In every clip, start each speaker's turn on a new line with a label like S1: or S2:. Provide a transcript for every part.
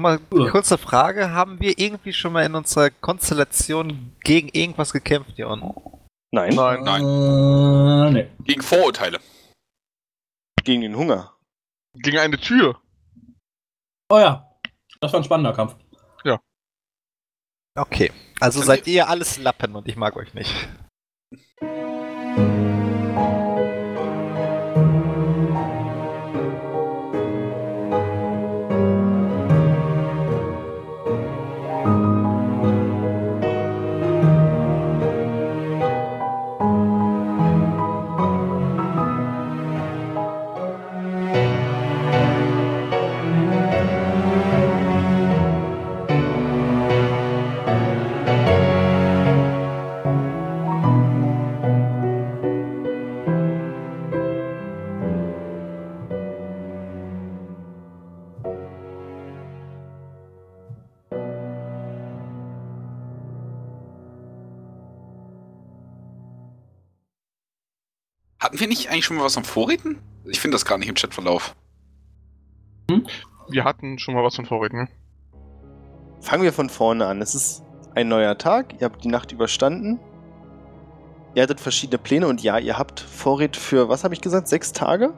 S1: Mal kurze Frage: Haben wir irgendwie schon mal in unserer Konstellation gegen irgendwas gekämpft hier unten?
S2: Nein,
S3: Nein, nein.
S4: Äh, nee.
S3: Gegen Vorurteile.
S2: gegen den Hunger.
S3: Gegen eine Tür.
S4: Oh ja, das war ein spannender Kampf.
S1: Okay. Also seid ihr alles Lappen und ich mag euch nicht.
S3: Hatten wir nicht eigentlich schon mal was am Vorräten? Ich finde das gar nicht im Chatverlauf.
S5: Wir hatten schon mal was von Vorräten.
S2: Fangen wir von vorne an. Es ist ein neuer Tag. Ihr habt die Nacht überstanden. Ihr hattet verschiedene Pläne und ja, ihr habt Vorräte für, was habe ich gesagt, sechs Tage?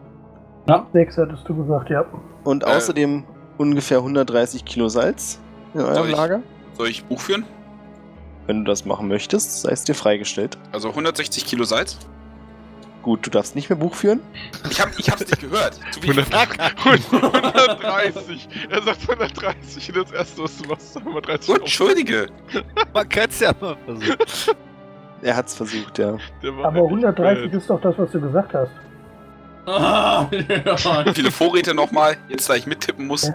S6: Sechs hattest du gesagt, ja.
S2: Und
S3: Äh.
S2: außerdem ungefähr 130 Kilo Salz in eurem
S3: Soll ich-
S2: Lager.
S3: Soll ich Buch führen?
S2: Wenn du das machen möchtest, sei es dir freigestellt.
S3: Also 160 Kilo Salz.
S2: Gut, du darfst nicht mehr Buch führen.
S3: Ich, hab, ich hab's nicht gehört. So wie ich
S5: 130. Er sagt 130 und das erste, was du machst, ist 130.
S3: Gut, entschuldige.
S1: Man kann es ja mal versuchen.
S2: Er hat's versucht, ja.
S5: Der war
S6: Aber
S5: echt
S6: 130
S5: blöd.
S6: ist doch das, was du gesagt hast.
S4: Ah, ja.
S3: Wie Viele Vorräte nochmal, jetzt da ich mittippen muss.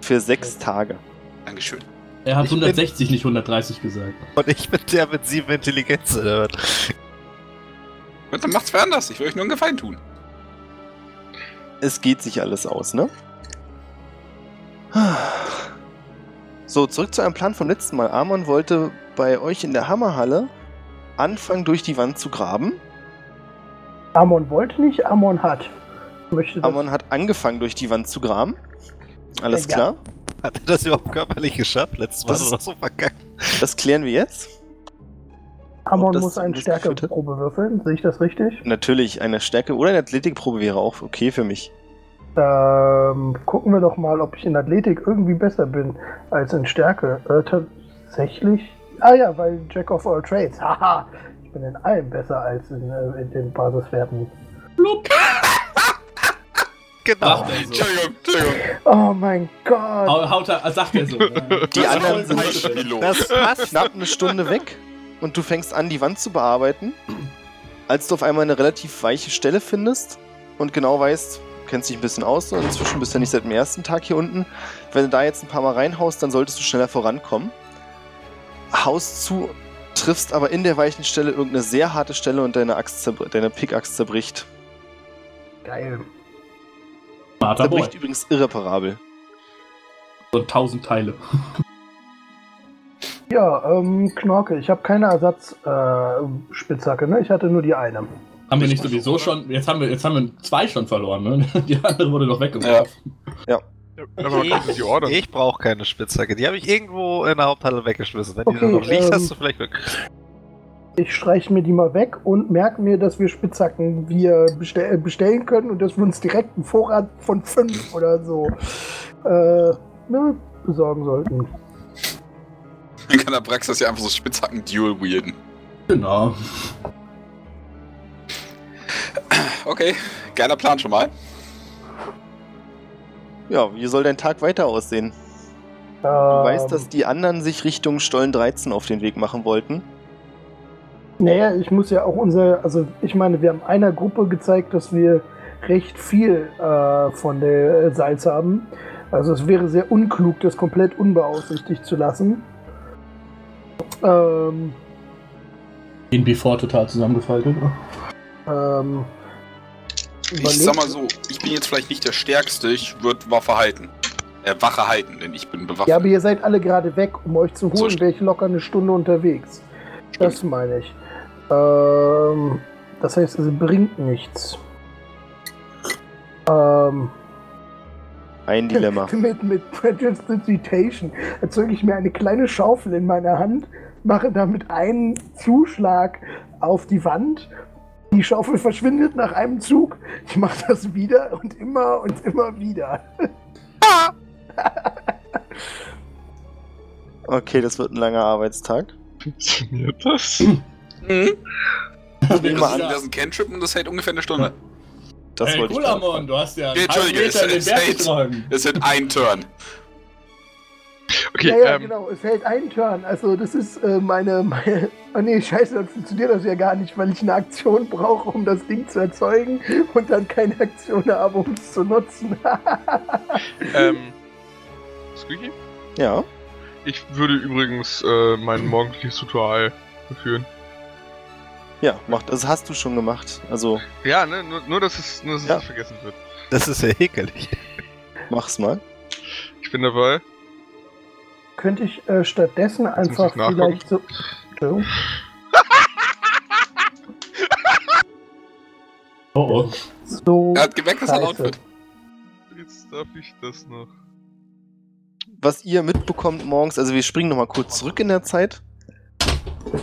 S2: Für sechs Tage.
S3: Dankeschön.
S4: Er hat
S1: Ich bin-
S4: 160, nicht 130 gesagt.
S1: Und ich bin der mit sieben Intelligenz. oder was?
S3: Und dann macht's wer anders. Ich will euch nur einen Gefallen tun.
S2: Es geht sich alles aus, ne? So, zurück zu einem Plan vom letzten Mal. Amon wollte bei euch in der Hammerhalle anfangen, durch die Wand zu graben.
S6: Amon wollte nicht, Amon hat. Möchte das
S2: Amon hat angefangen, durch die Wand zu graben. Alles
S6: Ja.
S2: klar.
S1: Hat er das überhaupt körperlich geschafft? Letztes Mal
S2: Das
S1: ist
S2: ist-
S1: das so verkackt.
S2: Das klären wir jetzt.
S6: Amon
S2: das
S6: muss eine
S2: muss geführt hat.
S6: Stärkeprobe würfeln, sehe ich das richtig?
S2: Natürlich, eine Stärke oder eine Athletikprobe wäre auch okay für mich.
S6: Ähm, gucken wir doch mal, ob ich in Athletik irgendwie besser bin als in Stärke. Äh, tatsächlich? Ah ja, weil Jack of all trades. Haha, ich bin in allem besser als in, äh, in den Basiswerten.
S1: Genau.
S4: Sagt
S5: Also.
S4: er so.
S3: Entschuldigung, Entschuldigung.
S6: Oh mein Gott!
S4: Hau- Haut er, sagt er so.
S2: Die
S4: wollen
S2: anderen
S4: wir
S2: sind-
S4: nicht.
S1: Das passt.
S2: Knapp eine Stunde weg und du fängst an, die Wand zu bearbeiten. Als du auf einmal eine relativ weiche Stelle findest und genau weißt, du kennst dich ein bisschen aus und inzwischen bist du ja nicht seit dem ersten Tag hier unten. Wenn du da jetzt ein paar Mal reinhaust, dann solltest du schneller vorankommen. Haust zu, triffst aber in der weichen Stelle irgendeine sehr harte Stelle und deine, Axt zerbr deine Pickaxe zerbricht.
S6: Geil.
S4: Smarter Boy.
S2: Zerbricht übrigens irreparabel.
S4: So 1000 Teile.
S6: Ja, ähm, Knorke, ich habe keine Ersatzspitzhacke, äh, Spitzhacke, ne? Ich hatte nur die eine.
S4: Haben wir nicht sowieso schon. Jetzt haben wir, jetzt haben wir zwei schon verloren, ne? Die andere wurde doch weggeworfen.
S5: Aber man konnte die ordern.
S3: Äh,
S1: Ich brauche keine Spitzhacke. Die habe ich irgendwo in der Haupthalle weggeschmissen. Wenn die da
S6: Okay,
S1: noch liegt,
S6: ähm,
S1: hast du vielleicht Glück.
S6: Ich streiche mir die mal weg und merke mir, dass wir Spitzhacken wir bestell äh, bestellen können und dass wir uns direkt einen Vorrat von fünf oder so äh, ne, besorgen sollten.
S3: Dann kann der Praxis ja einfach so Spitzhacken-Duel wielden.
S4: Genau.
S3: Okay, geiler Plan schon mal.
S2: Ja, wie soll dein Tag weiter aussehen? Du
S6: Du
S2: weißt, dass die anderen sich Richtung Stollen 13 auf den Weg machen wollten.
S6: Naja, ich muss ja auch unser, also ich meine, wir haben einer Gruppe gezeigt, dass wir recht viel äh, von der äh, Salz haben. Also es wäre sehr unklug, das komplett unbeaufsichtigt zu lassen. Ähm,
S4: In B4 total zusammengefaltet.
S6: ähm,
S3: Ich
S6: überlegt-
S3: sag mal so, ich bin jetzt vielleicht nicht der Stärkste, ich würde Waffe halten. Äh, Wache halten, denn ich bin bewaffnet.
S6: Ja, aber ihr seid alle gerade weg, um euch zu
S3: So
S6: holen,
S3: st-
S6: wäre ich locker eine Stunde unterwegs. Das meine ich. Ähm, das heißt, es bringt nichts. Ähm,
S2: Ein Dilemma.
S6: Mit, mit Prestidigitation erzeuge ich mir eine kleine Schaufel in meiner Hand, mache damit einen Zuschlag auf die Wand. Die Schaufel verschwindet nach einem Zug. Ich mache das wieder und immer und immer wieder.
S2: Okay, das wird ein langer Arbeitstag.
S5: Funktioniert das?
S3: Mhm.
S4: Das
S2: nehme
S3: Das
S2: mal
S3: ist,
S2: an.
S3: das ist ein Cantrip und das hält ungefähr eine Stunde.
S2: Das
S4: hey,
S2: wollte ich. gerade
S4: Gulamon, du hast ja
S3: Nee,
S4: einen halben
S3: Entschuldige,
S4: Meter in den
S3: es- es
S4: Berg
S3: hält.
S4: getragen.
S3: Es sind ein Turn.
S5: Okay,
S6: ja, ja,
S5: ähm,
S6: genau. Es hält einen Turn. Also, das ist äh, meine, meine. Oh nee, scheiße, dann funktioniert das ja gar nicht, weil ich eine Aktion brauche, um das Ding zu erzeugen und dann keine Aktion habe, um es zu nutzen. genau.
S5: ähm. Squeaky?
S2: Ja.
S5: Ich würde übrigens äh, mein morgendliches Tutorial beführen.
S2: Ja, macht. Das hast du schon gemacht. Also
S5: Ja, ne? Nur, nur dass es, nur, dass es
S2: Ja.
S5: nicht vergessen wird.
S1: Das ist ja häkelig.
S2: mach's mal.
S5: Ich bin dabei.
S6: Könnte ich äh, stattdessen einfach
S5: ich nachgucken.
S6: vielleicht so. Entschuldigung.
S4: Oh, oh.
S6: So.
S3: Er hat gemerkt, dass er laut
S6: Scheiße.
S3: wird.
S5: Jetzt darf ich das noch.
S2: was ihr mitbekommt morgens, also wir springen nochmal kurz zurück in der Zeit.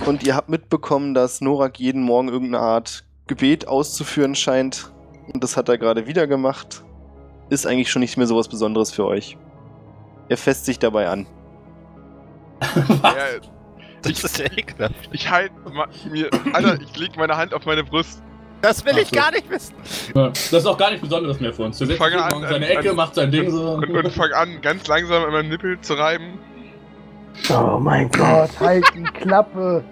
S2: Und ihr habt mitbekommen, dass Norak jeden Morgen irgendeine Art Gebet auszuführen scheint. Und das hat er gerade wieder gemacht. Ist eigentlich schon nicht mehr sowas Besonderes für euch. Er fässt sich dabei an.
S5: Ja,
S1: Das ist ja ekelhaft.
S5: ich halt ma- mir. Alter, ich leg meine Hand auf meine Brust.
S1: Das will
S4: Ach
S1: ich
S4: so.
S1: gar nicht wissen.
S4: Ja, Das ist auch gar nichts Besonderes mehr für uns. Wir setzen
S5: Fang
S4: jeden
S5: an,
S4: Morgen in seine
S5: an,
S4: Ecke,
S5: an.
S4: macht sein Ding so.
S5: Und, und fang an, ganz langsam an meinem Nippel zu reiben.
S6: Oh mein Gott, halt die Klappe.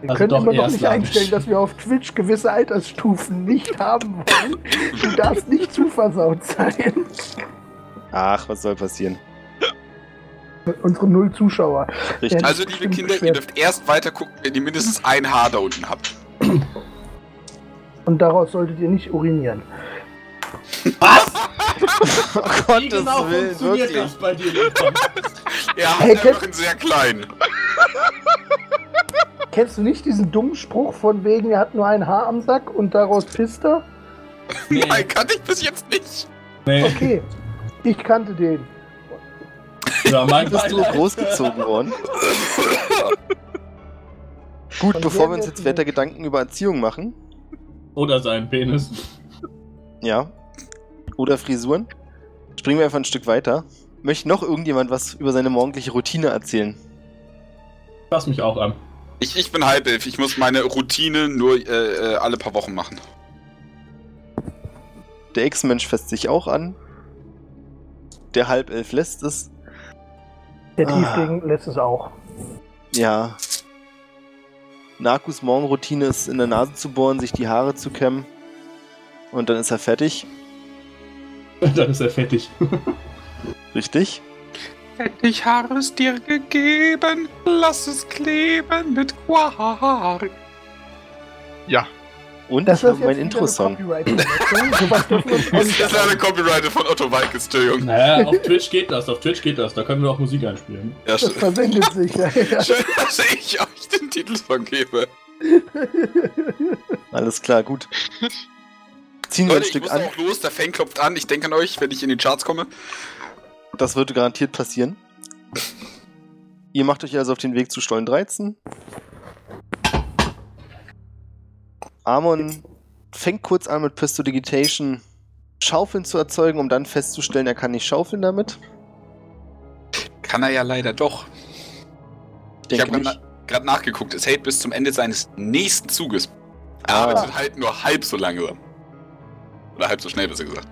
S6: Wir
S4: Also
S6: können
S4: doch
S6: immer noch
S4: eher
S6: nicht
S4: slawisch.
S6: einstellen, dass wir auf Twitch gewisse Altersstufen nicht haben wollen. Du darfst nicht zu versaut sein.
S2: Ach, was soll passieren?
S6: Unsere null Zuschauer.
S2: Richtig.
S6: Ja.
S3: Also, liebe
S6: Bestimmt
S3: Kinder, ihr
S6: beschwert.
S3: dürft erst weiter gucken, wenn ihr mindestens ein Haar da unten habt.
S6: Und daraus solltet ihr nicht urinieren.
S2: Oh
S4: Wie genau funktioniert das bei dir? Lincoln?
S3: Er hat
S6: Hey,
S3: einfach
S6: Kev-
S3: einen sehr kleinen.
S6: Kennst du nicht diesen dummen Spruch von wegen, er hat nur ein Haar am Sack und daraus pisst er?
S4: Nee,
S3: Nein, kann ich bis jetzt nicht.
S4: nee.
S6: Okay, ich kannte den.
S4: Ja, mein
S2: Bist du
S4: Beileid.
S2: großgezogen worden? Gut,
S6: Von
S2: bevor
S6: wem
S2: wir uns
S6: jetzt
S2: jetzt weiter Gedanken über Erziehung machen,
S4: Oder sein Penis.
S2: Ja. Oder Frisuren. Springen wir einfach ein Stück weiter. Möchte noch irgendjemand was über seine morgendliche Routine erzählen?
S4: Fass mich auch an.
S3: Ich, ich bin halbelf. Ich muss meine Routine nur äh, äh, alle paar Wochen machen.
S2: Der Ex-Mensch fässt sich auch an. Der Halbelf lässt es.
S6: Der
S2: Ah.
S6: Tiefling lässt es auch.
S2: Ja. Narkus Morgenroutine ist in der Nase zu bohren, sich die Haare zu kämmen. Und dann ist er fertig.
S4: Dann ist er fertig.
S2: Richtig?
S3: Ich habe es dir gegeben, lass es kleben mit Quark.
S5: Ja.
S2: Und
S6: Das
S2: ich habe
S6: ist jetzt
S2: meinen
S6: wieder eine
S2: Intro-Song.
S6: Copyright-Verletzung. Sowas dürfen wir uns auch
S3: Das
S6: nicht
S3: ist leider Copyright von Otto Walkes, Entschuldigung.
S4: Naja, auf Twitch geht das, auf Twitch geht das. Da können wir auch Musik einspielen.
S3: Ja,
S6: Das
S3: schön,
S6: verwendet sich. Ja, ja.
S3: schön, dass ich euch den Titelsong gebe.
S2: Alles klar, gut. Ziehen wir ein
S3: Leute, ich
S2: Stück
S3: muss
S2: an.
S3: auch los, der Fan klopft an. Ich denke an euch, wenn ich in die Charts komme.
S2: Das wird garantiert passieren. Ihr macht euch also auf den Weg zu Stollen 13. Amon fängt kurz an mit Prestidigitation Schaufeln zu erzeugen, um dann festzustellen, er kann nicht schaufeln damit.
S3: Kann er ja leider doch. Ich
S2: Denke
S3: habe
S2: ich.
S3: gerade nachgeguckt, es hält bis zum Ende seines nächsten Zuges. Er arbeitet halt nur halb so langsam. Oder halb so schnell, besser gesagt.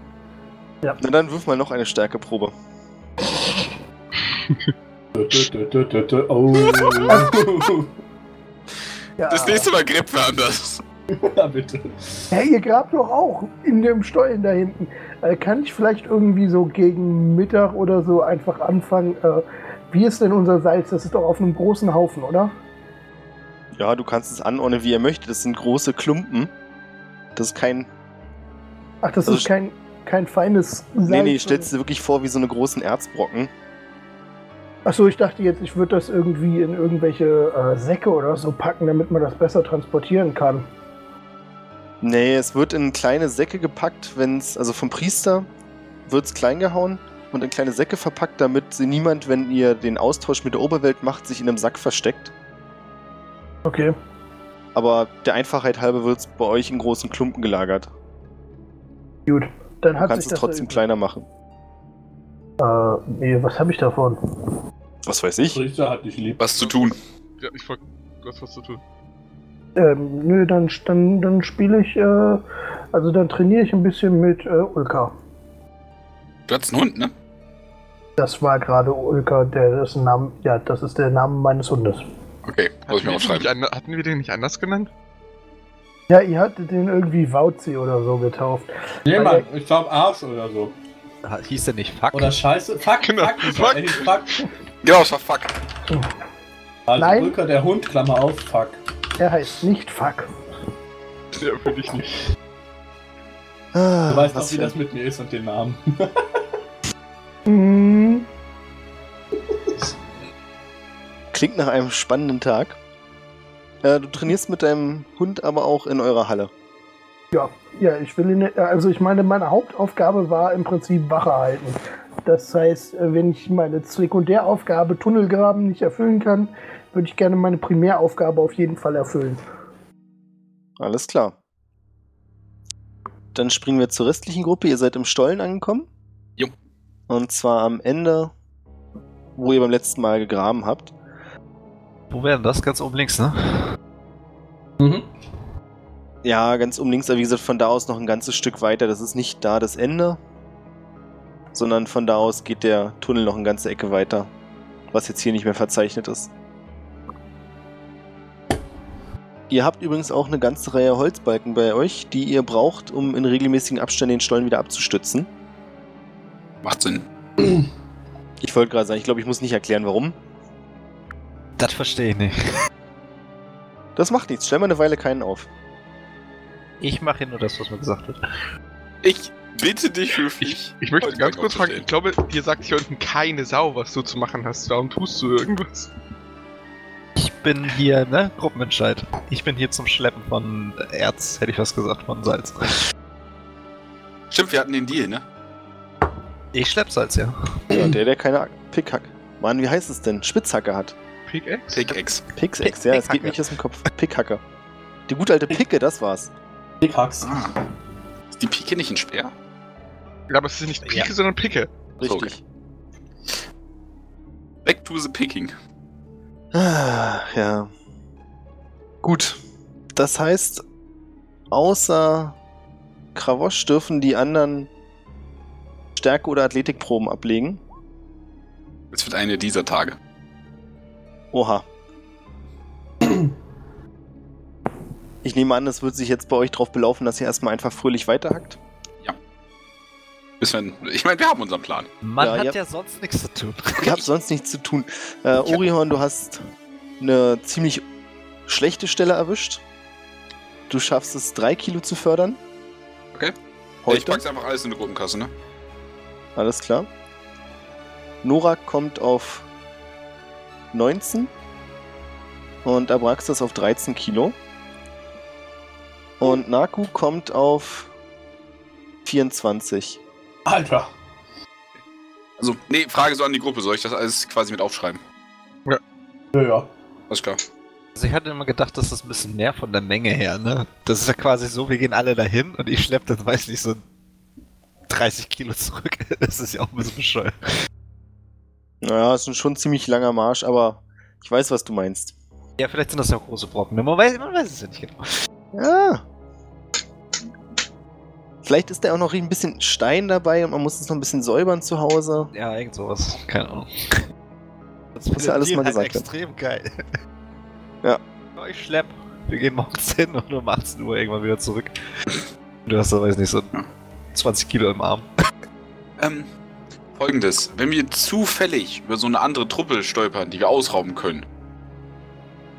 S2: Na dann wirf mal noch eine Stärkeprobe.
S4: Dö, dö, dö, dö, dö, Oh.
S6: Ja.
S3: Das nächste Mal Grip wir anders.
S4: Ja, bitte.
S6: Hey, ihr grabt doch auch in dem Stollen da hinten. Äh, kann ich vielleicht irgendwie so gegen Mittag oder so einfach anfangen? Äh, wie ist denn unser Salz? Das ist doch auf einem großen Haufen, oder?
S2: Ja, du kannst es anordnen, wie er möchte. Das sind große Klumpen. Das ist kein.
S6: Ach, das
S2: Also
S6: ist
S2: st-
S6: kein, kein feines Salz.
S2: Nee, nee, stellst dir wirklich vor, wie so eine großen Erzbrocken.
S6: Achso, ich dachte jetzt, ich würde das irgendwie in irgendwelche äh, Säcke oder so packen, damit man das besser transportieren kann.
S2: Nee, es wird in kleine Säcke gepackt, wenn es, also vom Priester, wird's klein gehauen und in kleine Säcke verpackt, damit sie niemand, wenn ihr den Austausch mit der Oberwelt macht, sich in einem Sack versteckt.
S6: Okay.
S2: Aber der Einfachheit halber wird's bei euch in großen Klumpen gelagert.
S6: Gut. Dann
S2: Du
S6: hat sich
S2: kannst es
S6: das
S2: trotzdem
S6: erübrigt.
S2: kleiner machen.
S6: Äh, nee, was habe ich davon?
S2: Was weiß ich?
S4: Richter hat dich lieb.
S3: Was zu tun.
S5: Ja, ich wollte. Du hast was zu tun.
S6: Ähm, nö, dann, dann, dann spiele ich, äh, also dann trainiere ich ein bisschen mit äh, Ulka.
S3: Du hast einen Hund, ne?
S6: Das war gerade Ulka, der ist Name, ja, das ist der Name meines Hundes.
S3: Okay, muss ich mir
S5: Hatten wir den
S3: aufschreiben.
S5: nicht an- Hatten wir den nicht anders genannt?
S6: Ja, ihr hattet den irgendwie Wauzi oder so getauft.
S4: Nee, Mann, ich glaub Arsch oder so.
S1: Ha- Ah, Hieß der nicht Fuck?
S4: Oder Scheiße. Fuck,
S5: Genau.
S4: fuck, ich sag
S5: Fuck.
S4: echt fuck.
S3: Genau, es war fuck.
S4: Also
S6: Nein.
S4: Ulka, der Hund, Klammer auf, fuck.
S6: Er heißt nicht Fuck.
S5: Ja, für dich nicht.
S4: Du weißt doch,
S2: was
S4: wie
S2: für
S4: das
S2: ein-
S4: mit mir ist und den Namen.
S6: Mhm.
S2: Klingt nach einem spannenden Tag. Äh, du trainierst mit deinem Hund aber auch in eurer Halle.
S6: Ja, ja, ich will ihn, also ich meine, meine Hauptaufgabe war im Prinzip Wache halten. Das heißt, äh, wenn ich meine Sekundäraufgabe Tunnelgraben nicht erfüllen kann, würde ich gerne meine Primäraufgabe auf jeden Fall erfüllen.
S2: Alles klar. Dann springen wir zur restlichen Gruppe. Ihr seid im Stollen angekommen.
S3: Jo.
S2: Und zwar am Ende, wo ihr beim letzten Mal gegraben habt.
S1: Wo wäre denn das? Ganz oben links, ne?
S4: Mhm.
S2: Ja, ganz um links, aber wie gesagt, von da aus noch ein ganzes Stück weiter. Das ist nicht da das Ende, sondern von da aus geht der Tunnel noch eine ganze Ecke weiter, was jetzt hier nicht mehr verzeichnet ist. Ihr habt übrigens auch eine ganze Reihe Holzbalken bei euch, die ihr braucht, um in regelmäßigen Abständen den Stollen wieder abzustützen.
S3: Macht Sinn.
S2: Ich wollte gerade sagen, ich glaube, ich muss nicht erklären, warum.
S1: Das verstehe ich nicht.
S2: Das macht nichts. Stell mal eine Weile keinen auf.
S1: Ich mache hier nur das, was mir gesagt wird.
S3: Ich bitte dich höflich.
S5: Ich möchte
S3: Holzbalken
S5: ganz kurz fragen, ich
S3: aufzustellen.
S5: glaube, dir sagt hier unten keine Sau, was du zu machen hast. Warum tust du irgendwas?
S1: Ich bin hier, ne? Gruppenentscheid. Ich bin hier zum Schleppen von Erz, hätte ich was gesagt, von Salz.
S3: Stimmt, wir hatten den Deal, ne?
S1: Ich schlepp Salz, ja.
S2: Ja, der, der keine Pickhack. Mann, wie heißt es denn? Spitzhacke hat.
S5: Pickaxe?
S3: Pickaxe.
S2: Pickaxe, ja, es
S1: Pickhacke.
S2: geht mir nicht aus dem Kopf. Pickhacke. Die gute alte Picke, das war's.
S4: Dick Hacks.
S3: Ah. Ist die Pike nicht ein Speer?
S5: Ja, aber es ist nicht Pike,
S1: Ja.
S5: sondern Picke.
S3: So,
S2: Richtig.
S3: Back to the picking.
S2: Ah, ja. Gut. Das heißt, außer Kravosch dürfen die anderen Stärke- oder Athletikproben ablegen.
S3: Es wird eine dieser Tage.
S2: Oha. Ich nehme an, es wird sich jetzt bei euch drauf belaufen, dass ihr erstmal einfach fröhlich weiterhackt.
S3: Bis wenn, ich meine, wir haben unseren Plan.
S1: Man
S2: Ja,
S1: hat
S2: ja.
S1: ja sonst nichts zu tun.
S2: Ich habe sonst nichts zu tun. Äh, Orihorn, du hast eine ziemlich schlechte Stelle erwischt. Du schaffst es, drei Kilo zu fördern.
S3: Okay. Ich
S2: Heute.
S3: pack's einfach alles in die Gruppenkasse, ne?
S2: Alles klar. Nora kommt auf 19 und Abraxas auf 13 Kilo. Und Naku kommt auf 24.
S4: Alter.
S3: Also, nee, Frage so an die Gruppe. Soll ich das alles quasi mit aufschreiben?
S4: Ja, ja.
S3: Alles klar.
S1: Also ich hatte immer gedacht, dass das ein bisschen mehr von der Menge her, ne? Das ist ja quasi so, wir gehen alle dahin und ich schlepp dann, weiß nicht, so 30 Kilo zurück. Das ist ja auch ein bisschen bescheuert.
S2: Naja, ist ein schon ziemlich langer Marsch, aber ich weiß, was du meinst.
S1: Ja, vielleicht sind das ja große Brocken. ne? Man weiß, man weiß es ja nicht genau.
S2: Ja. Ah. Vielleicht ist da auch noch ein bisschen Stein dabei und man muss es noch ein bisschen säubern zu Hause.
S1: Ja, irgend sowas. Keine Ahnung. Das
S2: Muss ja alles mal
S1: halt
S2: gesagt werden.
S1: extrem geil.
S2: Ja.
S1: So, Ich schlepp. Wir gehen morgens hin und um 18 Uhr irgendwann wieder zurück. Du hast da, weiß nicht, so 20 Kilo im Arm.
S3: Ähm, folgendes. Wenn wir zufällig über so eine andere Truppe stolpern, die wir ausrauben können.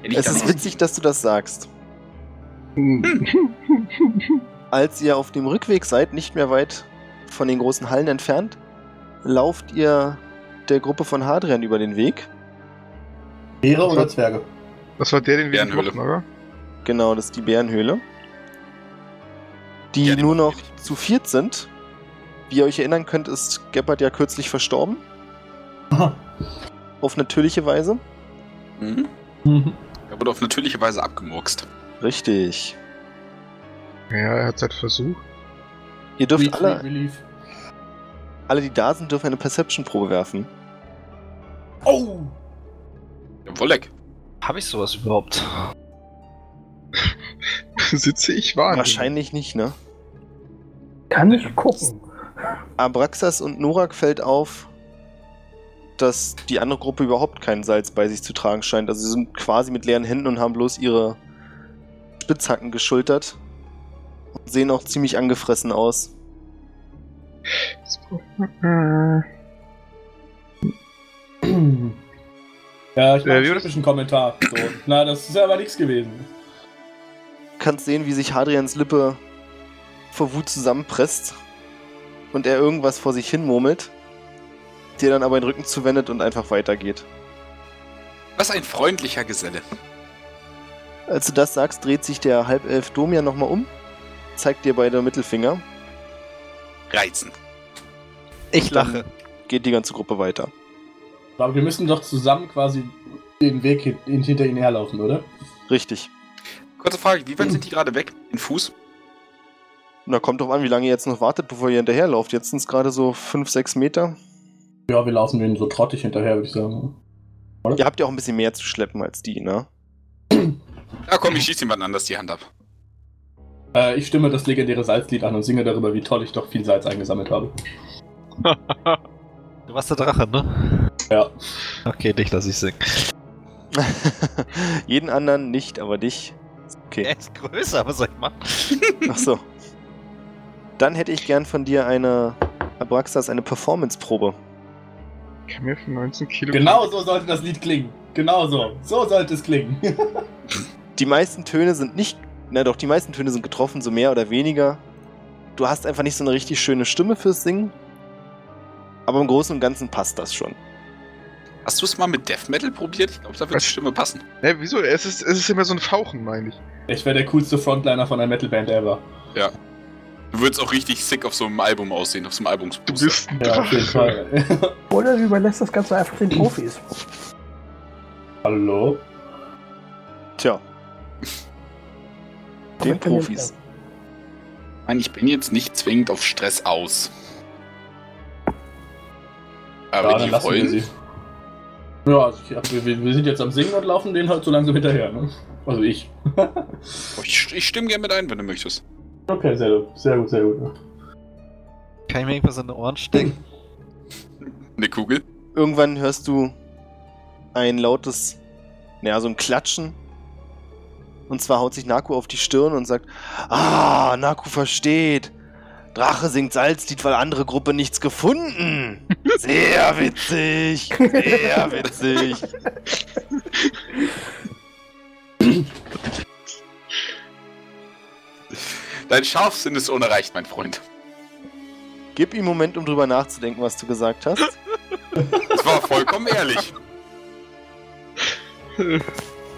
S3: hätte ich
S2: Es
S3: da
S2: ist
S3: noch-
S2: witzig, dass du das sagst. Als ihr auf dem Rückweg seid, nicht mehr weit von den großen Hallen entfernt, lauft ihr der Gruppe von Hadrian über den Weg.
S4: Beere oder Zwerge?
S5: Das war der, den wir
S3: Bärenhöhle.
S5: getroffen oder?
S2: Genau, das ist die Bärenhöhle. Die
S3: Ja, die
S2: nur
S3: brauchen wir
S2: noch zu viert sind. Wie ihr euch erinnern könnt, ist Gebhardt ja kürzlich verstorben.
S4: Aha.
S2: Auf natürliche Weise.
S3: Mhm.
S4: Mhm.
S3: Er wurde auf natürliche Weise abgemurkst.
S2: Richtig.
S5: Ja, er hat halt versucht.
S2: Ihr dürft
S4: Sweet,
S2: alle,
S4: sweet Relief.
S2: alle, die da sind, dürfen eine Perception-Probe werfen.
S3: Ah,
S4: Oh!
S3: Ja, Wolleck.
S1: Habe ich sowas überhaupt?
S5: Sitze ich wahr.
S2: Wahrscheinlich nicht, ne?
S6: Kann ich gucken.
S2: Abraxas und Norak fällt auf, dass die andere Gruppe überhaupt kein Salz bei sich zu tragen scheint. Also sie sind quasi mit leeren Händen und haben bloß ihre Spitzhacken geschultert. Und sehen auch ziemlich angefressen aus.
S4: Ja, ich mache
S5: Äh, wie
S4: einen
S5: war das?
S4: typischen Kommentar. So. Na, das ist ja aber nichts gewesen.
S2: Du kannst sehen, wie sich Hadrians Lippe vor Wut zusammenpresst und er irgendwas vor sich hin murmelt, dir dann aber den Rücken zuwendet und einfach weitergeht.
S3: Was ein freundlicher Geselle.
S2: Als du das sagst, dreht sich der Halbelf Domian nochmal um, zeigt dir beide Mittelfinger,
S3: Reizend.
S1: Ich lache.
S2: geht die ganze Gruppe weiter.
S4: Aber wir müssen doch zusammen quasi den Weg hin- hinter ihnen herlaufen, oder?
S2: Richtig.
S3: Kurze Frage, wie weit sind die gerade weg? In Fuß?
S2: Na, kommt drauf an, wie lange ihr jetzt noch wartet, bevor ihr hinterherlauft. Jetzt sind es gerade so 5, 6 Meter.
S4: Ja, wir laufen denen so trottig hinterher, würde ich sagen.
S2: Ihr habt ja auch ein bisschen mehr zu schleppen als die, ne?
S3: Ja, komm, ich schieß jemand anders die Hand ab.
S4: Äh, ich stimme das legendäre Salzlied an und singe darüber, wie toll ich doch viel Salz eingesammelt habe.
S1: Du warst der Drache, ne?
S4: Ja.
S1: Okay, nicht, dass ich sing.
S2: Jeden anderen nicht, aber dich. Okay.
S1: Er ist größer, was soll ich machen?
S2: Ach so. Dann hätte ich gern von dir eine, Abraxas, eine Performance-Probe.
S5: Ich kann mir für 19 Kilo.
S4: Genau so sollte das Lied klingen. Genau so. So sollte es klingen.
S2: Die meisten Töne sind nicht, na doch, die meisten Töne sind getroffen, so mehr oder weniger. Du hast einfach nicht so eine richtig schöne Stimme fürs Singen. Aber im Großen und Ganzen passt das schon.
S3: Hast du es mal mit Death Metal probiert? Ich glaube, da wird
S5: Was?
S3: die Stimme passen.
S5: Hä, wieso? Es ist, es ist immer so ein Fauchen, meine ich.
S4: Ich wäre der coolste Frontliner von einer Metalband ever.
S3: Du würdest auch richtig sick auf so einem Album aussehen, auf so einem
S5: Du
S3: Albumsbooster.
S5: bist ein
S4: Ja, auf jeden
S5: Drache.
S4: Fall.
S6: Oder du überlässt das Ganze einfach den Profis.
S4: Hallo?
S2: Tja. Den
S6: Aber kann ja
S2: Profis.
S3: Nein, ich bin jetzt nicht zwingend auf Stress aus. Aber
S4: ja,
S3: die
S4: dann lassen wir
S3: wollen.
S4: sie. Ja, also ich, hab- wir, wir sind jetzt am Singen und laufen denen halt so langsam hinterher, ne? Also ich.
S3: Oh, Ich, ich stimme gerne mit ein, wenn du möchtest.
S4: Okay, sehr gut, sehr gut, sehr gut.
S1: Kann ich mir irgendwas in die Ohren stecken?
S3: Eine Kugel.
S2: Irgendwann hörst du ein lautes, naja, so ein Klatschen. Und zwar haut sich Naku auf die Stirn und sagt: Ah, Naku versteht. Drache singt Salzlied, weil andere Gruppe nichts gefunden. Sehr witzig. Sehr witzig.
S3: Dein Scharfsinn ist unerreicht, mein Freund.
S2: Gib ihm einen Moment, um drüber nachzudenken, was du gesagt hast.
S3: Das war vollkommen ehrlich.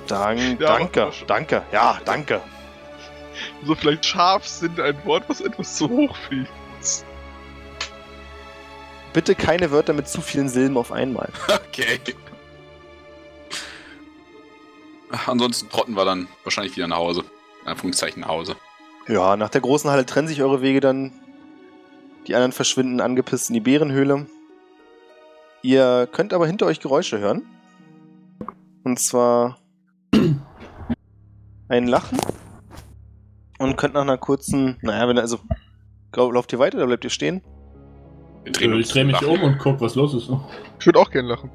S2: Dank,
S5: Ja,
S2: danke, danke. Ja, danke.
S5: So vielleicht scharf sind ein Wort, was etwas zu hoch fliegt.
S2: Bitte keine Wörter mit zu vielen Silben auf einmal.
S3: Okay. Ach, Ansonsten trotten wir dann wahrscheinlich wieder nach Hause. In Anführungszeichen nach Hause.
S2: Ja, nach der großen Halle trennen sich eure Wege dann. Die anderen verschwinden angepisst in die Bärenhöhle. Ihr könnt aber hinter euch Geräusche hören. Und zwar ein Lachen. Und könnt nach einer kurzen. Naja, wenn also. glaub, Lauft ihr weiter oder bleibt ihr stehen?
S3: Wir
S4: Ich drehe mich
S3: nach.
S4: um und guck, was los ist.
S5: Ich würde auch gerne lachen.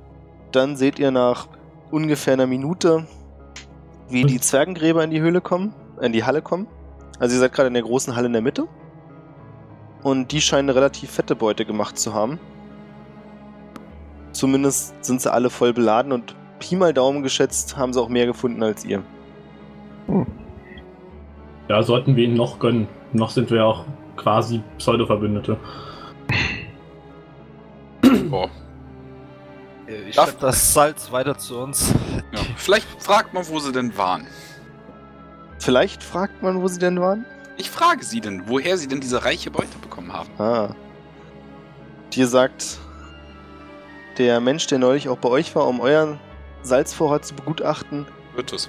S2: Dann seht ihr nach ungefähr einer Minute, wie die Zwergengräber in die Höhle kommen, in die Halle kommen. Also ihr seid gerade in der großen Halle in der Mitte. Und die scheinen eine relativ fette Beute gemacht zu haben. Zumindest sind sie alle voll beladen und Pi mal Daumen geschätzt haben sie auch mehr gefunden als ihr.
S4: Ja, sollten wir ihnen noch gönnen. Noch sind wir auch quasi Pseudo-Verbündete.
S3: Boah.
S1: Ich
S3: Darf-
S1: schlepp das Salz weiter zu uns.
S3: Ja. Vielleicht fragt man, wo sie denn waren.
S2: Vielleicht fragt man, wo sie denn waren?
S3: Ich frage sie denn, woher sie denn diese reiche Beute bekommen haben.
S2: Ah. Dir sagt der Mensch, der neulich auch bei euch war, um euren Salzvorrat zu begutachten,
S3: Wird es.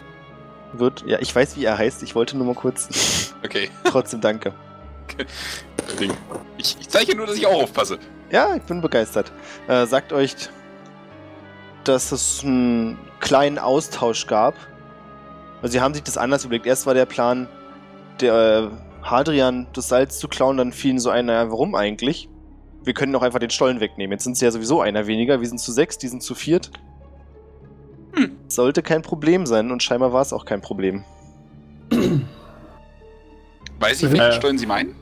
S2: wird. Ja, ich weiß, wie er heißt. Ich wollte nur mal kurz.
S3: Okay.
S2: Trotzdem danke.
S3: Ding. Ich, ich zeige nur, dass ich auch aufpasse.
S2: Ja, ich bin begeistert. Äh, sagt euch, dass es einen kleinen Austausch gab. Also sie haben sich das anders überlegt. Erst war der Plan, der äh, Hadrian das Salz zu klauen, dann fielen so ein, naja, warum eigentlich? Wir können doch einfach den Stollen wegnehmen. Jetzt sind sie ja sowieso einer weniger. Wir sind zu sechs, die sind zu viert.
S3: Hm.
S2: Sollte kein Problem sein und scheinbar war es auch kein Problem.
S3: Weiß ich, welchen
S4: Äh.
S3: Stollen Sie meinen?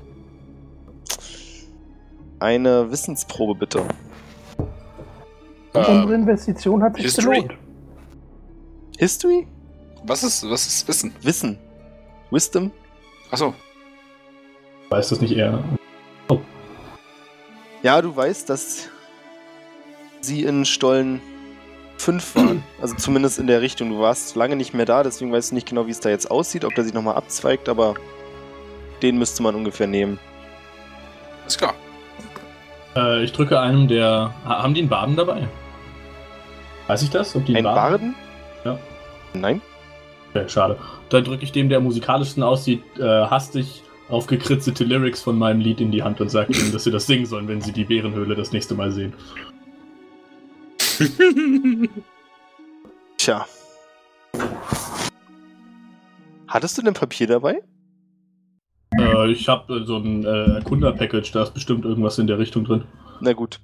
S2: Eine Wissensprobe bitte.
S6: Unsere
S3: Äh,
S6: Investition hat sich
S3: History?
S6: gelohnt.
S2: History?
S3: was, ist, was ist Wissen?
S2: Wissen. Wisdom?
S3: Achso.
S4: Weiß das nicht eher.
S2: Ja, du weißt, dass sie in Stollen 5 waren. Also zumindest in der Richtung. Du warst lange nicht mehr da, deswegen weißt du nicht genau, wie es da jetzt aussieht, ob der sich nochmal abzweigt, aber den müsste man ungefähr nehmen.
S3: Ist klar.
S4: Äh, ich drücke einem der. Ha- Haben die einen Baden dabei? Weiß ich das? Ob die
S2: Ein Barden?
S4: Ja.
S2: Nein?
S4: Okay, schade. Dann drücke ich dem, der am musikalischsten aussieht, äh, hastig aufgekritzelte Lyrics von meinem Lied in die Hand und sage ihnen, dass sie das singen sollen, wenn sie die Bärenhöhle das nächste Mal sehen.
S2: Tja. Hattest du denn Papier dabei?
S4: Äh, ich habe äh, so ein äh, Erkunder-Package, da ist bestimmt irgendwas in der Richtung drin.
S2: Na gut.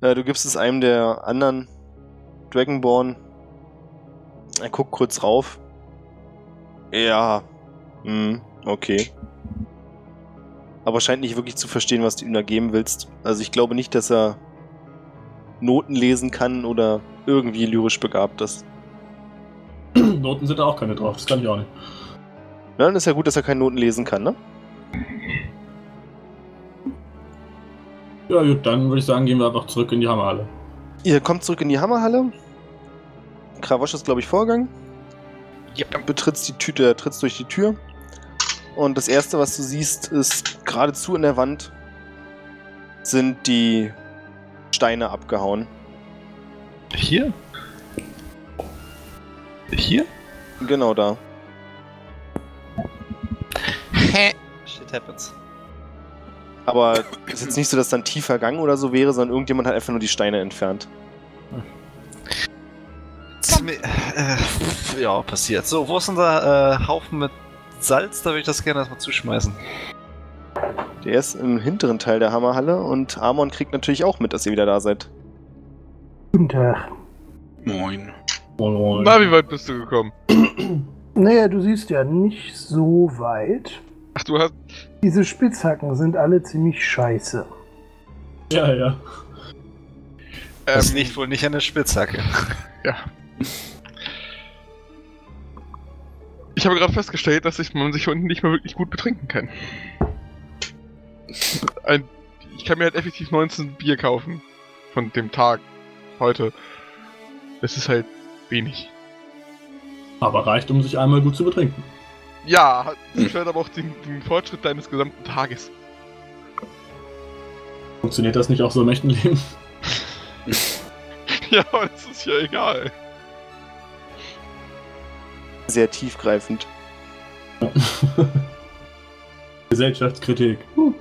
S2: Äh, du gibst es einem der anderen Dragonborn. Er guckt kurz rauf. Ja. Hm, okay. Aber scheint nicht wirklich zu verstehen, was du ihm da geben willst. Also ich glaube nicht, dass er Noten lesen kann oder irgendwie lyrisch begabt ist.
S4: Noten sind da auch keine drauf, das kann ich auch nicht.
S2: Na, dann ist ja gut, dass er keine Noten lesen kann, ne?
S4: Ja gut, dann würde ich sagen, gehen wir einfach zurück in die Hammerhalle.
S2: Ihr kommt zurück in die Hammerhalle. Krawosch ist, glaube ich, vorgegangen.
S1: Ja.
S2: betrittst die Tüte, trittst durch die Tür. Und das erste, was du siehst, ist geradezu in der Wand sind die Steine abgehauen.
S1: Hier? Hier?
S2: Genau da.
S1: Shit happens.
S2: Aber es ist jetzt nicht so, dass da ein tiefer Gang oder so wäre, sondern irgendjemand hat einfach nur die Steine entfernt.
S1: äh, ja, passiert. So, wo ist unser äh, Haufen mit Salz? Da würde ich das gerne erstmal zuschmeißen.
S2: Der ist im hinteren Teil der Hammerhalle und Amon kriegt natürlich auch mit, dass ihr wieder da seid.
S6: Guten Tag.
S3: Moin.
S4: Moin, moin.
S5: Na, wie weit bist du gekommen?
S6: Naja, du siehst ja nicht so weit.
S5: Ach, du hast.
S6: Diese Spitzhacken sind alle ziemlich scheiße.
S4: Ja, ja.
S1: Das
S5: Ähm,
S1: liegt wohl nicht an der Spitzhacke.
S5: ich habe gerade festgestellt, dass ich, man sich unten nicht mehr wirklich gut betrinken kann. Ein, ich kann mir halt effektiv 19 Bier kaufen. Von dem Tag. Heute. Es ist halt wenig.
S4: Aber reicht, um sich einmal gut zu betrinken.
S5: Ja, hat-
S3: Hm.
S5: stört aber auch den, den Fortschritt deines gesamten Tages.
S4: Funktioniert das nicht auch so im echten Leben?
S5: ja, aber das ist ja egal.
S2: Sehr tiefgreifend.
S4: Gesellschaftskritik. Huh.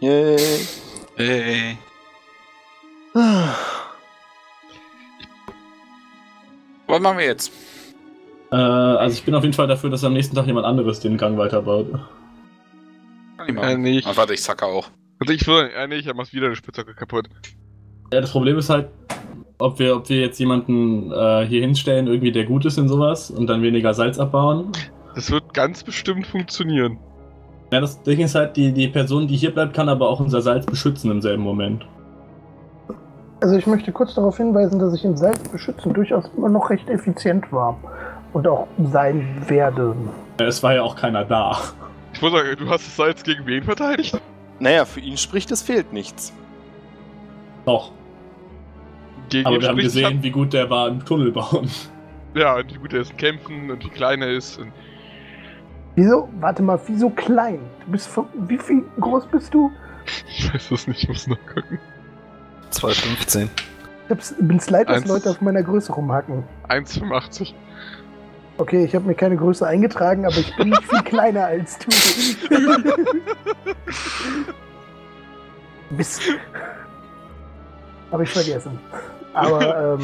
S2: Yay. Ah.
S3: Hey. Was machen wir jetzt?
S4: Äh, also ich bin auf jeden Fall dafür, dass am nächsten Tag jemand anderes den Gang weiterbaut.
S3: Kann ich
S5: Äh,
S3: machen.
S5: nee, ich,
S3: Ach, warte, ich zacke auch.
S5: also ich will. Äh, nee, ich mach's wieder eine Spitzhacke kaputt.
S4: Ja, das Problem ist halt, ob wir, ob wir jetzt jemanden äh, hier hinstellen, irgendwie der gut ist in sowas und dann weniger Salz abbauen.
S5: Das wird ganz bestimmt funktionieren.
S4: Ja, das Ding ist halt, die, die Person, die hier bleibt, kann aber auch unser Salz beschützen im selben Moment.
S6: Also ich möchte kurz darauf hinweisen, dass ich im Salzbeschützen durchaus immer noch recht effizient war. Und auch sein werde.
S4: Ja, Es war ja auch keiner da.
S5: Ich muss sagen, du hast das Salz gegen wen verteidigt?
S2: Naja, für ihn spricht, es fehlt nichts.
S4: Doch.
S5: Gegen
S4: Aber
S5: ihn
S4: wir haben
S5: spricht-
S4: gesehen, wie gut der war im Tunnel bauen.
S5: Ja, und wie gut er ist im Kämpfen und wie klein er ist. Und
S6: Wieso? Warte mal, wieso klein? Du bist von, wie viel groß bist du?
S5: ich weiß es nicht, ich muss nachgucken.
S1: 215.
S6: Ich hab's- bin's leid, dass
S5: Eins.
S6: Leute auf meiner Größe rumhacken.
S5: 1,85.
S6: Okay, ich habe mir keine Größe eingetragen, aber ich bin nicht viel kleiner als du. Mist. Habe ich vergessen. Aber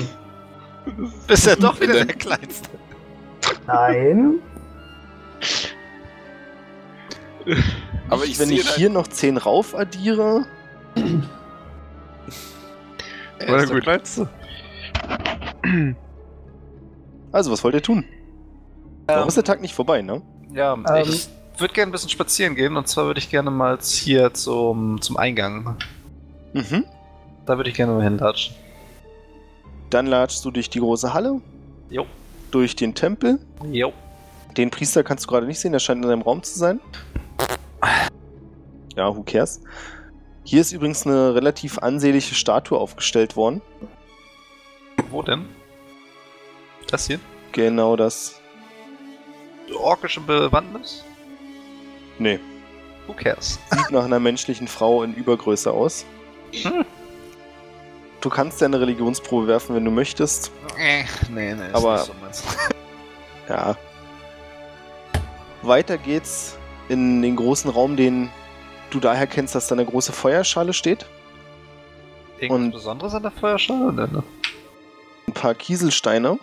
S6: ähm,
S1: Bist ja doch wieder der Kleinste.
S6: nein.
S3: Aber ich
S2: Wenn
S3: sehe
S2: ich
S3: da-
S2: hier noch 10 rauf addiere,
S3: Er
S5: Na
S3: ist der
S5: gut.
S3: Kleinste.
S2: also was wollt ihr tun? Warum ist der Tag nicht vorbei, ne?
S1: Ja,
S6: Ähm.
S1: ich würde gerne ein bisschen spazieren gehen und zwar würde ich gerne mal hier zum, zum Eingang.
S2: Mhm.
S1: Da würde ich gerne mal hinlatschen.
S2: Dann latschst du durch die große Halle.
S1: Jo.
S2: Durch den Tempel.
S1: Jo.
S2: Den Priester kannst du gerade nicht sehen, der scheint in seinem Raum zu sein. Ja, who cares? Hier ist übrigens eine relativ ansehnliche Statue aufgestellt worden.
S1: Wo denn? Das hier?
S2: Genau das.
S1: Orkische Bewandtnis?
S2: Nee,
S1: Who cares?
S2: sieht nach einer menschlichen Frau in Übergröße aus. Du kannst deine Religionsprobe werfen, wenn du möchtest.
S1: Nee, nee, nee.
S2: Aber-
S1: Ist nicht so meins.
S2: Ja. Weiter geht's in den großen Raum, den du daher kennst, dass da eine große Feuerschale steht.
S1: Irgendwas
S2: Und-
S1: Besonderes an der Feuerschale? Nee, ne?
S2: ein paar Kieselsteine,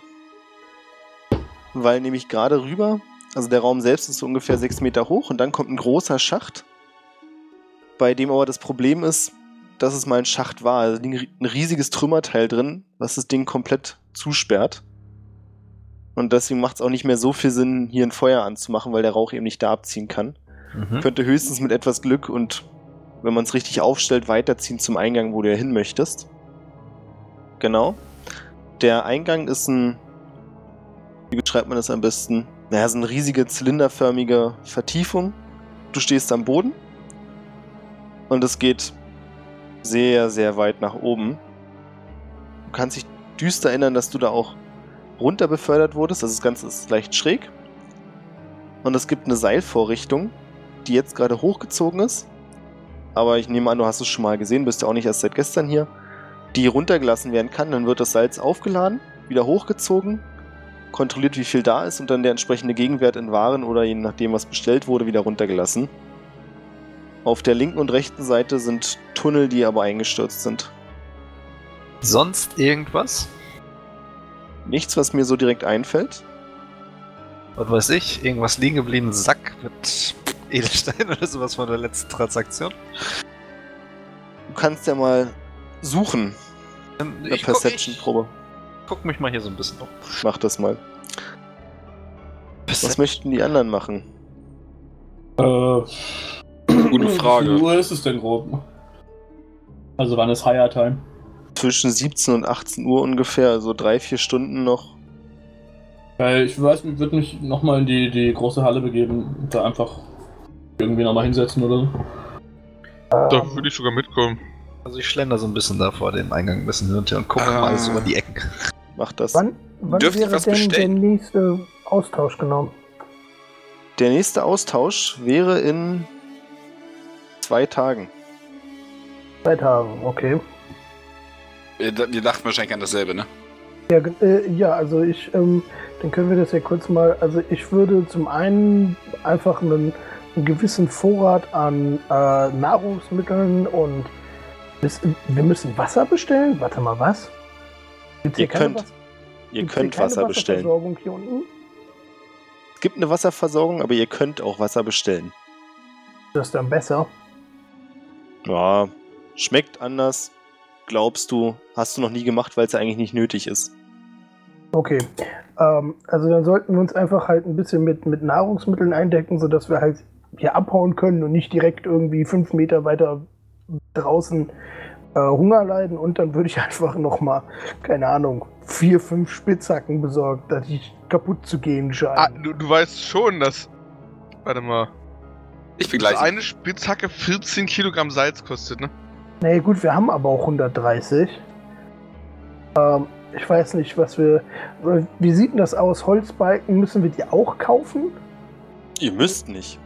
S2: weil nämlich gerade rüber, also der Raum selbst ist so ungefähr sechs Meter hoch und dann kommt ein großer Schacht, bei dem aber das Problem ist, dass es mal ein Schacht war. Also liegt ein riesiges Trümmerteil drin, was das Ding komplett zusperrt. Und deswegen macht es auch nicht mehr so viel Sinn, hier ein Feuer anzumachen, weil der Rauch eben nicht da abziehen kann.
S1: Mhm.
S2: Könnte höchstens mit etwas Glück und wenn man es richtig aufstellt, weiterziehen zum Eingang, wo du ja hin möchtest. Genau. Der Eingang ist ein. Wie beschreibt man das am besten? Naja, so eine riesige zylinderförmige Vertiefung. Du stehst am Boden. Und es geht sehr, sehr weit nach oben. Du kannst dich düster erinnern, dass du da auch runter befördert wurdest. Also das Ganze ist leicht schräg. Und es gibt eine Seilvorrichtung, die jetzt gerade hochgezogen ist. Aber ich nehme an, du hast es schon mal gesehen, bist ja auch nicht erst seit gestern hier. Die runtergelassen werden kann, dann wird das Salz aufgeladen, wieder hochgezogen, kontrolliert, wie viel da ist und dann der entsprechende Gegenwert in Waren oder je nachdem, was bestellt wurde, wieder runtergelassen. Auf der linken und rechten Seite sind Tunnel, die aber eingestürzt sind.
S1: Sonst irgendwas?
S2: Nichts, was mir so direkt einfällt.
S1: Was weiß ich? Irgendwas liegen gebliebenen Sack mit Edelstein oder sowas von der letzten Transaktion?
S2: Du kannst ja mal suchen,
S1: Ähm,
S2: eine
S1: ich guck-
S2: Perception-Probe.
S1: ich Guck mich mal hier so ein bisschen um.
S2: Mach das mal. Was möchten die anderen machen?
S4: Äh,
S3: Gute
S4: Hm, Wie viel
S3: Frage.
S4: Uhr ist es denn grob? Also wann ist Higher Time?
S2: zwischen 17 und 18 Uhr ungefähr, also drei, vier Stunden noch.
S4: Weil ich weiß, ich würde mich nochmal in die, die große Halle begeben und da einfach irgendwie nochmal hinsetzen oder so.
S5: Da würde ich sogar mitkommen.
S1: Also ich schlender so ein bisschen da vor dem Eingang ein bisschen hin und her und gucke
S3: Ah.
S1: mal so in die Ecken.
S2: Macht das.
S6: Wann, wann
S3: Dürfte ich
S6: wäre
S3: was
S6: denn der
S3: bestellen?
S6: nächste Austausch genau?
S2: Der nächste Austausch wäre in zwei Tagen.
S6: Zwei Tage, okay.
S3: Wir wir dachten wahrscheinlich an dasselbe, ne?
S6: Ja, gen- äh, ja also ich, ähm, dann können wir das ja kurz mal, also ich würde zum einen einfach einen, einen gewissen Vorrat an äh, Nahrungsmitteln und bis, wir müssen Wasser bestellen? Warte mal, was? Gibt's
S2: Ihr könnt
S6: Was-
S2: Ihr
S6: gibt's hier
S2: könnt
S6: keine
S2: Wasser bestellen.
S6: Wasserversorgung Hier unten?
S2: Es gibt eine Wasserversorgung, aber ihr könnt auch Wasser bestellen.
S6: Das ist dann besser.
S2: Ja, schmeckt anders. Glaubst du, hast du noch nie gemacht, weil es ja eigentlich nicht nötig ist.
S6: Okay. Ähm, also dann sollten wir uns einfach halt ein bisschen mit, mit Nahrungsmitteln eindecken, sodass wir halt hier abhauen können und nicht direkt irgendwie fünf Meter weiter draußen äh, Hunger leiden. Und dann würde ich einfach nochmal, keine Ahnung, vier, fünf Spitzhacken besorgen, dass ich kaputt zu gehen
S5: Ah,
S6: scheinen.
S5: du, du weißt schon, dass. Warte mal.
S3: Ich bin
S5: Also
S3: gleich.
S5: eine Spitzhacke 14 Kilogramm Salz kostet, ne?
S6: Naja gut, wir haben aber auch 130. Ähm, ich weiß nicht, was wir... Wie sieht denn das aus? Holzbalken, müssen wir die auch kaufen?
S2: Ihr müsst nicht.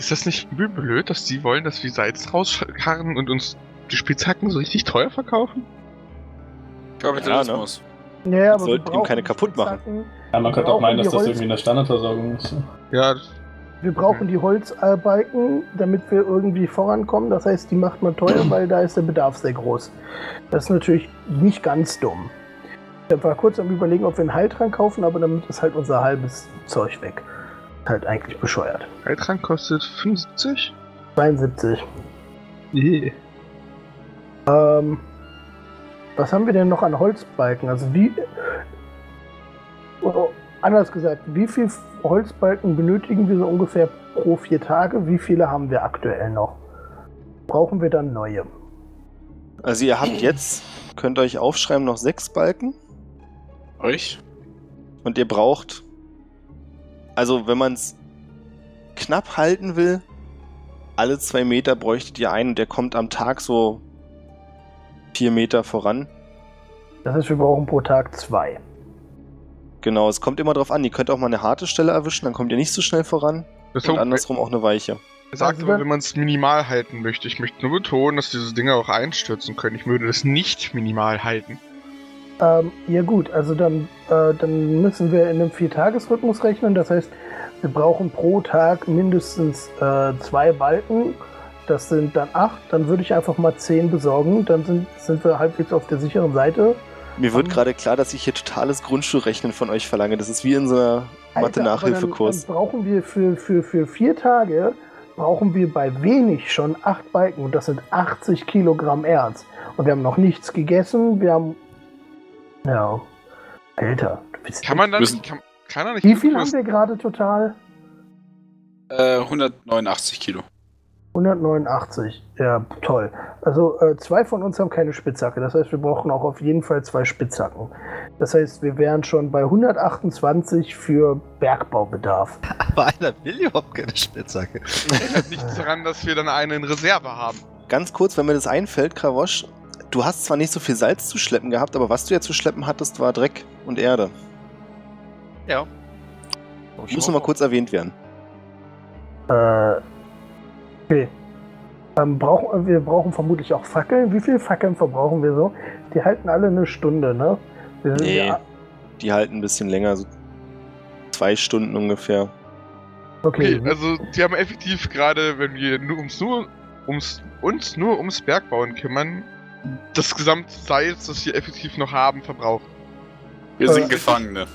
S5: Ist das nicht übel blöd, dass die wollen, dass wir Salz rauskarren und uns die Spitzhacken so richtig teuer verkaufen?
S3: Kapitalismus.
S6: Naja,
S2: Wir sollten ihm
S6: brauchen
S2: keine kaputt machen.
S6: Spitzhacken.
S4: Ja, man könnte
S6: Auch
S4: auch meinen,
S6: um die
S4: dass das
S6: Holz-
S4: irgendwie in der Standardversorgung ist.
S5: Ja, das-
S6: Wir brauchen die Holzbalken, damit wir irgendwie vorankommen. Das heißt, die macht man teuer, weil da ist der Bedarf sehr groß. Das ist natürlich nicht ganz dumm. Ich war kurz am überlegen, ob wir einen Heiltrank kaufen, aber damit ist halt unser halbes Zeug weg. Halt eigentlich bescheuert.
S5: Heiltrank kostet 75?
S6: 72.
S5: Nee.
S6: Ähm, was haben wir denn noch an Holzbalken? Also wie... Oder anders gesagt, wie viel Holzbalken benötigen wir so ungefähr pro vier Tage? Wie viele haben wir aktuell noch? Brauchen wir dann neue?
S2: Also ihr habt jetzt, könnt euch aufschreiben, noch sechs Balken
S3: Euch?
S2: und ihr braucht, also wenn man es knapp halten will, alle zwei Meter bräuchtet ihr einen und der kommt am Tag so vier Meter voran.
S6: Das heißt, wir brauchen pro Tag zwei.
S2: Genau, es kommt immer drauf an. Ihr könnt auch mal eine harte Stelle erwischen, dann kommt ihr nicht so schnell voran.
S5: Das
S2: Und
S5: hat
S2: andersrum auch eine weiche.
S5: gesagt,
S6: Also
S5: aber
S6: dann-
S5: wenn man es minimal halten möchte. Ich möchte nur betonen, dass diese Dinger auch einstürzen können. Ich würde das nicht minimal halten.
S6: Ähm, ja gut, also dann, äh, dann müssen wir in einem Viertagesrhythmus rechnen. Das heißt, wir brauchen pro Tag mindestens äh, zwei Balken. Das sind dann acht. Dann würde ich einfach mal zehn besorgen. Dann sind, sind wir halbwegs auf der sicheren Seite.
S2: Mir wird
S6: Ähm.
S2: gerade klar, dass ich hier totales Grundschulrechnen von euch verlange. Das ist wie in so einer
S6: Alter, aber
S2: Mathe-Nachhilfekurs.
S6: Dann, dann brauchen wir für, für, für vier Tage brauchen wir bei wenig schon acht Balken und das sind 80 Kilogramm Erz. Und wir haben noch nichts gegessen. Wir haben. Ja. Alter, du bist.
S5: Kann man dann
S3: Müssen-
S5: kann, kann er nicht
S6: Wie viel haben
S5: das-
S6: wir gerade total?
S3: Äh, 189 Kilo.
S6: 189. Ja, toll. Also äh, zwei von uns haben keine Spitzhacke. Das heißt, wir brauchen auch auf jeden Fall zwei Spitzhacken. Das heißt, wir wären schon bei 128 für Bergbaubedarf.
S1: Aber einer will überhaupt keine Spitzhacke.
S5: ändert nichts daran, dass wir dann eine in Reserve haben.
S2: Ganz kurz, wenn mir das einfällt, Krawosch, du hast zwar nicht so viel Salz zu schleppen gehabt, aber was du ja zu schleppen hattest, war Dreck und Erde.
S1: Ja.
S2: Ich muss nochmal kurz erwähnt werden.
S6: Äh, okay. Ähm, brauchen, wir brauchen vermutlich auch Fackeln. Wie viele Fackeln verbrauchen wir so? Die halten alle eine Stunde, ne? Wir sind
S2: Nee.
S6: ja-
S2: Die halten ein bisschen länger, so zwei Stunden ungefähr.
S6: Okay.
S5: Okay, also die haben effektiv gerade, wenn wir nur ums nur ums uns nur ums Bergbauen kümmern, das gesamte Salz, das wir effektiv noch haben, verbraucht.
S3: Wir
S6: Äh,
S3: sind Gefangene.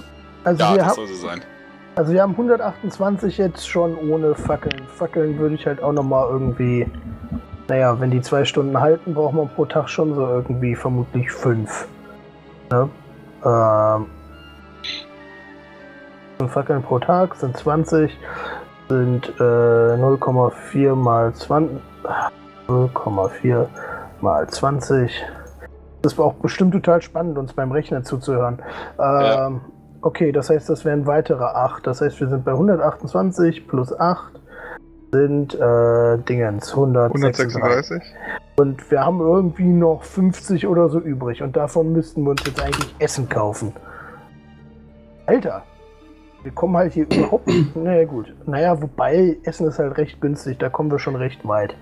S6: also,
S3: Ja,
S6: wir
S3: das
S6: haben,
S3: soll so sein.
S6: also wir haben 128 jetzt schon ohne Fackeln. Fackeln würde ich halt auch nochmal irgendwie. Naja, wenn die zwei Stunden halten, braucht man pro Tag schon so irgendwie vermutlich fünf. Ne? Ähm. fünf Fackeln pro Tag sind 20, sind äh, 0,4 mal 20. 0,4 mal 20. Das war auch bestimmt total spannend, uns beim Rechner zuzuhören. Ähm,
S3: Ja.
S6: Okay, das heißt, das wären weitere 8. Das heißt, wir sind bei 128 plus 8 sind äh, Dingens 136.
S5: 136.
S6: Und wir haben irgendwie noch 50 oder so übrig. Und davon müssten wir uns jetzt eigentlich Essen kaufen. Alter, wir kommen halt hier überhaupt nicht. Naja, gut. Naja, wobei Essen ist halt recht günstig. Da kommen wir schon recht weit.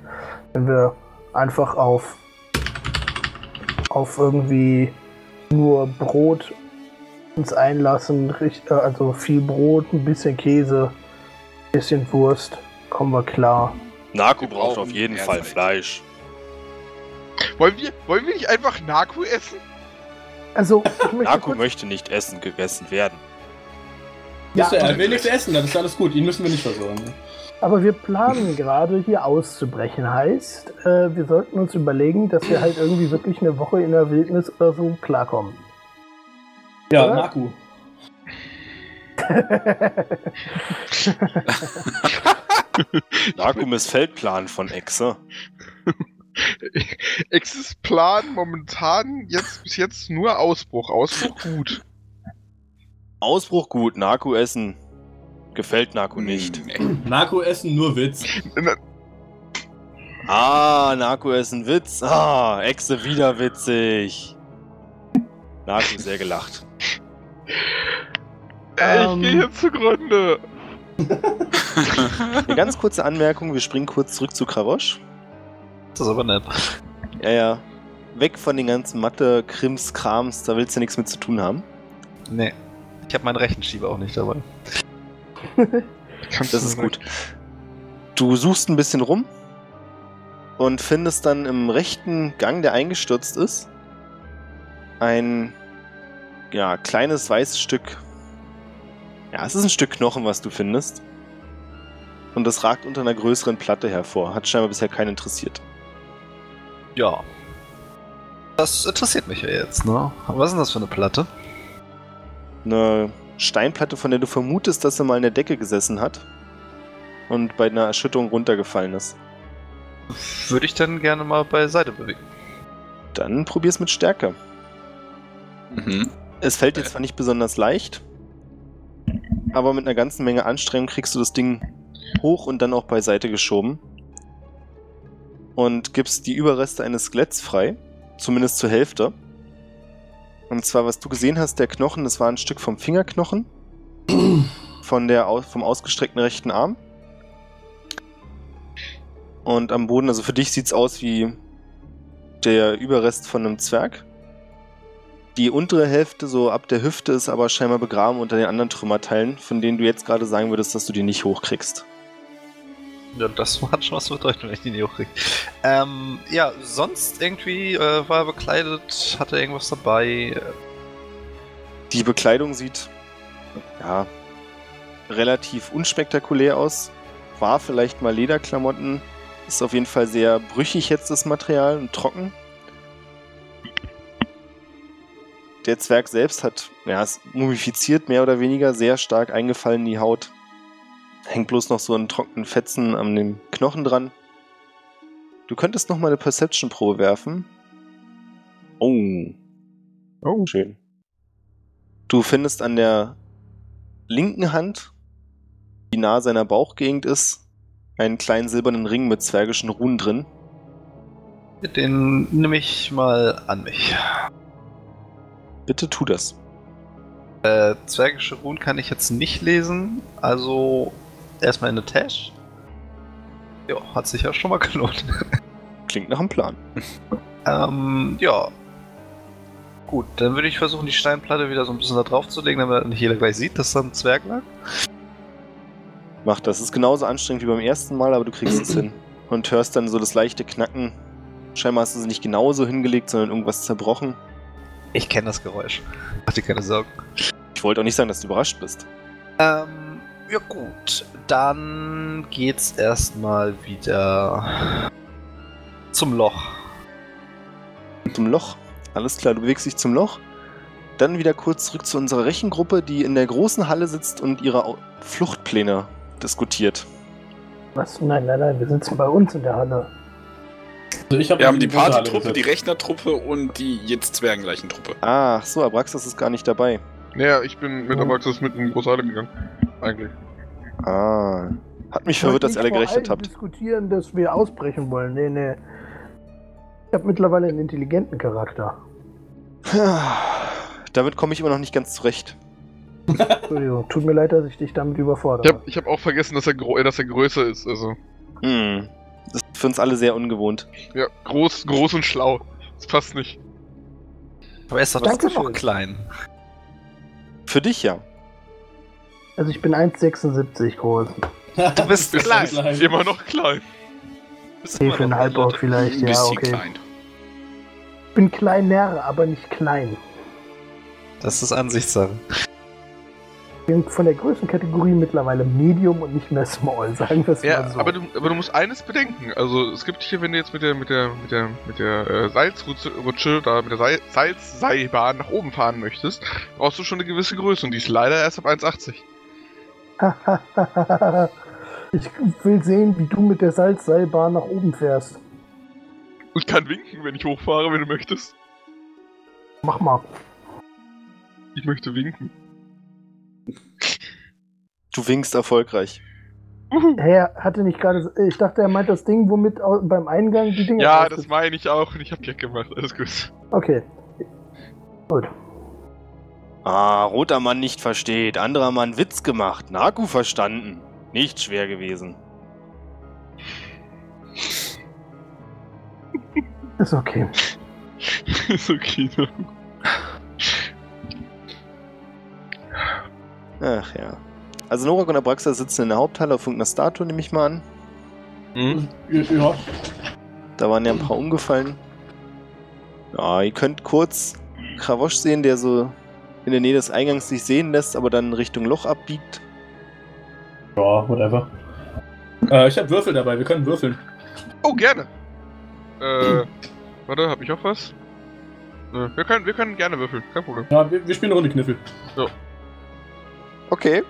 S6: Wenn wir einfach auf, auf irgendwie nur Brot uns einlassen. richt- äh, Also viel Brot, ein bisschen Käse, ein bisschen Wurst. Kommen wir klar.
S2: Naku
S3: Wir braucht brauchen auf jeden mehr Fall Salz.
S2: Fleisch.
S5: Wollen wir, wollen wir nicht einfach Naku essen?
S6: Also, ich möchte
S2: Naku
S6: kurz-
S2: möchte nicht essen gegessen werden.
S6: Ja,
S4: Wisst ihr, er will nichts essen, dann ist alles gut. Ihn müssen wir nicht versorgen.
S6: Aber wir planen gerade hier auszubrechen. Heißt, äh, wir sollten uns überlegen, dass wir halt irgendwie wirklich eine Woche in der Wildnis oder so klarkommen.
S4: Ja,
S6: Oder?
S4: Naku.
S2: Naku missfeldplan von Exe.
S5: Exes Plan momentan jetzt bis jetzt nur Ausbruch. Ausbruch gut.
S2: Ausbruch gut, Naku essen. Gefällt Naku nicht.
S3: Hm, ey.
S4: Naku essen, nur Witz.
S2: Ah, Naku ist ein Witz. Ah, Echse wieder witzig. Naku sehr gelacht.
S5: Ey,
S6: Ähm.
S5: ich gehe hier zugrunde.
S2: Eine ganz kurze Anmerkung, wir springen kurz zurück zu Krawosch.
S1: Das ist aber nett.
S2: Ja, ja. Weg von den ganzen Mathe, Krims, Krams, da willst du nichts mit zu tun haben.
S1: Nee. Ich habe meinen Rechenschieber auch nicht dabei.
S5: Kannst
S2: Das
S5: du
S2: ist
S5: sagen.
S2: gut. Du suchst ein bisschen rum und findest dann im rechten Gang, der eingestürzt ist, ein ja, kleines weißes Stück. Ja, es ist ein Stück Knochen, was du findest. Und das ragt unter einer größeren Platte hervor. Hat scheinbar bisher keinen interessiert.
S1: Ja. Das interessiert mich ja jetzt, ne? Was ist denn das für eine Platte?
S2: Eine Steinplatte, von der du vermutest, dass sie mal in der Decke gesessen hat und bei einer Erschütterung runtergefallen ist.
S1: Würde ich dann gerne mal beiseite bewegen.
S2: Dann probier's mit Stärke.
S3: Mhm.
S2: Es fällt dir zwar nicht besonders leicht, aber mit einer ganzen Menge Anstrengung kriegst du das Ding hoch und dann auch beiseite geschoben. Und gibst die Überreste eines Skeletts frei, zumindest zur Hälfte. Und zwar, was du gesehen hast, der Knochen, das war ein Stück vom Fingerknochen, von der, au- vom ausgestreckten rechten Arm. Und am Boden, also für dich sieht's aus wie der Überrest von einem Zwerg. Die untere Hälfte, so ab der Hüfte, ist aber scheinbar begraben unter den anderen Trümmerteilen, von denen du jetzt gerade sagen würdest, dass du die nicht hochkriegst.
S1: Ja, das hat schon was zu bedeuten, wenn ich die Neo kriege. Ähm, ja, sonst irgendwie äh, war er bekleidet, hatte irgendwas dabei.
S2: Die Bekleidung sieht, ja, relativ unspektakulär aus. War vielleicht mal Lederklamotten. Ist auf jeden Fall sehr brüchig jetzt das Material und trocken. Der Zwerg selbst hat, ja, ist mumifiziert mehr oder weniger, sehr stark eingefallen in die Haut. Hängt bloß noch so einen trockenen Fetzen an dem Knochen dran. Du könntest noch mal eine Perception-Probe werfen. Oh. Oh. Schön. Du findest an der linken Hand, die nahe seiner Bauchgegend ist, einen kleinen silbernen Ring mit zwergischen Runen drin.
S1: äh, Den nehme ich mal an mich.
S2: Bitte tu das.
S1: Äh, zwergische Runen kann ich jetzt nicht lesen, also erstmal in eine Tasche. Ja, hat sich ja schon mal gelohnt.
S2: Klingt nach einem Plan.
S1: Ähm, ja. Gut, dann würde ich versuchen, die Steinplatte wieder so ein bisschen da drauf zu legen, damit nicht jeder gleich sieht, dass da ein Zwerg lag.
S2: Mach das. Ist genauso anstrengend wie beim ersten Mal, aber du kriegst es hin. Und hörst dann so das leichte Knacken. Scheinbar hast du sie nicht genauso hingelegt, sondern irgendwas zerbrochen.
S1: Ich kenne das Geräusch. Mach dir keine Sorgen.
S2: Ich wollte auch nicht sagen, dass du überrascht bist.
S1: Ähm, ja gut, dann geht's erstmal wieder zum Loch.
S2: Zum Loch. Alles klar, du bewegst dich zum Loch. Dann wieder kurz zurück zu unserer Rechengruppe, die in der großen Halle sitzt und ihre Au- Fluchtpläne diskutiert.
S6: Was? Nein, nein, nein, wir sitzen bei uns in der Halle.
S4: Also ich hab
S3: Wir haben die
S4: in Halle
S3: Partytruppe,
S4: gesetzt.
S3: die Rechnertruppe und die jetzt Zwergengleichentruppe.
S2: Ach so, Abraxas ist gar nicht dabei.
S5: Naja, ich bin mit
S6: Oh.
S5: Abraxas mit in Großhalle gegangen. Eigentlich.
S2: Ah. Hat mich verwirrt, dass ihr alle
S6: Nicht vor
S2: gerechnet
S6: allen
S2: habt.
S6: diskutieren, dass wir ausbrechen wollen. Nee, nee. Ich habe mittlerweile einen intelligenten Charakter.
S2: Damit komme ich immer noch nicht ganz zurecht.
S6: Entschuldigung, tut mir leid, dass ich dich damit
S5: Ich
S6: überfordere.
S5: hab, ich hab auch vergessen, dass er, gro äh, dass er größer ist. Also,
S2: Hm. Das ist für uns alle sehr ungewohnt.
S5: ja, groß, groß und schlau. Das passt nicht.
S1: Aber er ist doch
S6: Danke
S1: trotzdem noch
S6: schön.
S1: klein.
S2: Für dich ja.
S6: Also ich bin 1,76 groß.
S1: Du bist
S5: Ist
S1: klein.
S5: ist immer noch klein.
S1: Bist
S6: Nee,
S1: immer
S6: für einen
S1: noch
S6: Halborg vielleicht,
S3: Ein
S6: ja,
S3: bisschen
S6: okay.
S3: klein.
S6: Ich bin kleiner, aber nicht klein.
S1: Das ist Ansichtssache.
S6: Ich bin von der Größenkategorie mittlerweile Medium und nicht mehr Small, sagen wir es
S5: Ja,
S6: mal so.
S5: aber, du, aber du musst eines bedenken. Also es gibt hier, wenn du jetzt mit der mit der mit der mit der äh, Salzrutsche Rutsche, da mit der Seil, Salzseilbahn nach oben fahren möchtest, brauchst du schon eine gewisse Größe und die ist leider erst ab 1,80.
S6: ich will sehen, wie du mit der Salzseilbahn nach oben fährst.
S5: Ich kann winken, wenn ich hochfahre, wenn du möchtest.
S6: Mach mal.
S5: Ich möchte winken.
S2: Du winkst erfolgreich.
S5: Uhu.
S6: Hey, er hatte nicht gerade. Ich dachte, er meint das Ding, womit au- beim Eingang die Dinger.
S5: Ja,
S6: rausge-
S5: das meine ich auch und ich hab Gag gemacht. Alles gut.
S6: Okay.
S2: Ah, roter Mann nicht versteht, anderer Mann Witz gemacht, Naku verstanden. Nicht schwer gewesen.
S6: Ist okay.
S5: ist okay. Ne?
S2: Ach ja. Also Norak und Abraxa sitzen in der Haupthalle auf irgendeiner Statue, nehme ich mal an.
S5: Hm?
S4: Mhm. Ja,
S2: Da waren ja ein
S4: Mhm.
S2: paar umgefallen. Ja, ihr könnt kurz Kravosch sehen, der so in der Nähe des Eingangs sich sehen lässt, aber dann Richtung Loch abbiegt.
S4: ja whatever. Äh, ich habe Würfel dabei, wir können würfeln.
S5: Oh, gerne. Äh, warte, hab ich auch was? Nö, Wir können, wir können gerne würfeln, kein Problem.
S4: Ja, wir, wir spielen eine Runde Kniffel.
S2: Okay.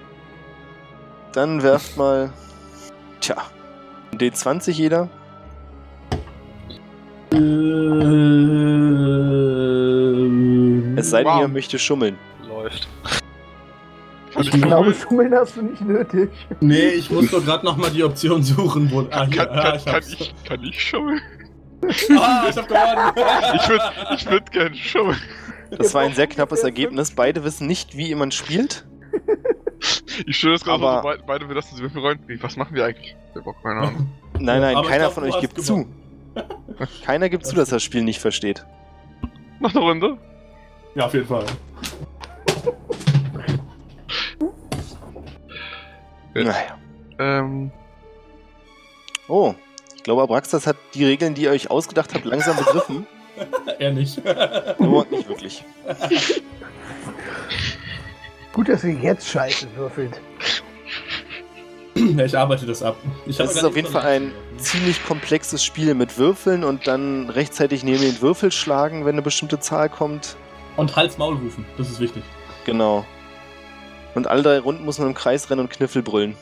S2: Dann werft mal. Tja. ein D20 jeder. Es sei denn,
S5: Wow.
S2: ihr möchte schummeln.
S1: Läuft.
S6: Ich glaube, Schummeln hast du nicht nötig.
S4: nee, ich muss nur gerade nochmal die Option suchen, wo. Ah,
S5: Kann,
S4: hier, ah,
S5: kann,
S4: ich
S5: kann,
S4: hab's.
S5: ich, kann ich schummeln?
S4: Ah, ich hab gewonnen!
S5: Ich würde ich würd gerne schummeln.
S2: Das war ein sehr knappes Ergebnis. Beide wissen nicht, wie jemand spielt.
S5: Ich stelle das gerade
S2: Aber-
S5: so, beide- beide wir lassen sie würfeln rein. Wie, was machen wir eigentlich? Ich hab auch keine Ahnung.
S2: Nein, nein,
S4: Aber ich
S2: keiner
S4: glaub,
S2: von
S4: du
S2: euch
S4: hast
S2: gibt
S4: gewonnen.
S2: zu. Keiner gibt zu, dass er das Spiel nicht versteht.
S5: Noch eine Runde?
S4: Ja, auf jeden Fall.
S5: Ja.
S2: Naja.
S5: Ähm,
S2: Oh, ich glaube, Abraxas hat die Regeln, die ihr euch ausgedacht habt, langsam begriffen.
S4: Er nicht.
S2: Nur nicht wirklich.
S6: Gut, dass ihr jetzt Scheiße würfelt.
S4: Ja, ich arbeite das ab. Ich hab
S2: Das
S4: ja
S2: ist
S4: gar
S2: auf jeden
S4: nichts
S2: Fall ein ziemlich komplexes Spiel mit Würfeln und dann rechtzeitig neben den Würfel schlagen, wenn eine bestimmte Zahl kommt.
S4: Und Hals-Maul rufen, das ist wichtig.
S2: Genau. Und alle drei Runden muss man im Kreis rennen und Kniffel brüllen.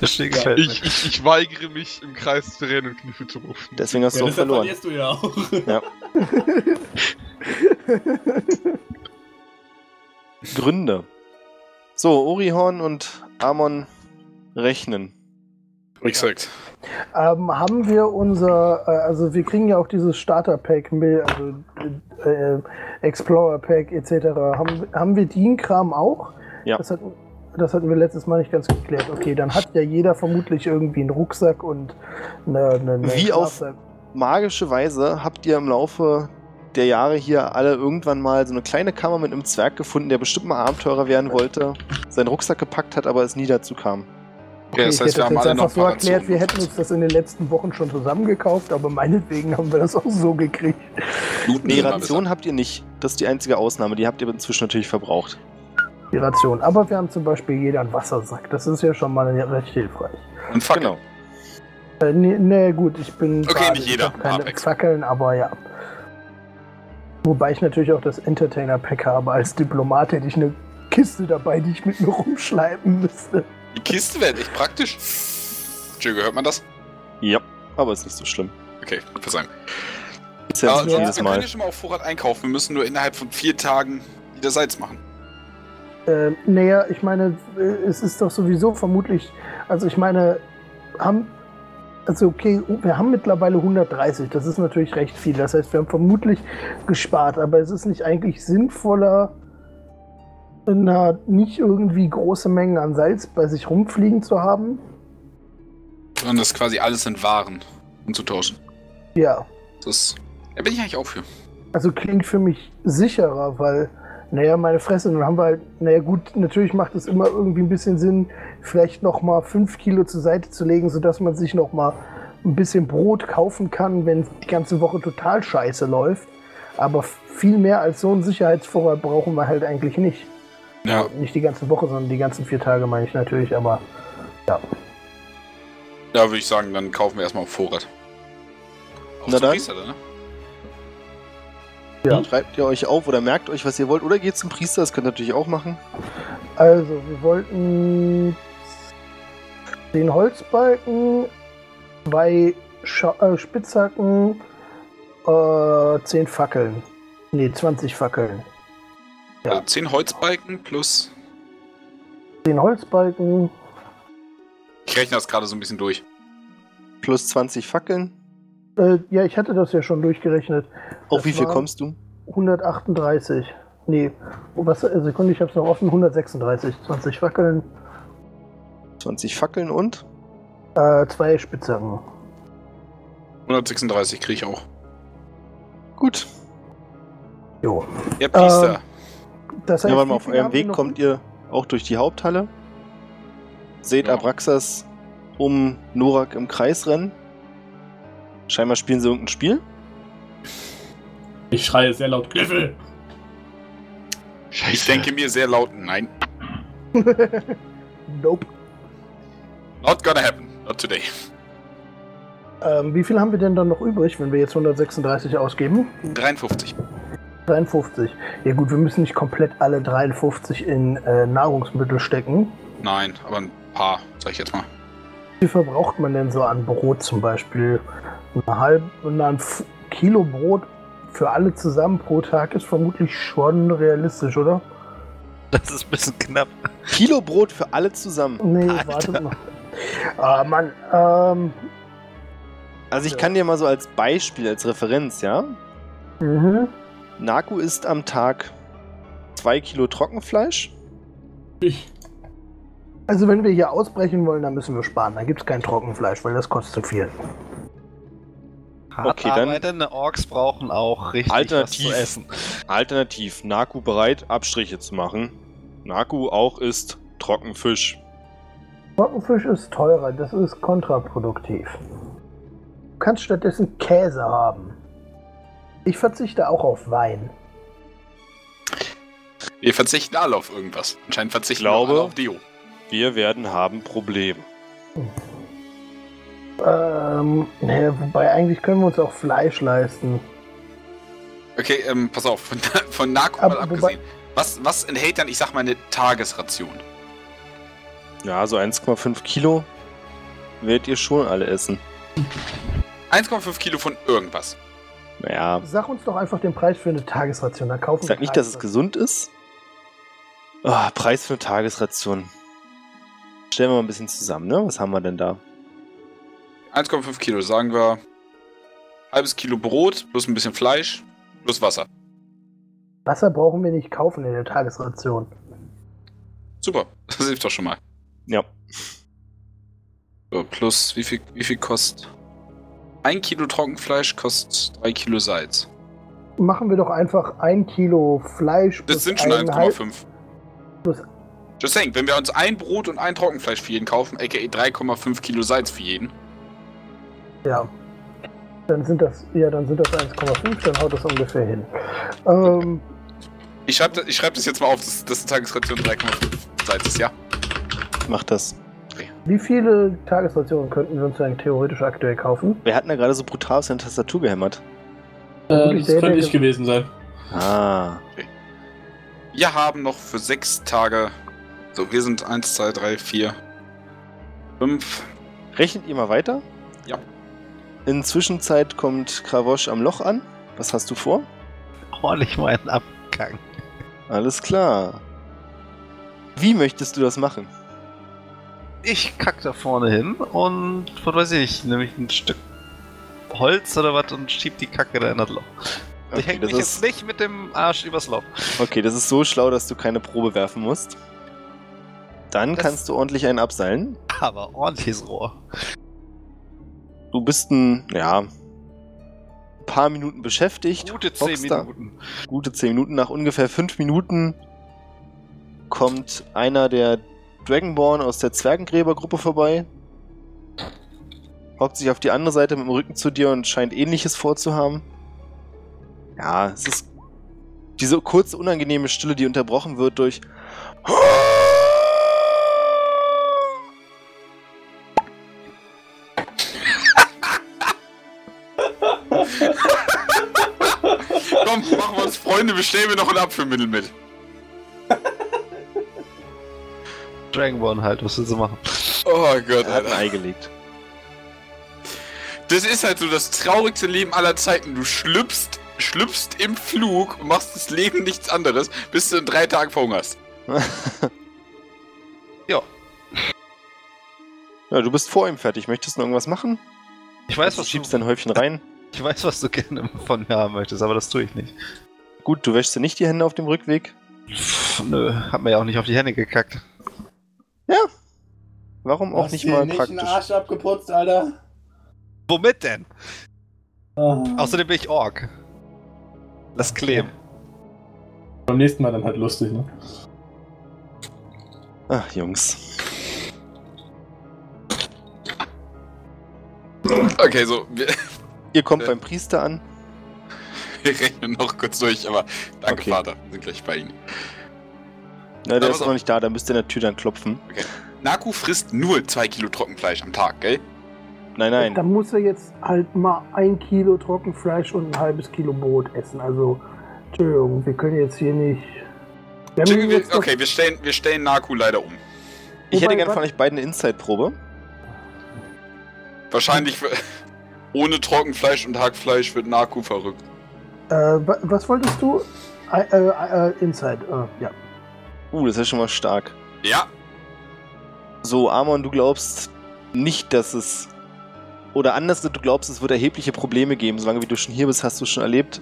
S1: Das Ding gefällt mir.
S5: ich, ich, ich weigere mich, im Kreis zu rennen und Kniffel zu rufen.
S2: Deswegen hast du auch verloren.
S4: verlierst du ja auch.
S2: Gründe. So, Orihorn und Amon rechnen.
S3: Exakt.
S6: Ähm, haben wir unser, äh, also wir kriegen ja auch dieses Starter-Pack, mit- also äh, äh, Explorer-Pack etc. Haben, haben wir den Kram auch?
S2: Ja.
S6: Das hatten, das hatten wir letztes Mal nicht ganz geklärt. Okay, dann hat ja jeder vermutlich irgendwie einen Rucksack und eine, eine, eine
S2: Wie auf-
S6: Schlafsack.
S2: Magische Weise habt ihr im Laufe der Jahre hier alle irgendwann mal so eine kleine Kammer mit einem Zwerg gefunden, der bestimmt mal Abenteurer werden wollte, seinen Rucksack gepackt hat, aber es nie dazu kam.
S3: Okay, das heißt,
S6: ich hätte
S3: wir haben
S6: jetzt
S3: alle
S6: einfach
S3: noch
S6: so erklärt, wir
S3: Rationen.
S6: hätten uns das in den letzten Wochen schon zusammengekauft, aber meinetwegen haben wir das auch so gekriegt.
S3: Looten
S2: Nee,
S3: wir mal
S2: Ration habt ihr nicht. Das ist die einzige Ausnahme. Die habt ihr inzwischen natürlich verbraucht.
S6: Die Ration. Aber wir haben zum Beispiel jeder einen Wassersack. Das ist ja schon mal recht hilfreich.
S3: bis- Und fuck genau.
S6: Äh, nee, nee, gut, ich bin.
S3: Okay,
S6: gerade,
S3: nicht
S6: ich
S3: jeder.
S6: hab Keine
S3: Apex.
S6: Fackeln, aber ja. Wobei ich natürlich auch das Entertainer-Pack habe. Als Diplomat hätte ich eine Kiste dabei, die ich mit mir rumschleifen müsste.
S3: Die Kiste wäre echt praktisch. Jürgen, hört man das?
S2: Ja. Aber ist nicht so schlimm.
S3: Okay, verzeihung.
S2: Ist ja, nicht
S3: wir
S2: jedes
S3: können
S2: Mal.
S3: ja schon mal auf Vorrat einkaufen. Wir müssen nur innerhalb von vier Tagen wieder Salz machen.
S6: Ähm, naja, ich meine, äh, es ist doch sowieso vermutlich. Also, ich meine, haben. Also, okay, wir haben mittlerweile 130. Das ist natürlich recht viel. Das heißt, wir haben vermutlich gespart. Aber es ist nicht eigentlich sinnvoller, na, nicht irgendwie große Mengen an Salz bei sich rumfliegen zu haben?
S3: Und das quasi alles in Waren umzutauschen.
S6: Ja.
S3: Das. Da bin ich eigentlich auch für.
S6: Also, klingt für mich sicherer, weil. Naja, meine Fresse, dann haben wir halt, naja gut, natürlich macht es immer irgendwie ein bisschen Sinn, vielleicht nochmal 5 Kilo zur Seite zu legen, sodass man sich nochmal ein bisschen Brot kaufen kann, wenn die ganze Woche total scheiße läuft. Aber viel mehr als so einen Sicherheitsvorrat brauchen wir halt eigentlich nicht.
S3: Ja.
S6: Nicht die ganze Woche, sondern die ganzen vier Tage meine ich natürlich, aber
S3: Da würde ich sagen, dann kaufen wir erstmal auf Vorrat. Auf
S2: Na
S3: zum
S2: dann.
S3: Priester, dann, ne?
S6: Ja.
S2: Schreibt ihr euch auf oder merkt euch, was ihr wollt. Oder geht zum Priester, das könnt ihr natürlich auch machen.
S6: Also, wir wollten den Holzbalken, zwei Scha äh, Spitzhacken, äh, zehn Fackeln. Nee, 20 Fackeln. Ja.
S3: Also zehn Holzbalken plus.
S6: Den Holzbalken,
S3: Ich rechne das gerade so ein bisschen durch.
S2: Plus 20 Fackeln.
S6: äh, ja, ich hatte das ja schon durchgerechnet.
S2: Auf
S6: Das
S2: wie viel
S6: waren
S2: kommst du?
S6: 138. Nee, oh, was, äh, Sekunde, ich hab's noch offen. 136. 20 Fackeln,
S2: 20 Fackeln und?
S6: äh, zwei Spitzhacken.
S3: 136 kriege ich auch.
S2: Gut.
S6: Jo.
S3: Ja, Priester.
S6: Das heißt,
S2: ja, warte mal,
S6: wie
S2: auf
S6: viele haben
S2: eurem
S6: wir
S2: Weg
S6: noch?
S2: kommt ihr auch durch die Haupthalle. Seht
S3: Ja.
S2: Abraxas um Norak im Kreis rennen. Scheinbar spielen sie irgendein Spiel.
S4: Ich schreie sehr laut, Griffel!
S5: Scheiße.
S3: ich denke mir sehr laut, nein,
S6: Nope.
S3: not gonna happen. Not today.
S6: Ähm, wie viel haben wir denn dann noch übrig, wenn wir jetzt 136 ausgeben?
S3: 53.
S6: 53. Ja gut, wir müssen nicht komplett alle 53 in äh, Nahrungsmittel stecken.
S3: Nein, aber ein paar, sag ich jetzt mal.
S6: Wie viel verbraucht man denn so an Brot zum Beispiel? Ein halb na, ein F- Kilo Brot für alle zusammen pro Tag ist vermutlich schon realistisch, oder?
S1: Das ist ein bisschen knapp.
S2: Kilo Brot für alle zusammen.
S6: Nee,
S1: Alter.
S6: warte mal. Ah, Mann. Ähm,
S2: Also ich
S6: Ja.
S2: kann dir mal so als Beispiel, als Referenz, ja?
S6: mhm.
S2: Naku isst am Tag 2 Kilo Trockenfleisch.
S4: Ich.
S6: Also wenn wir hier ausbrechen wollen, dann müssen wir sparen. Dann gibt es kein Trockenfleisch, weil das kostet zu viel.
S2: Okay, dann-
S1: Arbeitende Orks brauchen auch richtig
S2: Alternativ.
S1: was zu essen.
S2: Alternativ, Naku bereit, Abstriche zu machen. Naku auch isst Trockenfisch.
S6: Trockenfisch ist teurer, das ist kontraproduktiv. Du kannst stattdessen Käse haben. Ich verzichte auch auf Wein.
S3: Wir verzichten alle auf irgendwas. Anscheinend verzichten
S2: Ich glaube-
S3: wir alle auf Dio.
S2: Wir werden haben Probleme.
S6: Ähm, nee, wobei eigentlich können wir uns auch Fleisch leisten.
S3: Okay, ähm, pass auf, von, von Narko
S6: Aber
S3: mal
S6: wobei-
S3: abgesehen. Was, was enthält dann, ich sag mal, eine Tagesration?
S2: Ja, so 1,5 Kilo werdet ihr schon alle essen.
S3: 1,5 Kilo von irgendwas.
S2: Naja,
S6: Sag uns doch einfach den Preis für eine Tagesration, dann kaufen
S2: ich sag nicht, dass es gesund ist. Ah, Preis für eine Tagesration. Stellen wir mal ein bisschen zusammen, ne? Was haben wir denn da?
S3: 1,5 Kilo, sagen wir. Halbes Kilo Brot, plus ein bisschen Fleisch, plus Wasser.
S6: Wasser brauchen wir nicht kaufen in der Tagesration.
S3: Super, das hilft doch schon mal.
S2: Ja.
S3: So, plus, wie viel, wie viel kostet? Ein Kilo Trockenfleisch kostet 3 Kilo Salz.
S6: Machen wir doch einfach ein Kilo Fleisch.
S3: Das
S6: plus
S3: sind schon
S6: ein halb-
S3: 1,5.
S6: plus-
S3: Just saying, wenn wir uns ein Brot und ein Trockenfleisch für jeden kaufen, aka 3,5 Kilo Salz für jeden,
S6: Ja. Dann sind das, ja, dann sind das 1,5, dann haut das ungefähr hin. Ähm,
S3: Ich schreibe das, ich schreib das jetzt mal auf, dass das Tagesration 3,5 Seiten ist, ja?
S2: Macht das.
S6: wie viele Tagesrationen könnten wir uns denn theoretisch aktuell kaufen?
S2: Wer hat denn da gerade so brutal auf seine Tastatur gehämmert?
S4: Äh,
S6: ich
S4: das
S6: hätte-
S4: könnte ich gewesen sein.
S2: Ah.
S3: Wir haben noch für sechs Tage. So, wir sind 1, 2, 3, 4, 5.
S2: Rechnet ihr mal weiter?
S3: Ja.
S2: In Zwischenzeit kommt Kravosch am Loch an. Was hast du vor?
S1: Ordentlich Oh, mal einen Abgang.
S2: Alles klar. Wie möchtest du das machen?
S1: Ich kack da vorne hin und, was weiß ich, nehme ich ein Stück Holz oder was und schieb die Kacke da in das Loch. ich hänge
S2: das
S1: mich jetzt
S2: ist,
S1: nicht mit dem Arsch übers Loch.
S2: okay, das ist so schlau, dass du keine Probe werfen musst. Dann
S1: Das-
S2: kannst du ordentlich einen abseilen.
S1: Aber ordentliches Rohr.
S2: Du bist ein, ja, ein paar Minuten beschäftigt.
S1: Gute 10
S2: hockst da.
S1: Minuten.
S2: gute 10 Minuten. Nach ungefähr 5 Minuten kommt einer der Dragonborn aus der Zwergengräbergruppe vorbei, hockt sich auf die andere Seite mit dem Rücken zu dir und scheint ähnliches vorzuhaben. Ja, es ist diese kurze, unangenehme Stille, die unterbrochen wird durch.
S3: Komm, machen wir uns Freunde, bestellen wir noch ein Apfelmittel mit.
S1: Dragonborn halt, was willst du machen?
S3: Oh Gott,
S2: Er hat ein
S3: Alter.
S2: Ei gelegt.
S3: Das ist halt so das traurigste Leben aller Zeiten. Du schlüpfst, schlüpfst im Flug und machst das Leben nichts anderes, bis du in drei Tagen verhungerst.
S2: Ja, du bist vor ihm fertig. Möchtest du noch irgendwas machen? Also,
S1: Ich weiß,
S2: du
S1: was
S2: schiebst
S1: du,
S2: dein Häufchen rein.
S1: ich weiß, was du gerne von mir haben möchtest, aber das tue ich nicht.
S2: Gut, du wäschst dir nicht die Hände auf dem Rückweg.
S1: Pff, nö, hat mir ja auch nicht auf die Hände gekackt.
S2: Warum auch
S7: Hast
S2: nicht
S7: dir
S2: mal
S7: einen
S2: praktisch?
S7: Arsch abgeputzt, Alter.
S1: Womit denn?
S7: Ah.
S1: Ähm. Außerdem bin ich Ork. Lass kleben.
S4: Beim nächsten Mal dann halt lustig, ne?
S2: Ach, Jungs.
S3: Okay, so, wir,
S2: Ihr kommt
S3: Äh.
S2: beim Priester an.
S3: wir rechnen noch kurz durch, aber danke,
S2: Okay.
S3: Vater. Wir sind gleich bei Ihnen.
S2: Na,
S3: Aber
S2: der ist
S3: so-
S2: noch nicht da, da müsst ihr in der Tür dann klopfen.
S3: Naku frisst nur 2 Kilo Trockenfleisch am Tag, gell?
S2: Nein,
S6: Da
S2: nein.
S6: muss er jetzt halt mal ein Kilo Trockenfleisch und ein halbes Kilo Brot essen. Also, Entschuldigung, wir können jetzt hier nicht. Wir haben
S3: Wir-
S6: jetzt noch-
S3: Okay, wir stellen, wir stellen Naku leider um.
S2: Ich hätte
S6: Wobei,
S2: gerne von
S6: warte.
S2: euch beiden eine Inside-Probe.
S3: Wahrscheinlich für, ohne Trockenfleisch und Hackfleisch wird Naku verrückt.
S6: Äh, wa- was wolltest du? Äh, äh, äh, Inside, äh, ja.
S2: Uh, das ist ja schon mal stark.
S3: Ja,
S2: So, Amon, du glaubst nicht, dass es. Oder anders, du glaubst, es wird erhebliche Probleme geben. Solange wie du schon hier bist, hast du es schon erlebt,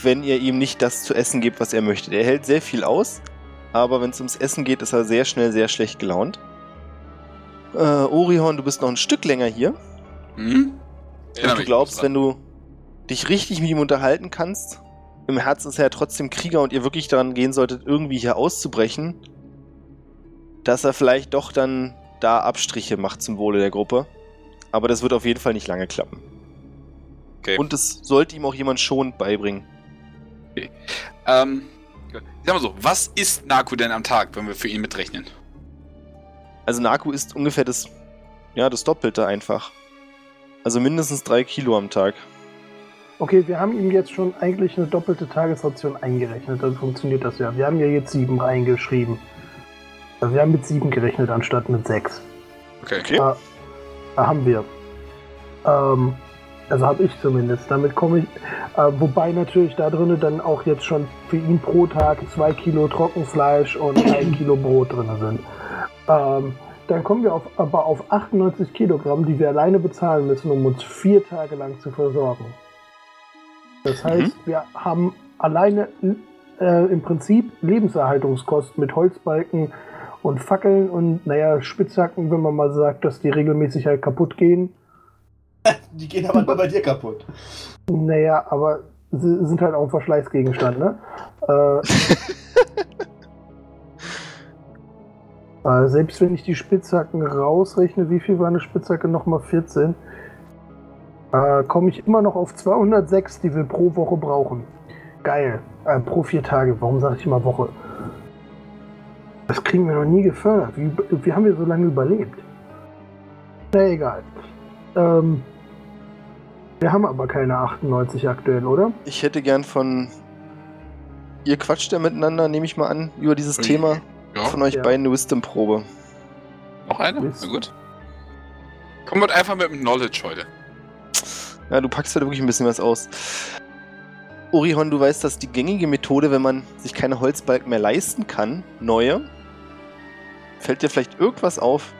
S2: wenn ihr ihm nicht das zu essen gebt, was er möchte. Er hält sehr viel aus, aber wenn es ums Essen geht, ist er sehr schnell sehr schlecht gelaunt. Äh, Orihorn, du bist noch ein Stück länger hier.
S3: Hm?
S2: Und du glaubst, wenn du dich richtig mit ihm unterhalten kannst, im Herzen ist er ja trotzdem Krieger und ihr wirklich daran gehen solltet, irgendwie hier auszubrechen, dass er vielleicht doch dann da Abstriche macht zum Wohle der Gruppe. Aber das wird auf jeden Fall nicht lange klappen.
S3: Okay.
S2: Und es sollte ihm auch jemand schonend beibringen.
S3: Ähm, ich sag mal so, was isst Naku denn am Tag, wenn wir für ihn mitrechnen?
S2: Also Naku ist ungefähr das, ja, das Doppelte einfach. Also mindestens drei Kilo am Tag.
S6: Okay, wir haben ihm jetzt schon eigentlich eine doppelte Tagesration eingerechnet. Dann funktioniert das ja. Wir haben ja jetzt sieben reingeschrieben. Also wir haben mit sieben gerechnet anstatt mit sechs.
S3: Okay.
S2: Okay.
S6: Ah, Da haben wir. Ähm, also habe ich zumindest. Damit komme ich. Äh, wobei natürlich da drinnen dann auch jetzt schon für ihn pro Tag zwei Kilo Trockenfleisch und ein Kilo Brot drin sind. Ähm, dann kommen wir auf, aber auf 98 Kilogramm, die wir alleine bezahlen müssen, um uns vier Tage lang zu versorgen. Das heißt, wir haben alleine äh, im Prinzip Lebenserhaltungskosten mit Holzbalken, und Fackeln und, naja, Spitzhacken, wenn man mal sagt, dass die regelmäßig halt kaputt gehen.
S7: Die gehen aber nur bei dir kaputt.
S6: Naja, aber sie sind halt auch ein Verschleißgegenstand, ne? Äh, äh, selbst wenn ich die Spitzhacken rausrechne, wie viel war eine Spitzhacke nochmal 14, äh, komme ich immer noch auf 206, die wir pro Woche brauchen. Geil. Äh, pro vier Tage. Warum sage ich immer Woche? Das kriegen wir noch nie gefördert. Wie, wie haben wir so lange überlebt? Na egal. Ähm, wir haben aber keine 98 aktuell, oder?
S2: Ich hätte gern von. Ihr quatscht ja miteinander, nehme ich mal an, über dieses
S3: Ui.
S2: Thema.
S3: Ja,
S2: Von euch
S6: Ja.
S2: beiden eine Wisdom-Probe.
S3: noch eine? Na gut. Kommen wir einfach mit dem Knowledge heute.
S2: Ja, du packst halt wirklich ein bisschen was aus. Orihon, du weißt, dass die gängige Methode, wenn man sich keine Holzbalken mehr leisten kann, neue, fällt dir vielleicht irgendwas auf?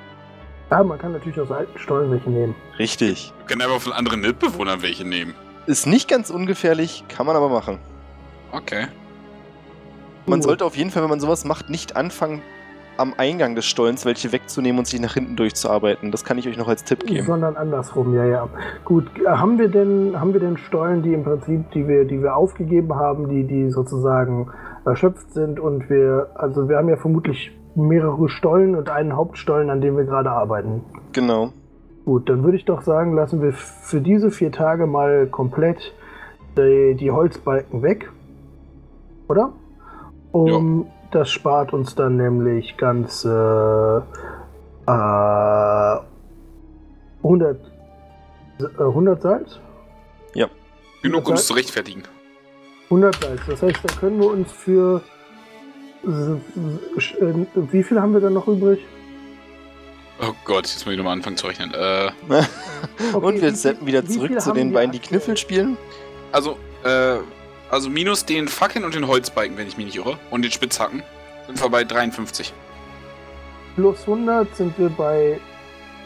S6: Ja, man kann natürlich aus alten Stollen welche nehmen.
S2: Richtig.
S3: Wir können einfach von anderen Mitbewohnern welche nehmen.
S2: Ist nicht ganz ungefährlich, kann man aber machen.
S3: Okay.
S2: Man
S6: Cool.
S2: sollte auf jeden Fall, wenn man sowas macht, nicht anfangen, am Eingang des Stollens welche wegzunehmen und sich nach hinten durchzuarbeiten. Das kann ich euch noch als Tipp geben.
S6: Sondern andersrum, ja, ja. Gut, äh, haben wir denn, haben wir denn Stollen, die im Prinzip, die wir, die wir aufgegeben haben, die, die sozusagen erschöpft sind und wir, also wir haben ja vermutlich mehrere Stollen und einen Hauptstollen, an dem wir gerade arbeiten.
S2: Genau.
S6: Gut, dann würde ich doch sagen, lassen wir für diese vier Tage mal komplett äh, die, die Holzbalken weg. Oder? Um, Das spart uns dann nämlich ganze äh, 100, äh, 100 Salz.
S3: Genug,
S6: Okay.
S3: uns zu rechtfertigen.
S6: 100 Salz. Das heißt, da können wir uns für. s- s- äh, Wie viel haben wir dann noch übrig?
S3: Oh Gott, jetzt muss ich nochmal anfangen zu rechnen. Äh,
S2: und
S6: wie
S2: wir
S6: viel-
S2: steppen wieder
S6: wie viel
S2: zurück zu
S6: haben
S2: den
S6: wir
S2: beiden, die
S6: aktuell?
S2: Kniffel spielen.
S3: also, äh, also minus den Fackeln und den Holzbalken, wenn ich mich nicht irre. Und den Spitzhacken. Sind wir bei 53.
S6: plus 100 sind wir bei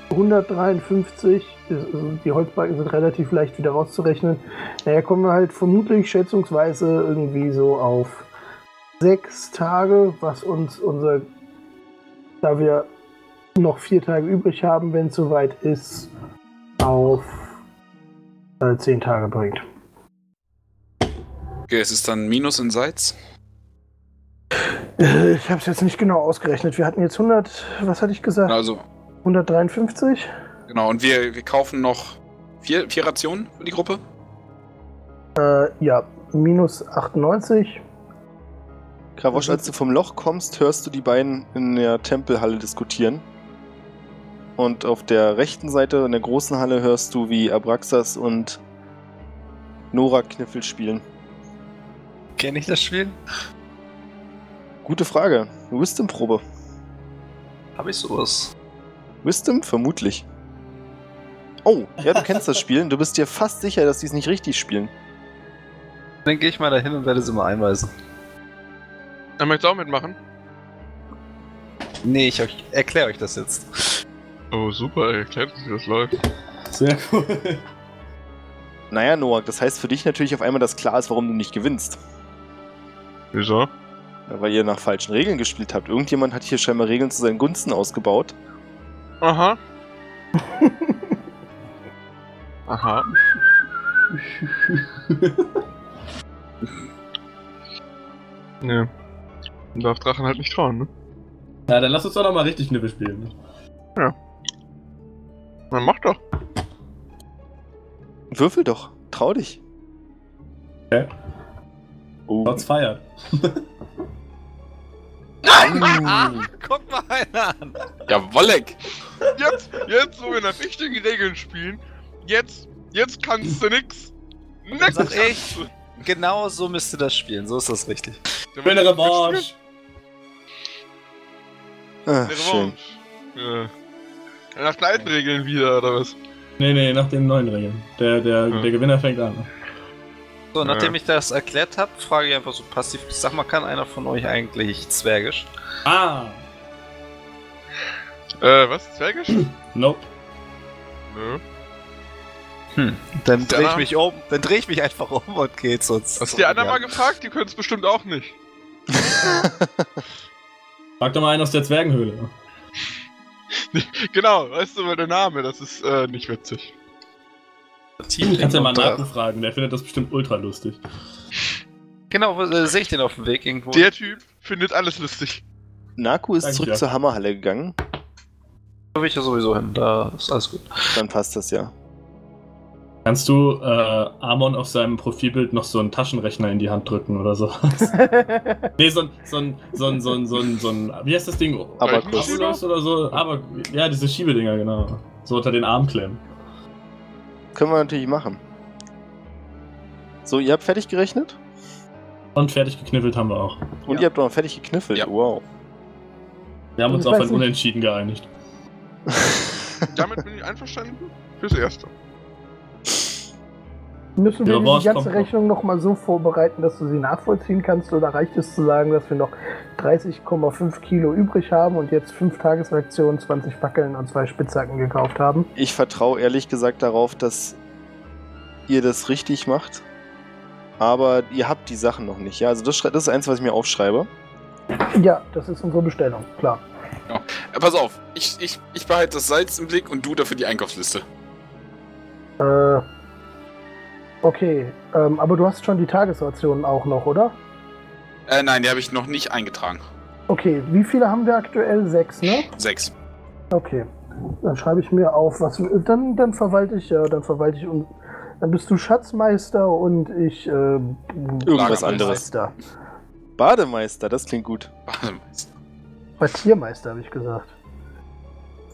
S6: 153. Das- also Die Holzbalken sind relativ leicht wieder rauszurechnen. Naja, kommen wir halt vermutlich schätzungsweise irgendwie so auf sechs Tage, was uns unser, da wir noch vier Tage übrig haben, wenn es soweit ist, auf äh, zehn Tage bringt.
S3: Okay, es ist dann Minus in Salz.
S6: Äh, Ich habe es jetzt nicht genau ausgerechnet. Wir hatten jetzt 100, was hatte ich gesagt?
S3: Also,
S6: 153?
S3: genau. Und wir, wir kaufen noch vier, vier Rationen für die Gruppe.
S6: Äh, ja, minus 98. Mhm.
S2: Kravosch, als du vom Loch kommst, hörst du die beiden in der Tempelhalle diskutieren. Und auf der rechten Seite, in der großen Halle, hörst du, wie Abraxas und Nora Kniffel spielen.
S1: Kenne ich das Spiel?
S2: Gute Frage. Wisdom-Probe.
S1: Habe ich sowas?
S2: Wisdom? Vermutlich. Oh, ja, du kennst das Spiel. und Du bist dir fast sicher, dass die es nicht richtig spielen.
S1: Dann gehe ich mal dahin und werde sie mal einweisen.
S5: Dann möchtest du auch mitmachen?
S1: Nee, ich erkläre euch das jetzt.
S5: Oh, super, ey. Erklärt uns, wie das läuft.
S7: Sehr cool.
S2: Naja, Noak, das heißt für dich natürlich auf einmal, dass klar ist, warum du nicht gewinnst.
S5: Wieso?
S2: Ja, Weil ihr nach falschen Regeln gespielt habt. Irgendjemand hat hier scheinbar Regeln zu seinen Gunsten ausgebaut.
S5: Aha. Aha. Nee. Man darf Drachen halt nicht trauen, ne?
S4: Na, dann lass uns doch noch mal richtig Nippe spielen.
S5: Man macht doch.
S2: Würfel doch. Trau dich.
S4: Okay.
S2: Oh.
S4: Gott feiert.
S2: Uh.
S1: Guck mal einer an.
S3: Jawollek!
S5: Jetzt, jetzt, wo wir nach richtigen Regeln spielen, jetzt, jetzt kannst du nix. Nix
S1: Sag ich. Genau so müsste das spielen, so ist das richtig.
S4: Schöne Revanche.
S2: Ah, schön.
S5: Schön. Ja. Nach den alten Regeln wieder, oder was?
S4: Nee, nee, nach den neuen Regeln. Der, der,
S5: Ja.
S4: der Gewinner fängt an.
S1: So, nachdem
S5: Ja.
S1: ich das erklärt habe, frage ich einfach so passiv, sag mal, kann einer von euch eigentlich Zwergisch?
S4: Ah!
S5: Äh, was? Zwergisch?
S1: Hm.
S4: Nope.
S5: Nö.
S1: Dann
S5: der
S1: drehe ich
S5: Name?
S1: mich um, dann drehe ich mich einfach um und gehe sonst.
S5: Hast du die anderen mal gefragt? Die können es bestimmt auch nicht.
S4: Frag doch mal einen aus der Zwergenhöhle.
S5: Genau, weißt du, weil der Name, das ist äh, nicht witzig.
S6: Hm,
S1: Tiefling
S4: Kannst ja mal
S1: und, äh,
S4: nachfragen, der findet das bestimmt ultra lustig.
S1: Genau, wo, äh, sehe ich den auf dem Weg irgendwo?
S5: Der Typ findet alles lustig.
S2: Naku ist
S4: Danke,
S2: zurück
S4: Jack.
S2: zur Hammerhalle gegangen.
S1: Da will ich ja sowieso hin, da ist alles gut.
S2: Dann passt das ja.
S4: Kannst du äh, Amon auf seinem Profilbild noch so einen Taschenrechner in die Hand drücken oder so? nee, so ein, so ein, so ein, so ein, so ein, so ein wie heißt das Ding?
S2: Aber
S5: Reichen
S2: kurz.
S5: Sie?
S4: Abulos oder so? Aber, ja, diese Schiebedinger, genau. So unter den Arm klemmen.
S2: Können wir natürlich machen. So, ihr habt fertig gerechnet?
S4: Und fertig gekniffelt haben wir auch.
S2: Und
S1: Ja.
S2: ihr habt auch fertig gekniffelt.
S3: Ja.
S2: Wow.
S4: Wir haben
S6: Ich
S4: uns auf
S6: weiß
S4: ein
S6: nicht.
S4: Unentschieden geeinigt.
S5: Damit bin ich einverstanden. Fürs Erste.
S6: Müssen wir
S4: Ja,
S6: die
S4: Boris
S6: ganze
S4: kommt noch.
S6: Rechnung nochmal so vorbereiten, dass du sie nachvollziehen kannst? Oder reicht es zu sagen, dass wir noch 30,5 Kilo übrig haben und jetzt fünf Tagesaktionen, 20 Fackeln und zwei Spitzhacken gekauft haben?
S2: Ich vertraue ehrlich gesagt darauf, dass ihr das richtig macht. Aber ihr habt die Sachen noch nicht. Ja, also das, schrei- das ist eins, was ich mir aufschreibe.
S6: Ja, das ist unsere Bestellung, klar.
S3: Äh, pass auf, ich, ich, ich behalte das Salz im Blick und du dafür die Einkaufsliste.
S6: Äh, okay, ähm, aber du hast schon die Tagesrationen auch noch, oder?
S3: Äh, nein, die habe ich noch nicht eingetragen.
S6: Okay, wie viele haben wir aktuell? Sechs, ne?
S3: Sechs.
S6: Okay, dann schreibe ich mir auf, was dann dann verwalte ich ja, dann verwalte ich und dann bist du Schatzmeister und ich äh,
S2: Irgendwas
S3: Lagermeister.
S2: anderes.
S6: Bademeister.
S2: Bademeister, das klingt gut.
S3: Warte mal, ist-
S6: Quartiermeister habe ich gesagt.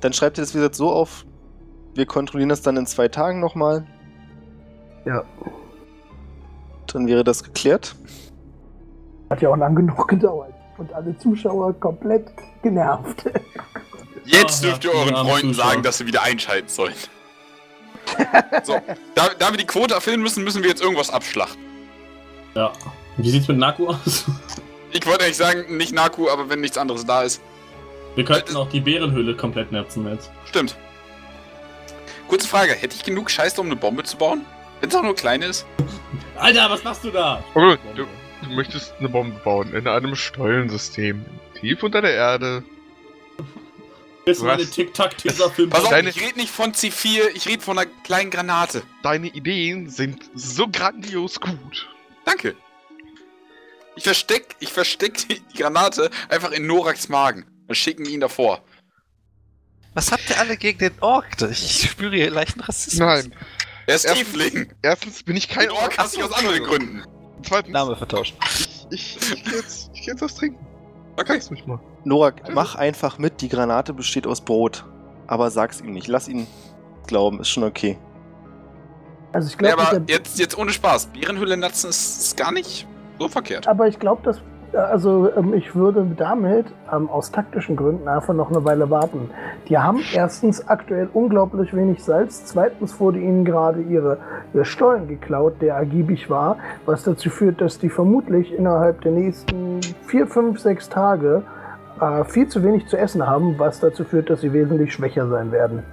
S2: Dann schreibt ihr das, wie gesagt, so auf. Wir kontrollieren das dann in zwei Tagen nochmal.
S6: Ja,
S2: Dann wäre das geklärt.
S6: hat ja auch lang genug gedauert und alle Zuschauer komplett genervt.
S3: Jetzt
S4: Ah,
S3: dürft ihr
S4: ja,
S3: euren
S4: arme
S3: Freunden
S4: Zuschauer.
S3: sagen, dass sie wieder einschalten sollen. So, da, da wir die Quote erfüllen müssen, müssen wir jetzt irgendwas abschlachten.
S4: Ja. Wie sieht's mit Naku aus?
S3: Ich wollte eigentlich sagen, nicht Naku, aber wenn nichts anderes da ist.
S4: Wir könnten auch die Bärenhöhle komplett nerzen jetzt.
S3: Stimmt. Kurze Frage, hätte ich genug Scheiße, um eine Bombe zu bauen? Wenn es auch nur kleine ist?
S4: Alter, was machst du da?
S5: Okay, du, du möchtest eine Bombe bauen in einem Stollensystem. Tief unter der Erde.
S4: Jetzt mal den
S5: Was?
S4: Tic-Tac-Teaser-Film.
S3: Pass auf,
S5: Deine-
S3: ich rede nicht von C4, ich rede von einer kleinen Granate.
S5: Deine Ideen sind so grandios gut.
S3: Danke. Ich versteck, ich versteck die die Granate einfach in Noraks Magen und schicken ihn davor.
S1: Was habt ihr alle gegen den Ork? Ich spüre hier leichten Rassismus.
S5: Nein.
S3: Er ist
S5: Erst-
S3: Tiefling.
S5: Erstens bin ich kein
S3: Den Ork hast du aus anderen Gründen.
S5: Zweitens,
S1: Name vertauscht.
S5: ich, ich, geh jetzt, ich geh jetzt was trinken.
S3: Okay.
S5: Lass mich mal.
S2: Norak, mach einfach mit, die Granate besteht aus Brot. Aber sag's ihm nicht. Lass ihn glauben, ist schon okay.
S6: Also ich
S3: Nee,
S6: glaube,
S3: aber
S6: mit der-
S3: jetzt, jetzt ohne Spaß. Bärenhülle natzen ist, ist gar nicht so verkehrt.
S6: aber ich glaube, dass äh, also ähm, ich würde damit ähm, aus taktischen Gründen einfach noch eine Weile warten. Die haben erstens aktuell unglaublich wenig Salz, zweitens wurde ihnen gerade ihre, ihr Stollen geklaut, der ergiebig war, was dazu führt, dass die vermutlich innerhalb der nächsten vier, fünf, sechs Tage äh, viel zu wenig zu essen haben, was dazu führt, dass sie wesentlich schwächer sein werden.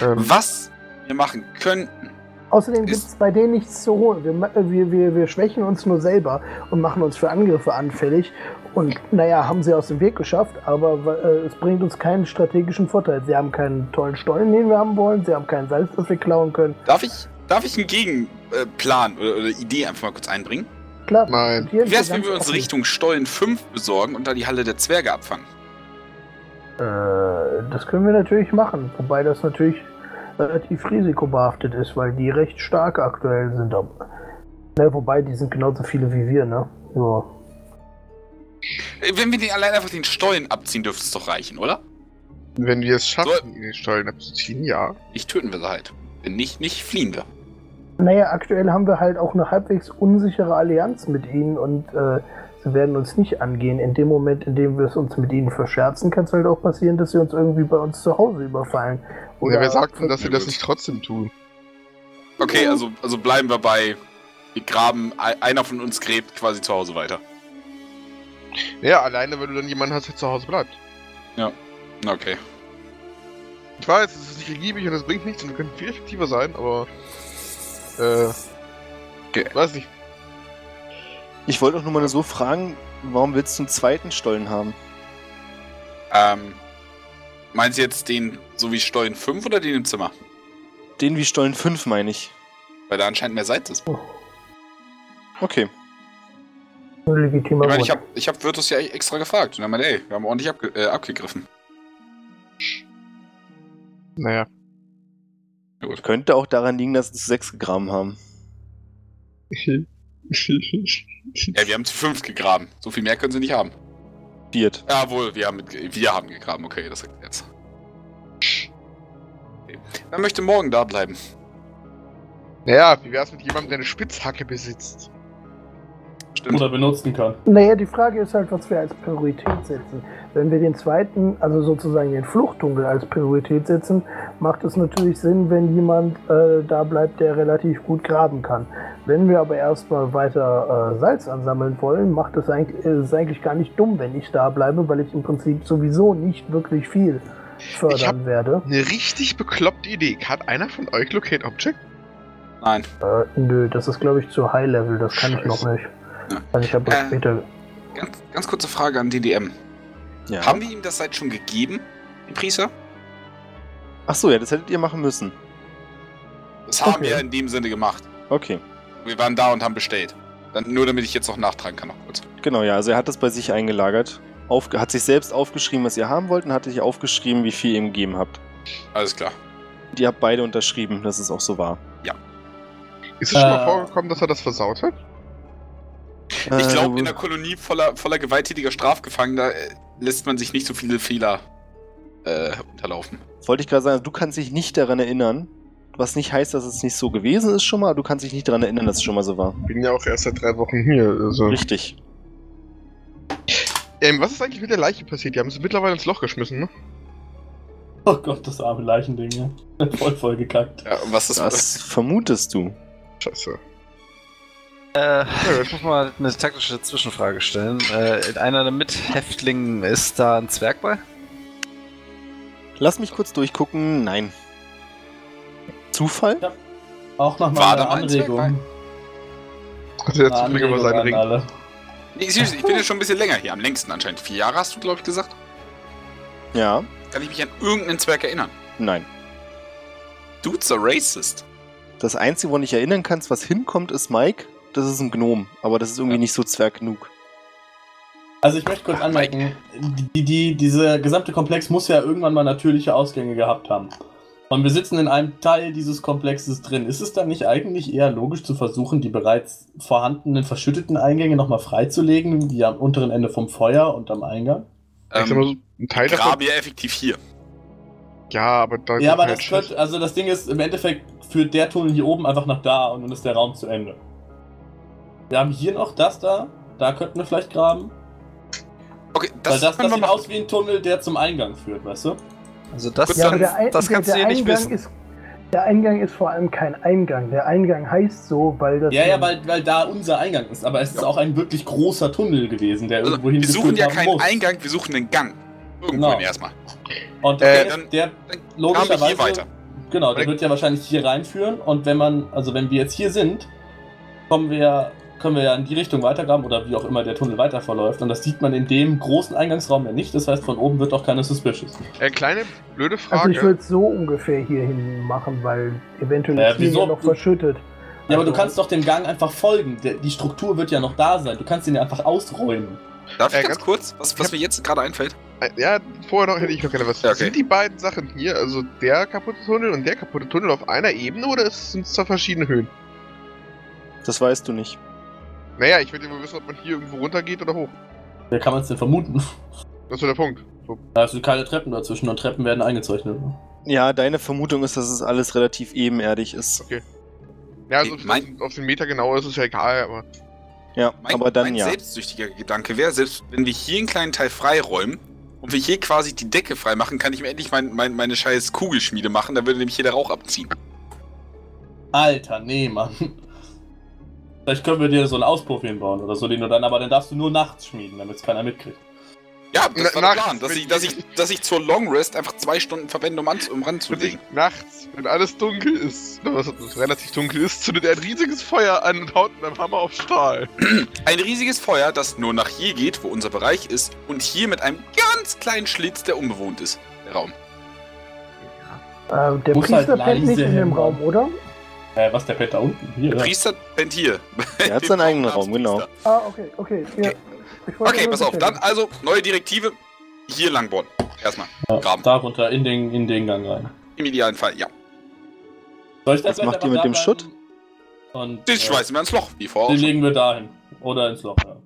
S5: Ähm,
S3: Was wir machen könnten.
S6: Außerdem
S3: Ist-
S6: gibt es bei denen nichts zu holen. Wir, ma- äh, wir, wir, wir schwächen uns nur selber und machen uns für Angriffe anfällig. Und naja, haben sie aus dem Weg geschafft, aber äh, es bringt uns keinen strategischen Vorteil. Sie haben keinen tollen Stollen, den wir haben wollen. Sie haben kein Salz, das wir klauen können.
S3: Darf ich, darf ich einen Gegenplan äh, oder, oder Idee einfach mal kurz einbringen?
S6: Klar,
S5: Nein.
S6: hier
S3: Wie wär's,
S6: sind
S3: wenn wir
S6: ganz
S3: uns
S6: offen.
S3: Richtung Stollen 5 besorgen und da die Halle der Zwerge abfangen?
S6: Äh, das können wir natürlich machen, wobei das natürlich relativ risikobehaftet ist, weil die recht stark aktuell sind. Aber- Ne, wobei, die sind genauso viele wie wir, ne? Ja.
S3: Äh, Wenn wir den allein einfach den Stollen abziehen, dürfte es doch reichen, oder?
S5: wenn wir es schaffen,
S3: Soll-
S5: ihn in den Stollen abzuziehen, ja.
S3: Ich töten wir sie halt. Wenn nicht, nicht fliehen wir.
S6: Naja, aktuell haben wir halt auch eine halbwegs unsichere Allianz mit ihnen und äh, sie werden uns nicht angehen. In dem Moment, in dem wir es uns mit ihnen verscherzen, kann es halt auch passieren, dass sie uns irgendwie bei uns zu Hause überfallen.
S5: Oder wer sagt denn, dass wir
S3: Na
S5: das
S3: gut.
S5: nicht trotzdem tun?
S3: Okay, also, also bleiben wir bei. Wir graben, e- einer von uns gräbt quasi zu Hause weiter.
S5: Ja, alleine, weil du dann jemanden hast, der zu Hause bleibt.
S3: Na, Okay.
S5: Ich weiß, es ist nicht ergiebig und es bringt nichts und wir könnten viel effektiver sein, aber. Äh.
S3: Okay.
S5: Weiß nicht.
S2: Ich wollte auch nur mal so fragen, warum willst du einen zweiten Stollen haben?
S3: Ähm, meinst du jetzt den, so wie Stollen 5 oder den im Zimmer?
S2: Den wie Stollen 5, meine ich.
S3: Weil da anscheinend mehr Salz ist.
S2: Okay.
S6: Ein legitimer
S3: Ich meine, ich
S6: Grund.
S3: habe ich hab Virtus ja extra gefragt. Und er meinte, ey, wir haben ordentlich abge äh, abgegriffen.
S5: Naja.
S2: Könnte auch daran liegen, dass es 6 Gramm haben.
S3: Ja, wir haben zu 5 gegraben. So viel mehr können sie nicht haben.
S2: Viert.
S3: Jawohl, wir haben, mitge- wir haben gegraben. Okay, das sagt jetzt. Okay. Wer möchte morgen da bleiben?
S5: naja, wie wär's mit jemandem, der eine Spitzhacke besitzt?
S3: Stimmt.
S4: Oder benutzen kann.
S6: Naja, die Frage ist halt, was wir als Priorität setzen. Wenn wir den zweiten, also sozusagen den Fluchttunnel als Priorität setzen, macht es natürlich Sinn, wenn jemand äh, da bleibt, der relativ gut graben kann. Wenn wir aber erstmal weiter äh, Salz ansammeln wollen, macht es eigentlich, äh, ist eigentlich gar nicht dumm, wenn ich da bleibe, weil ich im Prinzip sowieso nicht wirklich viel
S5: Ich
S6: fördern
S5: hab-
S6: werde.
S5: Eine richtig bekloppte Idee. Hat einer von euch Locate Object?
S3: Nein.
S6: Äh, nö, das ist glaube ich zu High Level, das kann ich noch
S5: Scheiße. Ähm,
S6: nicht.
S3: Ja.
S6: Kann ich aber
S3: Äh,
S6: später.
S3: Ganz, ganz kurze Frage an DDM.
S2: Ja.
S3: Haben wir ihm das Salz schon gegeben, den Priester?
S2: Ach so, ja, das hättet ihr machen müssen.
S3: Das haben
S6: Okay.
S3: wir in dem Sinne gemacht.
S2: Okay.
S3: Wir waren da und haben bestellt. Dann, nur damit ich jetzt noch nachtragen kann, noch kurz.
S2: Genau, ja, also er hat das bei sich eingelagert. Aufge hat sich selbst aufgeschrieben, was ihr haben wollt und hat sich aufgeschrieben, wie viel ihr ihm gegeben habt.
S3: Alles klar.
S2: Und ihr habt beide unterschrieben, dass es auch so war.
S5: Ist es schon mal
S4: Äh.
S5: vorgekommen, dass er das versaut hat?
S3: Ich
S2: Äh,
S3: glaube, in der Kolonie voller, voller gewalttätiger Strafgefangener äh, lässt man sich nicht so viele Fehler äh, unterlaufen.
S2: wollte ich gerade sagen, also du kannst dich nicht daran erinnern, was nicht heißt, dass es nicht so gewesen ist schon mal, aber du kannst dich nicht daran erinnern, dass es schon mal so war.
S5: Bin ja auch erst seit drei Wochen hier. Also.
S2: Richtig.
S5: Ähm, was ist eigentlich mit der Leiche passiert? Die haben sie mittlerweile ins Loch geschmissen, ne?
S4: Oh Gott, das arme Leichending, ja. Voll vollgekackt.
S3: Ja, und was ist
S2: Das vermutest du.
S5: Scheiße.
S1: Äh, ich muss mal eine taktische Zwischenfrage stellen. Äh, in einer der Mithäftlingen ist da ein Zwerg bei?
S2: Lass mich kurz durchgucken. Nein. Zufall?
S4: Auch
S3: War
S4: nochmal
S3: da
S4: eine
S3: mal ein Zweck bei?
S4: Anregung.
S5: Hatte der
S4: Eine
S5: zufällig über seinen
S4: an
S5: Ring.
S4: alle.
S3: Nee, seriously, ich bin ja schon ein bisschen länger hier. Am längsten anscheinend. Vier Jahre hast du, glaube ich, gesagt.
S2: Ja.
S3: Kann ich mich an irgendeinen Zwerg erinnern?
S2: Nein.
S3: Dude's a racist.
S2: Das Einzige, woran ich erinnern kannst, was hinkommt, ist Mike. Das ist ein Gnom, aber das ist irgendwie nicht so zwerg genug.
S4: Also ich möchte kurz anmerken, die, die, dieser gesamte Komplex muss ja irgendwann mal natürliche Ausgänge gehabt haben. Und wir sitzen in einem Teil dieses Komplexes drin. Ist es dann nicht eigentlich eher logisch zu versuchen, die bereits vorhandenen verschütteten Eingänge nochmal freizulegen, die am unteren Ende vom Feuer und am Eingang?
S5: ich sag mal,
S3: Ähm,
S5: so, ein Teil davon.
S3: Graben ja effektiv hier.
S5: Ja, aber da.
S4: Ja, aber
S5: halt
S4: das könnte, also das Ding ist, im Endeffekt führt der Tunnel hier oben einfach nach da und dann ist der Raum zu Ende. Wir haben hier noch das da, da könnten wir vielleicht graben.
S3: Okay,
S4: Das weil das,
S3: das,
S4: das
S3: können
S4: sieht
S3: wir machen.
S4: aus wie ein Tunnel, der zum Eingang führt, weißt du?
S1: Also das,
S3: Gut,
S6: Ja, aber
S1: kannst-
S6: der, Ein-
S1: das kannst du
S6: der,
S1: ja
S6: der
S1: nicht
S6: Eingang
S1: wissen.
S6: ist. Der Eingang ist vor allem kein Eingang. Der Eingang heißt so, weil das.
S4: Ja, ja, weil, weil da unser Eingang ist. Aber es ist auch ein wirklich großer Tunnel gewesen, der
S3: Also,
S4: irgendwo hin
S3: wir suchen ja
S4: haben
S3: keinen
S4: muss.
S3: Eingang, wir suchen einen Gang.
S4: Genau.
S3: Irgendwohin erstmal.
S4: Und
S3: Äh,
S4: der,
S3: dann-
S4: der
S3: Dann graben wir hier
S4: logischerweise.
S3: weiter.
S4: Genau, der
S5: Korrekt.
S4: wird ja wahrscheinlich hier reinführen. Und wenn man, also wenn wir jetzt hier sind, kommen wir, können wir ja in die Richtung weitergraben oder wie auch immer der Tunnel weiter verläuft. Und das sieht man in dem großen Eingangsraum ja nicht. Das heißt, von oben wird auch keine Suspicious.
S5: Äh, kleine blöde Frage.
S6: Also ich würde es so ungefähr hier hin machen, weil eventuell
S4: Äh,
S6: ist hier
S4: wieso?
S6: noch verschüttet.
S4: Ja, aber
S6: Also-
S4: du kannst doch dem Gang einfach folgen. Der, die Struktur wird ja noch da sein. Du kannst ihn ja einfach ausräumen.
S3: Darf ich
S5: Äh,
S3: ganz
S5: ganz-
S3: kurz, was, was mir jetzt gerade einfällt?
S5: Äh, Ja, vorher noch hätte ich noch gerne was.
S3: Ja, okay.
S5: Sind die beiden Sachen hier, also der kaputte Tunnel und der kaputte Tunnel auf einer Ebene oder sind es zwei verschiedene Höhen?
S2: Das weißt du nicht.
S5: Naja, ich würde immer wissen, ob man hier irgendwo runtergeht oder hoch.
S4: Wer kann man es denn vermuten?
S5: Das ist so der Punkt. So.
S4: Da sind keine Treppen dazwischen und Treppen werden eingezeichnet.
S2: Ja, deine Vermutung ist, dass es alles relativ ebenerdig ist.
S5: Ja, also
S3: Ich mein-
S5: auf den Meter genau ist es ja egal, aber.
S2: Ja,
S3: Mein,
S2: aber dann
S3: mein
S2: ja.
S3: selbstsüchtiger Gedanke wäre, selbst wenn wir hier einen kleinen Teil freiräumen und wir hier quasi die Decke freimachen, kann ich mir endlich mein, mein, meine scheiß Kugelschmiede machen, da würde nämlich hier der Rauch abziehen.
S4: Alter, nee, Mann. Vielleicht können wir dir so einen Auspuff hinbauen oder so, den du dann, aber dann darfst du nur nachts schmieden, damit es keiner mitkriegt.
S3: Ja, das
S5: Na-
S3: war der
S5: nachts,
S3: Plan, dass
S5: wenn-
S3: ich, dass, ich, dass ich zur Long Rest einfach zwei Stunden verwende, um, an, um ranzulegen.
S5: Nachts, wenn alles dunkel ist, na, was was relativ dunkel ist, zündet er ein riesiges Feuer an und haut mit einem Hammer auf Stahl.
S3: Ein riesiges Feuer, das nur nach hier geht, wo unser Bereich ist, und hier mit einem ganz kleinen Schlitz, der unbewohnt ist, der Raum.
S6: Äh, der
S4: Muss halt
S6: Priester pennt nicht
S4: leise
S6: in dem
S4: hin. ne?
S6: Raum, oder?
S4: Äh, was, der pennt da unten? Hier,
S3: Der
S4: ja.
S3: Priester pennt hier.
S2: Der hat
S3: Den
S2: seinen eigenen
S3: Raum
S2: Raum, genau.
S3: Priester.
S6: Ah, okay, okay. Ja.
S3: Okay.
S6: Ich wollte
S3: Okay,
S6: nur
S3: pass auf,
S6: sicher
S3: dann also neue Direktive, hier langbohren. Erstmal,
S4: ja
S3: Graben.
S4: darunter, in den, in den Gang rein.
S3: im idealen Fall, ja.
S4: Soll ich
S2: Was macht ihr mit dem Schutt?
S4: Und,
S3: Den
S4: äh,
S3: schmeißen wir ins Loch, wie vorher.
S4: Den
S3: auch schon.
S4: legen wir dahin. Oder ins Loch. Ja.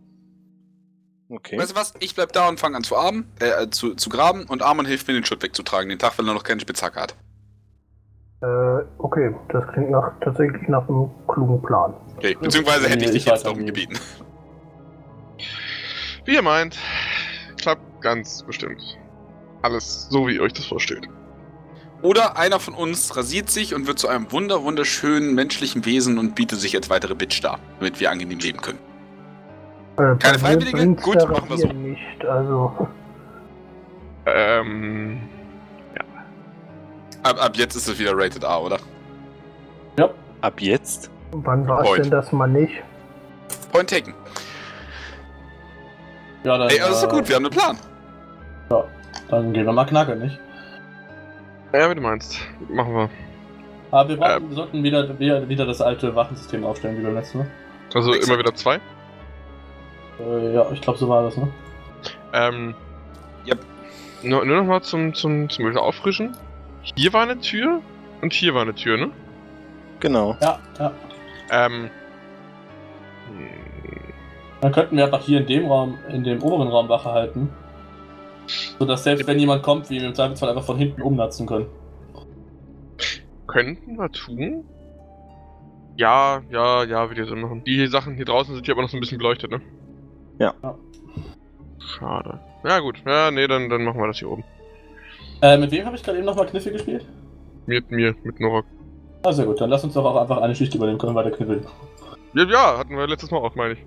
S2: Okay.
S3: Weißt du was? Ich bleib da und fange an zu armen, äh, äh, zu, zu graben und Arman hilft mir, den Schutt wegzutragen, den Tag, weil er noch keine Spitzhacke hat.
S6: sein. Äh, okay, das klingt nach, tatsächlich nach einem klugen Plan. Äh,
S3: Okay, beziehungsweise hätte ich
S4: Nee, ich
S3: dich
S4: weiß
S3: jetzt darum
S4: auch nicht.
S3: gebeten.
S5: Wie ihr meint, klappt ganz bestimmt. Alles so, wie ihr euch das vorstellt.
S3: Oder einer von uns rasiert sich und wird zu einem wunder wunderschönen menschlichen Wesen und bietet sich als weitere Bitch dar, damit wir angenehm leben können.
S6: Äh, bei mir
S3: Freiwillige?
S6: bringt's
S3: Gut,
S6: der
S3: machen wir
S6: Rasier
S3: so.
S6: Nicht, also.
S5: Ähm.
S3: Ab, ab jetzt ist es wieder Rated R, oder?
S2: Ab jetzt?
S6: Wann war es
S3: Heute.
S6: denn das mal nicht?
S3: Point taken.
S4: Ja, dann,
S3: Ey, das ist doch
S4: äh,
S3: gut, wir haben einen Plan.
S4: Dann gehen wir mal knacken, nicht?
S5: Ja, wie du meinst. Machen wir.
S4: Aber wir, brauchen,
S3: Ähm.
S4: wir sollten wieder, wieder, wieder das alte Waffensystem aufstellen, wie beim letzten Mal.
S5: Also
S3: Exakt.
S5: immer wieder zwei.
S4: Äh, ja, ich glaube, so war das, ne?
S5: Ähm.
S3: Yep.
S5: Nur, nur nochmal zum, zum, zum Öl auffrischen. Hier war eine Tür und hier war eine Tür, ne?
S2: Genau.
S4: Ja, ja.
S5: Ähm. hm,
S4: Dann könnten wir einfach hier in dem Raum, in dem oberen Raum Wache halten. Sodass selbst wenn jemand kommt, wir ihn im Zweifelsfall einfach von hinten umnatzen können.
S5: Könnten wir tun? Ja, ja, ja, würde ja Sinn machen. Die Sachen hier draußen sind ja aber noch so ein bisschen beleuchtet, ne?
S2: Ja.
S4: Ja.
S5: Schade. Ja, gut. Ja, nee, dann, dann machen wir das hier oben.
S4: Äh, mit wem habe ich gerade eben nochmal Kniffel gespielt?
S5: Mit mir, mit Norak.
S4: Ah, sehr gut, dann lass uns doch auch einfach eine Schicht übernehmen, können wir weiter kniffeln.
S5: Ja, ja, hatten wir letztes Mal auch, meine ich.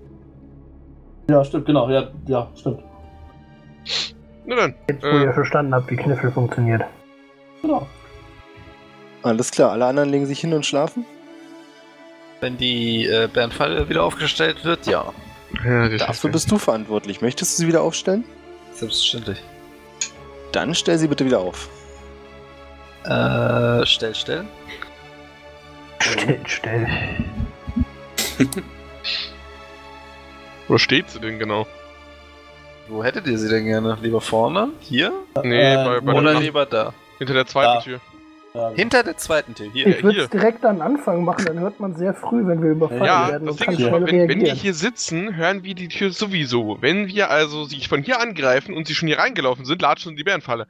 S4: Ja, stimmt, genau, ja, ja, stimmt.
S5: Na dann.
S6: Jetzt, wo
S5: Äh.
S6: ihr verstanden habt, wie Kniffel funktioniert.
S3: Äh.
S4: Genau.
S2: Alles klar, alle anderen legen sich hin und schlafen?
S1: Wenn die äh, Bernfalle wieder aufgestellt wird, ja.
S5: Ja, die
S2: Dafür bist du verantwortlich. Möchtest du sie wieder aufstellen?
S1: Selbstverständlich.
S2: Dann stell sie bitte wieder auf.
S1: Äh, stell, stell.
S6: Stell, stell.
S5: Wo steht sie denn genau?
S1: Wo hättet ihr sie denn gerne? Lieber vorne? Hier?
S5: Nee,
S4: Äh,
S5: bei, bei
S1: Oder
S5: der,
S1: lieber da?
S5: hinter der zweiten
S4: Da.
S5: Tür.
S4: Ja,
S1: Hinter der zweiten Tür, hier.
S5: Ja,
S6: Ich würde
S5: hier.
S6: es direkt an Anfang machen, dann hört man sehr früh, wenn wir überfallen
S5: Ja,
S6: werden
S5: das
S6: und
S5: Ding
S6: kann
S5: ist schon
S6: schnell
S5: mal, wenn, wenn wir
S6: reagieren.
S5: hier sitzen, hören wir die Tür sowieso. Wenn wir also sie von hier angreifen und sie schon hier reingelaufen sind, latschen sie in die Bärenfalle.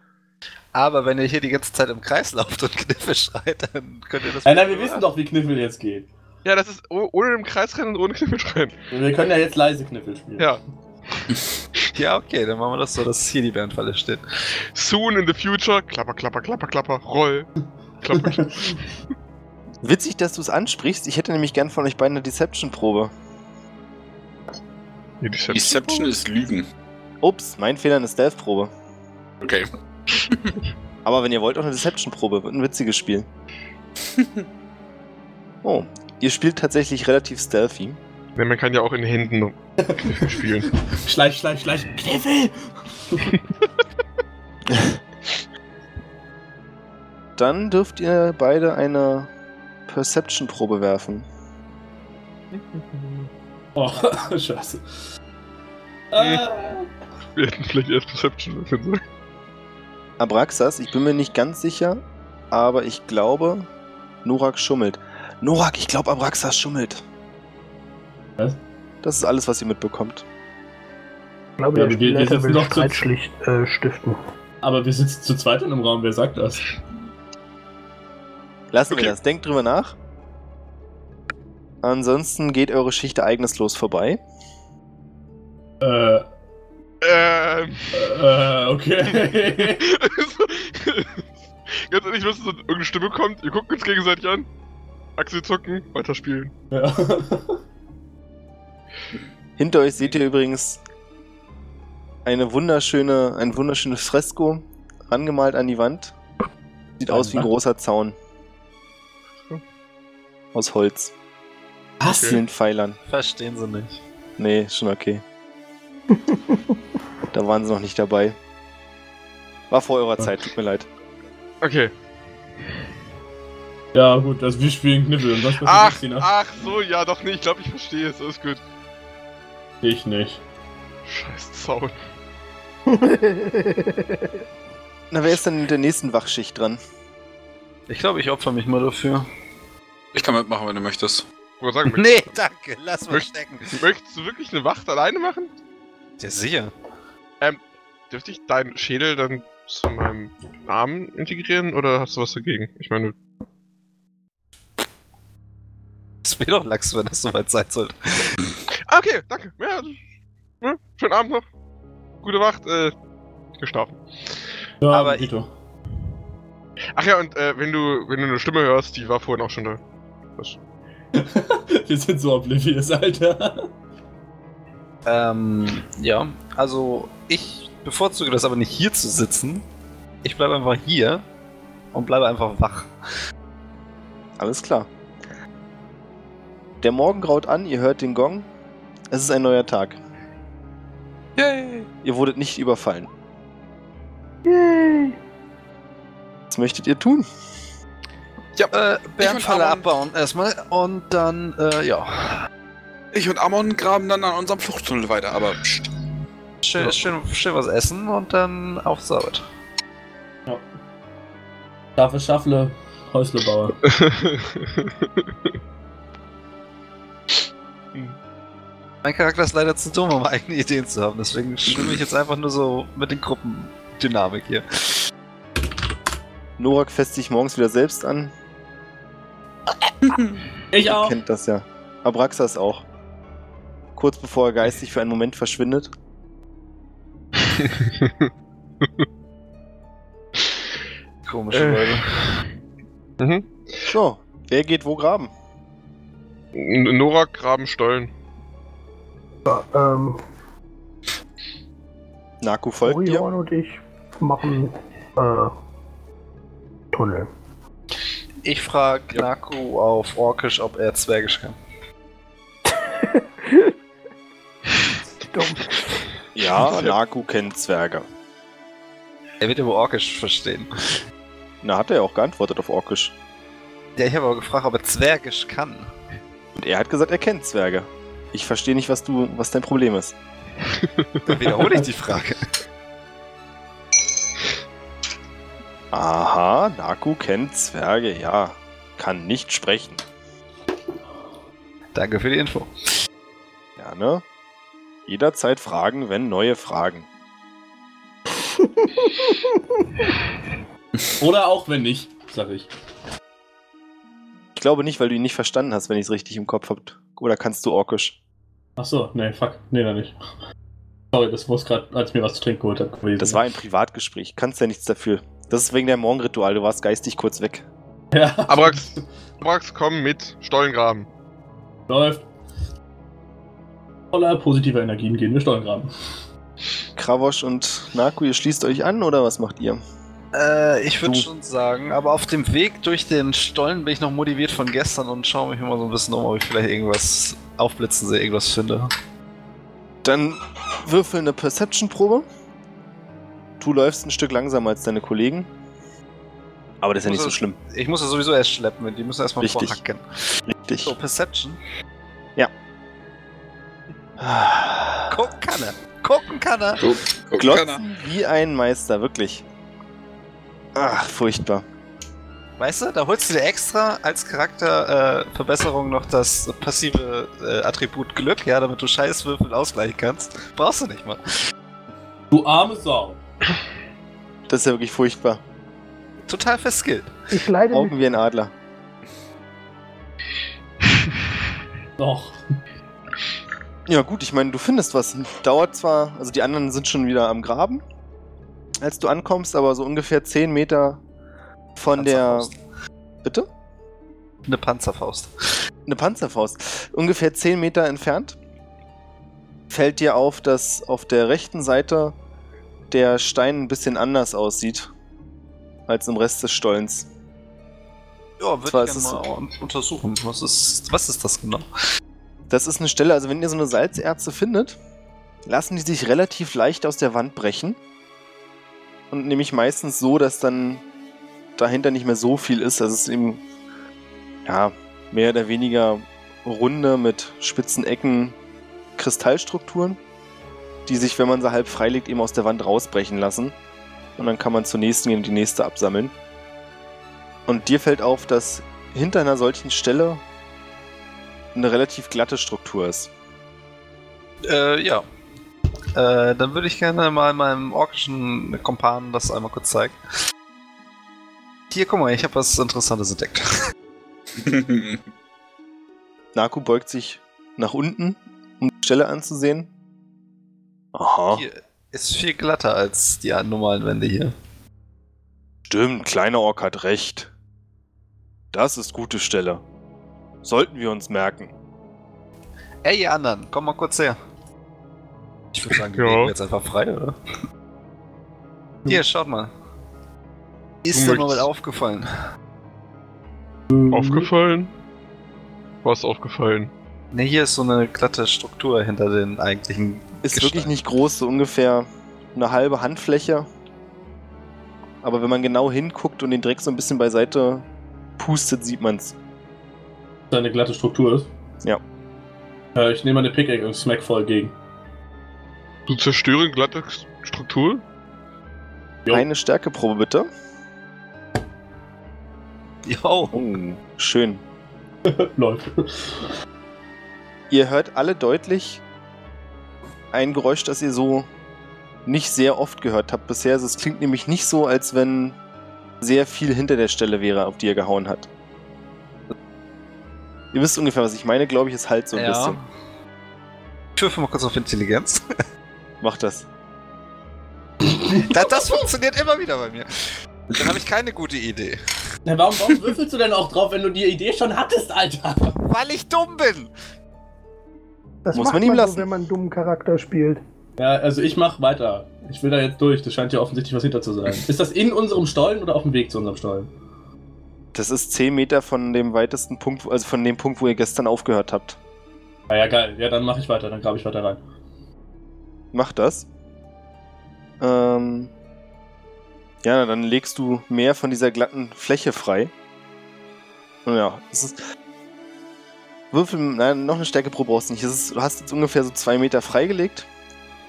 S1: Aber wenn ihr hier die ganze Zeit im Kreis lauft und Kniffe schreit, dann könnt ihr das.
S4: Äh, Nein, nein, wir wissen doch, wie Kniffel jetzt geht.
S5: Ja, das ist oh- ohne im Kreis rennen und ohne Kniffel schreien.
S4: Wir können ja jetzt leise Kniffel spielen.
S5: Ja.
S1: Ja, okay, dann machen wir das so, dass hier die Bärenfalle steht.
S5: Soon in the future, klapper, klapper, klapper, klapper, roll. Klapper.
S2: Witzig, dass du es ansprichst. Ich hätte nämlich gern von euch beiden eine Deception-Probe.
S5: Nee, die Sam-
S3: Deception ist Lügen.
S2: Ups, mein Fehler, eine Stealth-Probe.
S3: Okay.
S2: Aber wenn ihr wollt, auch eine Deception-Probe. Wird ein witziges Spiel. oh, ihr spielt tatsächlich relativ stealthy.
S5: nee, man kann ja auch in Händen Kniffel spielen.
S4: Schleich, schleich, schleich. Kniffel!
S2: Dann dürft ihr beide eine Perception-Probe werfen.
S4: Oh, scheiße. Äh,
S5: Wir hätten vielleicht erst Deception würfeln sollen.
S2: Abraxas, ich bin mir nicht ganz sicher, aber ich glaube, Norak schummelt. Norak, ich glaube, Abraxas schummelt.
S4: Was?
S2: Das ist alles, was ihr mitbekommt.
S6: Ich glaube,
S4: Ja, wir-
S6: der
S4: wir
S6: Spielleiter
S4: sitzen
S6: will
S4: noch zu-
S6: Streit schlicht, äh, stiften.
S4: aber wir sitzen zu zweit in einem Raum, wer sagt das?
S2: Lassen
S5: Okay.
S2: wir das. Denkt drüber nach. Ansonsten geht eure Schicht ereignislos vorbei.
S4: Äh,
S5: Ähm.
S4: äh, okay.
S5: Ganz ehrlich, wenn so irgendeine Stimme kommt, wir gucken uns gegenseitig an. Axel zucken, weiterspielen.
S4: ja.
S2: Hinter euch seht ihr übrigens eine wunderschöne, ein wunderschönes Fresko angemalt an die Wand. Sieht aus wie ein großer Zaun. Aus Holz.
S4: Was?
S2: Mit vielen Pfeilern.
S1: Verstehen sie nicht.
S2: Nee, schon okay. da waren sie noch nicht dabei. War vor eurer Zeit, tut mir leid.
S5: Okay.
S4: Ja, gut, also wir spielen Kniffel und was passiert,
S5: Ach,
S4: Christina?
S5: ach so, ja, doch, nee, ich glaube, ich verstehe es, alles gut.
S4: Ich nicht.
S5: Scheiß Zaun.
S2: Na, wer ist denn in der nächsten Wachschicht dran?
S1: Ich glaube, ich opfer mich mal dafür.
S3: Ich kann mitmachen, wenn du möchtest.
S5: Wo sagen wir?
S1: Nee, danke, lass mal
S5: Möcht-
S1: stecken.
S5: Möchtest du wirklich eine Wacht alleine machen?
S1: Ja, sicher.
S5: Dürfte ich deinen Schädel dann zu meinem Arm integrieren oder hast du was dagegen? Ich meine,
S1: Es wäre doch Lachs, wenn das soweit sein sollte.
S5: ah, okay, danke. Ja, ja, schönen Abend noch. Gute Wacht, äh, geschlafen.
S4: Ja,
S1: Aber
S4: Vito.
S5: Ach ja, und äh, wenn du wenn du eine Stimme hörst, die war vorhin auch schon da.
S4: wir sind so oblivious, Alter.
S1: Ähm, ja, also ich bevorzuge das aber nicht hier zu sitzen. Ich bleibe einfach hier und bleibe einfach wach.
S2: Alles klar. Der Morgen graut an, ihr hört den Gong. Es ist ein neuer Tag.
S1: Yay!
S2: Ihr wurdet nicht überfallen.
S6: Yay!
S2: Was möchtet ihr tun?
S1: Äh, Bärenfalle
S3: Aaron.
S1: abbauen erstmal und dann, äh, ja.
S3: Ich und Amon graben dann an unserem Fluchttunnel weiter, aber pst.
S1: Schön,
S4: Ja.
S1: schön, schön was essen und dann auf zur Arbeit.
S4: Schaffe, Schaffle, Häuslebauer.
S1: Mein Charakter ist leider zu dumm, um eigene Ideen zu haben, deswegen schwimme ich jetzt einfach nur so mit den Gruppendynamik hier.
S2: Norak fässt sich morgens wieder selbst an.
S4: Ich auch.
S2: Kennt das ja. Abraxas auch. Kurz bevor er geistig für einen Moment verschwindet.
S1: Komische
S5: Äh.
S1: Leute.
S5: mhm.
S2: So, wer geht wo graben?
S5: N- Norak graben Stollen.
S6: Ähm,
S2: Naku folgt dir.
S6: Orion und ich machen äh, Tunnel.
S1: Ich frage Naku auf Orkisch, ob er Zwergisch kann.
S6: Dumm.
S2: Ja, Naku kennt Zwerge.
S1: Er wird aber Orkisch verstehen.
S2: Na, hat er ja auch geantwortet auf Orkisch.
S1: Ja, ich habe aber gefragt, ob er Zwergisch kann.
S2: Und er hat gesagt, er kennt Zwerge. Ich verstehe nicht, was du, was dein Problem ist.
S1: Dann wiederhole ich die Frage.
S2: Aha, Naku kennt Zwerge, ja. Kann nicht sprechen.
S1: Danke für die Info.
S2: Gerne. ne? Jederzeit fragen, wenn neue Fragen.
S4: Oder auch wenn nicht, sag ich.
S2: Ich glaube nicht, weil du ihn nicht verstanden hast, wenn ich es richtig im Kopf habe. Oder kannst du Orkisch?
S4: Ach so, nee, fuck. Nee, da nicht. Sorry, das muss gerade, als ich mir was zu trinken geholt habe. gewesen.
S2: Das war ein Privatgespräch. Kannst ja nichts dafür. Das ist wegen der Morgenritual. Du warst geistig kurz weg.
S4: Ja.
S5: Abrax, Abrax, komm mit, Stollengraben.
S4: Läuft. Voller positiver Energien gehen wir Stollengraben.
S2: Kravosch und Naku, ihr schließt euch an oder was macht ihr?
S1: Äh, ich würde
S2: Du.
S1: schon sagen, aber auf dem Weg durch den Stollen bin ich noch motiviert von gestern und schaue mich immer so ein bisschen um, ob ich vielleicht irgendwas aufblitzen sehe, irgendwas finde.
S2: Dann würfel eine Perception-Probe. Du läufst ein Stück langsamer als deine Kollegen. Aber das ist ja nicht so schlimm.
S1: Ich muss ja sowieso erst schleppen, die müssen erstmal
S2: Richtig.
S1: vorhacken.
S2: Richtig.
S1: So, Perception.
S2: Ah.
S1: Gucken kann er. Gucken kann er.
S3: Guck, guck, Oh, keiner.
S2: Glotzen wie ein Meister, wirklich. Ach, furchtbar.
S1: Weißt du, da holst du dir extra als Charakterverbesserung noch das passive äh, Attribut Glück, ja, damit du Scheißwürfel ausgleichen kannst. Brauchst du nicht mal.
S4: Du arme Sau.
S2: Das ist ja wirklich furchtbar.
S1: Total verskillt.
S6: Ich leide mich
S2: Augen wie ein Adler.
S4: Doch.
S2: Ja gut, ich meine, du findest was. Dauert zwar, also die anderen sind schon wieder am Graben, als du ankommst, aber so ungefähr 10 Meter von der...
S1: Panzerfaust.
S2: Bitte?
S1: Eine Panzerfaust.
S2: Eine Panzerfaust. Ungefähr 10 Meter entfernt fällt dir auf, dass auf der rechten Seite der Stein ein bisschen anders aussieht als im Rest des Stollens.
S1: Ja, würde ich
S2: Zwar
S1: gerne
S2: ist
S1: mal un- untersuchen. Was ist, was ist das genau?
S2: Das ist eine Stelle, also wenn ihr so eine Salzerze findet, lassen die sich relativ leicht aus der Wand brechen. Und nämlich meistens so, dass dann dahinter nicht mehr so viel ist. Also es ist eben, ja, mehr oder weniger runde mit spitzen Ecken Kristallstrukturen, die sich, wenn man sie halb freilegt, eben aus der Wand rausbrechen lassen. Und dann kann man zur nächsten gehen und die nächste absammeln. Und dir fällt auf, dass hinter einer solchen Stelle eine relativ glatte Struktur ist.
S1: Äh, ja. Äh, dann würde ich gerne mal meinem orkischen Kompanen das einmal kurz zeigen. Hier, guck mal, ich habe was Interessantes entdeckt.
S2: Naku beugt sich nach unten, um die Stelle anzusehen. Aha.
S1: Hier ist viel glatter als die normalen Wände hier.
S2: Stimmt, kleiner Ork hat recht. Das ist gute Stelle. Sollten wir uns merken.
S1: Ey, ihr anderen, komm mal kurz her. Ich würde sagen, wir
S5: Ja. Hm.
S1: legen jetzt einfach frei, oder? Hier, schaut mal. Ist
S5: Du
S1: dir mal
S5: möchtest-
S1: was aufgefallen?
S5: Aufgefallen? Was aufgefallen?
S1: Ne, hier ist so eine glatte Struktur hinter den eigentlichen.
S2: Ist
S1: Gestein.
S2: wirklich nicht groß, so ungefähr eine halbe Handfläche. Aber wenn man genau hinguckt und den Dreck so ein bisschen beiseite pustet, sieht man's.
S4: Seine glatte Struktur ist.
S2: Ja.
S4: Äh, ich nehme eine Pickaxe und smack voll gegen.
S5: Du zerstören glatte St- Struktur?
S4: Jo.
S2: Eine Stärkeprobe bitte.
S1: Jo,
S2: Oh, schön.
S4: Läuft.
S2: Ihr hört alle deutlich ein Geräusch, das ihr so nicht sehr oft gehört habt bisher. Also es klingt nämlich nicht so, als wenn sehr viel hinter der Stelle wäre, auf die ihr gehauen hat. Ihr wisst ungefähr, was ich meine, glaube ich, es halt so ein bisschen.
S1: Ich würfe mal kurz auf Intelligenz.
S2: Macht das.
S1: Das, das funktioniert immer wieder bei mir. Dann habe ich keine gute Idee.
S4: Na, warum, warum würfelst du denn auch drauf, wenn du die Idee schon hattest, Alter?
S1: Weil ich dumm bin.
S6: Das
S2: Muss
S6: macht
S2: man ihm lassen.
S6: So, wenn man einen dummen Charakter spielt.
S4: Ja, also ich mach weiter. Ich will da jetzt durch. Das scheint ja offensichtlich was hinter zu sein. Ist das in unserem Stollen oder auf dem Weg zu unserem Stollen?
S2: Das ist 10 Meter von dem weitesten Punkt, also von dem Punkt, wo ihr gestern aufgehört habt.
S4: Ah ja, geil. Ja, dann mache ich weiter. Dann grabe ich weiter rein.
S2: Macht das. Ähm. Ja, dann legst du mehr von dieser glatten Fläche frei. Ja, es ist. Würfel, nein, noch eine Stärkeprobe brauchst du nicht. Es ist, du hast jetzt ungefähr so zwei Meter freigelegt.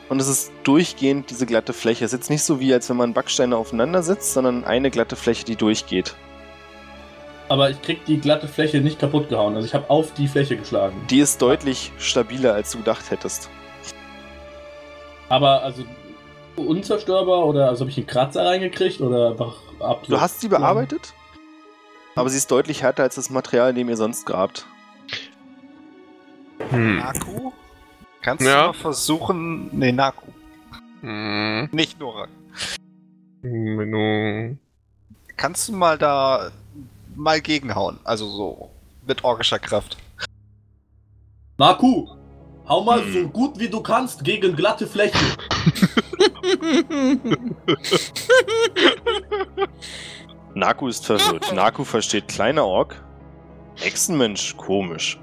S2: Und es ist durchgehend diese glatte Fläche. Es ist jetzt nicht so wie, als wenn man Backsteine aufeinander setzt, sondern eine glatte Fläche, die durchgeht.
S4: Aber ich krieg die glatte Fläche nicht kaputt gehauen. Also ich habe auf die Fläche geschlagen.
S2: Die ist deutlich stabiler, als du gedacht hättest.
S4: Aber also unzerstörbar oder also habe ich einen Kratzer reingekriegt oder einfach ab.
S2: Du hast sie bearbeitet, aber sie ist deutlich härter als das Material, in dem ihr sonst grabt.
S5: Hm.
S1: Naku? Kannst
S5: Ja.
S1: du mal versuchen. Nee, Naku.
S5: Hm.
S1: Nicht Norak.
S5: Wenn du.
S1: Kannst du mal da mal gegenhauen? Also so. Mit orgischer Kraft.
S4: Naku, hau mal so gut wie du kannst gegen glatte Fläche.
S2: Naku ist verwirrt. Naku versteht kleiner Ork. Echsenmensch, komisch.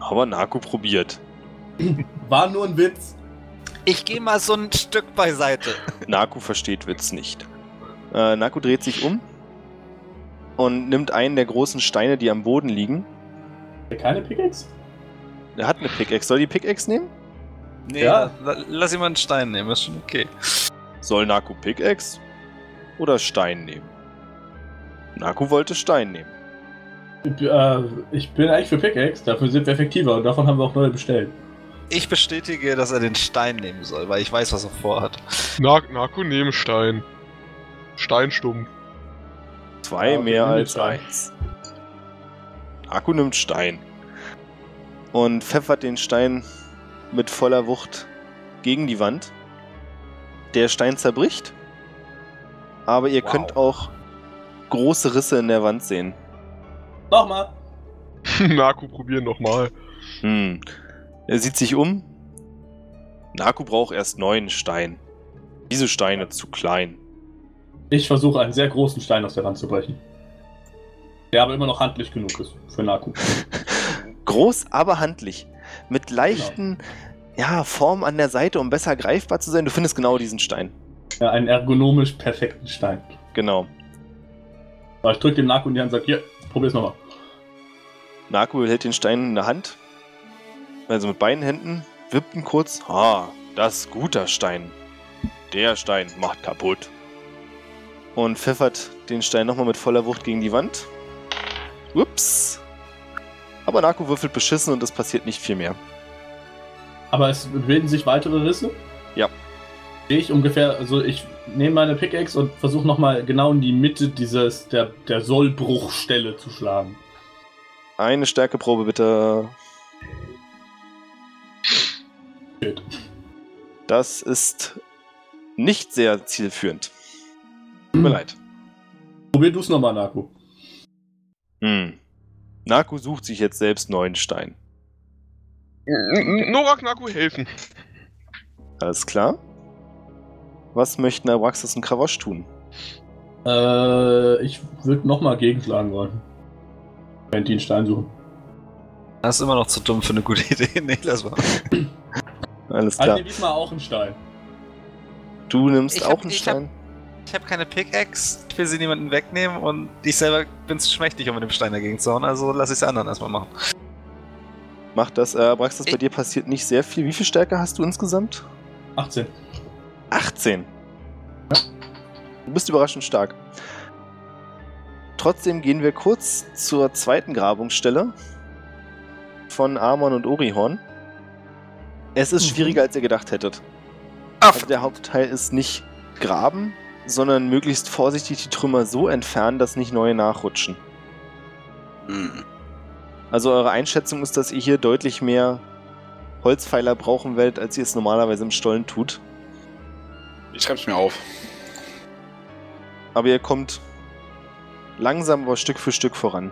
S2: Aber Naku probiert.
S4: War nur ein Witz.
S1: Ich gehe mal so ein Stück beiseite.
S2: Naku versteht Witz nicht. Äh, Naku dreht sich um und nimmt einen der großen Steine, die am Boden liegen.
S4: Keine Pickaxe?
S2: Er hat eine Pickaxe. Soll die Pickaxe nehmen?
S1: Nee,
S4: Ja.
S1: la- la- lass ihn mal einen Stein nehmen, ist schon okay.
S2: Soll Naku Pickaxe oder Stein nehmen? Naku wollte Stein nehmen.
S4: Äh, ich bin eigentlich für Pickaxe, dafür sind wir effektiver und davon haben wir auch neue bestellt.
S1: Ich bestätige, dass er den Stein nehmen soll, weil ich weiß, was er vorhat.
S5: Na Naku nehmen Stein. Steinstumpf.
S2: Zwei
S4: Ah, okay,
S2: mehr
S4: nimm den
S2: als
S4: Stein.
S2: eins. Akku nimmt Stein und pfeffert den Stein mit voller Wucht gegen die Wand. Der Stein zerbricht, aber ihr
S1: Wow.
S2: könnt auch große Risse in der Wand sehen.
S4: Nochmal.
S5: Naku probieren nochmal.
S2: Hm. Er sieht sich um. Naku braucht erst neun Stein. Diese Steine zu klein.
S4: Ich versuche einen sehr großen Stein aus der Wand zu brechen. Der aber immer noch handlich genug ist für Naku.
S2: Groß, aber handlich. Mit leichten ja, Formen an der Seite, um besser greifbar zu sein. Du findest genau diesen Stein.
S4: Ja, einen ergonomisch perfekten Stein.
S2: Genau.
S4: Aber ich drücke dem Naku in die Hand und sage, hier, probier's nochmal.
S2: Naku hält den Stein in der Hand. Also mit beiden Händen. Wippt ihn kurz. Ah, das ist guter Stein. Der Stein macht kaputt. Und pfeffert den Stein nochmal mit voller Wucht gegen die Wand. Ups. Aber Naku würfelt beschissen und es passiert nicht viel mehr.
S4: Aber es bilden sich weitere Risse?
S2: Ja.
S4: Sehe ich ungefähr, also ich nehme meine Pickaxe und versuche nochmal genau in die Mitte dieses, der, der Sollbruchstelle zu schlagen.
S2: Eine Stärkeprobe bitte.
S4: Shit.
S2: Das ist nicht sehr zielführend. Tut
S4: Hm.
S2: mir leid.
S4: Probier du's nochmal, Naku.
S2: Hm. Naku sucht sich jetzt selbst neuen Stein.
S5: N- N- Norak Naku helfen.
S2: Alles klar? Was möchten Abraxas und Kravosch tun?
S4: Äh, ich würde nochmal gegenschlagen wollen. Wenn die einen Stein suchen.
S1: Das ist immer noch zu dumm für eine gute Idee. Nee, lass mal.
S2: Alles
S4: Also
S2: klar.
S4: nehme diesmal auch einen Stein.
S2: Du nimmst
S1: Ich
S2: auch
S1: hab-
S2: einen
S1: ich hab-
S2: Stein.
S1: Ich habe keine Pickaxe, ich will sie niemanden wegnehmen und ich selber bin zu schmächtig, um mit dem Stein dagegen zu hauen, also lass ich es anderen erstmal machen.
S2: Mach das. Äh, Abraxas, bei
S1: Ich-
S2: dir passiert nicht sehr viel. Wie viel Stärke hast du insgesamt?
S4: 18.
S2: 18. Du bist überraschend stark. Trotzdem gehen wir kurz zur zweiten Grabungsstelle von Amon und Orihorn. Es ist schwieriger, als ihr gedacht hättet.
S3: Ah,
S2: Also der Hauptteil ist nicht graben, sondern möglichst vorsichtig die Trümmer so entfernen, dass nicht neue nachrutschen.
S3: Hm.
S2: Also eure Einschätzung ist, dass ihr hier deutlich mehr Holzpfeiler brauchen werdet, als ihr es normalerweise im Stollen tut.
S3: Ich schreib's mir auf.
S2: Aber ihr kommt langsam, aber Stück für Stück voran.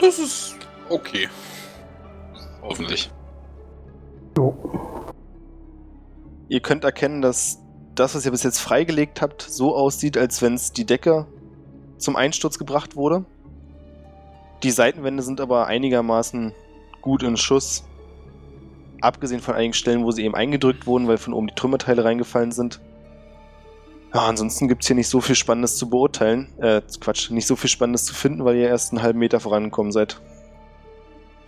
S3: Das ist okay. Hoffentlich.
S2: Ihr könnt erkennen, dass das, was ihr bis jetzt freigelegt habt, so aussieht, als wenn es die Decke zum Einsturz gebracht wurde. Die Seitenwände sind aber einigermaßen gut in Schuss. Abgesehen von einigen Stellen, wo sie eben eingedrückt wurden, weil von oben die Trümmerteile reingefallen sind. Ja, ansonsten gibt es hier nicht so viel Spannendes zu beurteilen. Äh, Quatsch, nicht so viel Spannendes zu finden, weil ihr erst einen halben Meter vorangekommen seid.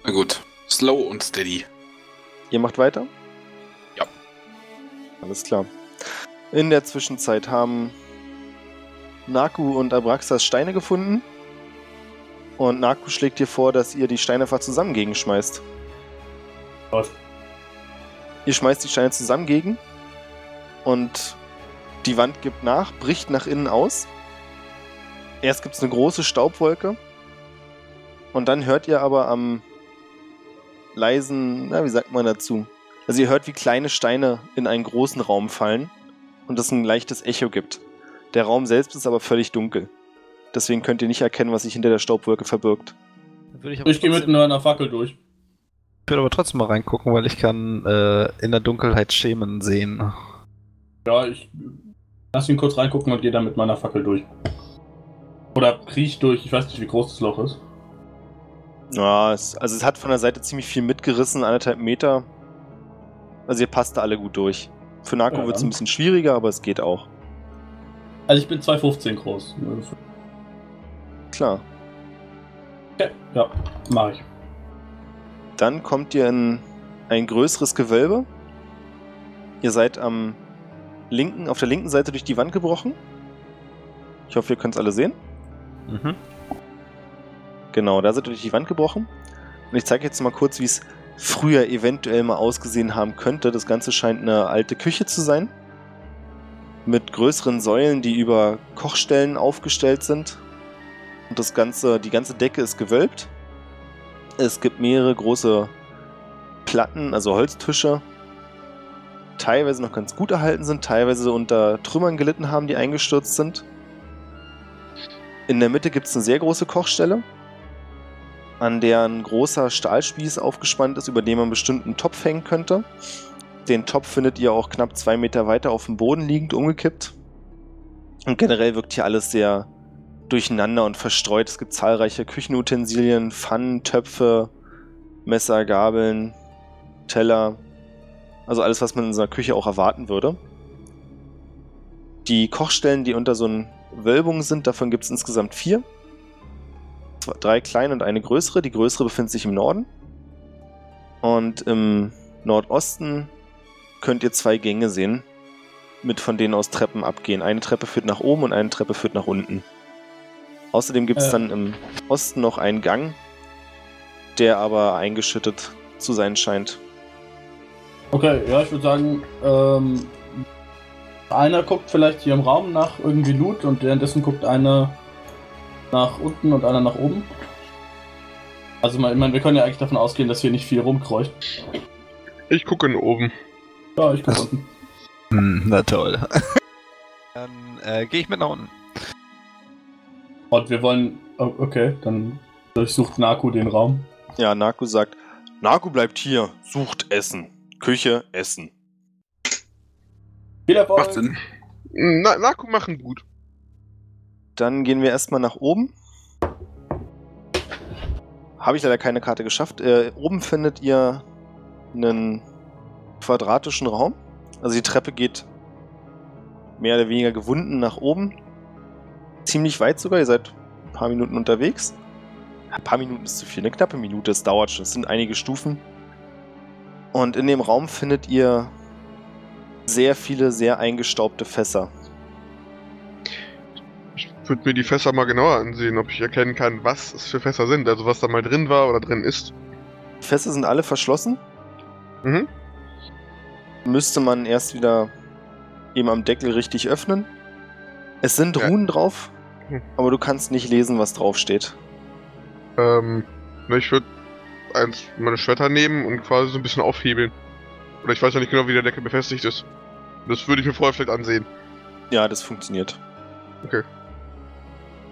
S3: Na gut. Slow und steady.
S2: Ihr macht weiter? Alles klar. In der Zwischenzeit haben Naku und Abraxas Steine gefunden. Und Naku schlägt dir vor, dass ihr die Steine einfach zusammen gegenschmeißt.
S4: Läuft.
S2: Ihr schmeißt die Steine zusammen gegen. Und die Wand gibt nach, bricht nach innen aus. Erst gibt es eine große Staubwolke. Und dann hört ihr aber am leisen, na, wie sagt man dazu? Also ihr hört, wie kleine Steine in einen großen Raum fallen und es ein leichtes Echo gibt. Der Raum selbst ist aber völlig dunkel. Deswegen könnt ihr nicht erkennen, was sich hinter der Staubwolke verbirgt.
S1: Dann würde ich aber
S4: Ich gehe mit
S1: trotzdem,
S4: einer Fackel durch.
S1: ich würde aber trotzdem mal reingucken, weil ich kann äh, in der Dunkelheit Schemen sehen.
S4: Ja, ich lass ihn kurz reingucken und gehe dann mit meiner Fackel durch. Oder kriech durch, ich weiß nicht, wie groß das Loch ist.
S2: Ja, es, also es hat von der Seite ziemlich viel mitgerissen, anderthalb Meter. Also ihr passt da alle gut durch. Für Narko
S4: Ja,
S2: wird es
S4: dann.
S2: ein bisschen schwieriger, aber es geht auch.
S4: Also ich bin 2,15 groß.
S2: Klar.
S4: Okay, ja, mach ich.
S2: Dann kommt ihr in ein größeres Gewölbe. Ihr seid am linken, auf der linken Seite durch die Wand gebrochen. Ich hoffe, ihr könnt es alle sehen.
S1: Mhm.
S2: Genau, da seid ihr durch die Wand gebrochen. Und ich zeige jetzt mal kurz, wie es früher eventuell mal ausgesehen haben könnte. Das Ganze scheint eine alte Küche zu sein. Mit größeren Säulen, die über Kochstellen aufgestellt sind. Und das ganze, die ganze Decke ist gewölbt. Es gibt mehrere große Platten, also Holztische. Teilweise noch ganz gut erhalten sind, teilweise unter Trümmern gelitten haben, die eingestürzt sind. In der Mitte gibt es eine sehr große Kochstelle an der ein großer Stahlspieß aufgespannt ist, über dem man bestimmt einen Topf hängen könnte. Den Topf findet ihr auch knapp zwei Meter weiter auf dem Boden liegend, umgekippt. Und generell wirkt hier alles sehr durcheinander und verstreut. Es gibt zahlreiche Küchenutensilien, Pfannen, Töpfe, Messer, Gabeln, Teller. Also alles, was man in so einer Küche auch erwarten würde. Die Kochstellen, die unter so einer Wölbung sind, davon gibt es insgesamt vier zwei, drei kleine und eine größere. Die größere befindet sich im Norden. Und im Nordosten könnt ihr zwei Gänge sehen, mit von denen aus Treppen abgehen. Eine Treppe führt nach oben und eine Treppe führt nach unten. Außerdem gibt es
S4: Äh.
S2: dann im Osten noch einen Gang, der aber eingeschüttet zu sein scheint.
S4: Okay, ja, ich würde sagen, ähm, einer guckt vielleicht hier im Raum nach irgendwie Loot und währenddessen guckt einer nach unten und einer nach oben. Also, man- ich meine, wir können ja eigentlich davon ausgehen, dass hier nicht viel rumkreucht.
S5: Ich gucke in oben.
S4: Ja, ich guck unten.
S1: Hm, na toll. Dann äh, gehe ich mit nach unten.
S4: Und wir wollen. oh, Okay, dann durchsucht Naku den Raum.
S2: Ja, Naku sagt, Naku bleibt hier, sucht Essen. Küche, Essen.
S4: Viel
S3: Macht
S4: Erfolg!
S3: Sinn.
S5: Na, Naku machen gut.
S2: Dann gehen wir erstmal nach oben. Habe ich leider keine Karte geschafft. Äh, oben findet ihr einen quadratischen Raum. Also die Treppe geht mehr oder weniger gewunden nach oben. Ziemlich weit sogar. Ihr seid ein paar Minuten unterwegs. Ein paar Minuten ist zu viel. Eine knappe Minute. Es dauert schon. Es sind einige Stufen. Und in dem Raum findet ihr sehr viele sehr eingestaubte Fässer.
S5: Ich würde mir die Fässer mal genauer ansehen, ob ich erkennen kann, was es für Fässer sind. Also was da mal drin war oder drin ist.
S2: Die Fässer sind alle verschlossen.
S5: Mhm.
S2: müsste man erst wieder eben am Deckel richtig öffnen. Es sind
S5: Ja.
S2: Runen drauf,
S5: Hm.
S2: aber du kannst nicht lesen, was draufsteht.
S5: Ähm, ne, ich würde eins meine Schwerter nehmen und quasi so ein bisschen aufhebeln. Oder ich weiß ja nicht genau, wie der Deckel befestigt ist. Das würde ich mir vorher vielleicht ansehen.
S2: Ja, das funktioniert.
S5: Okay.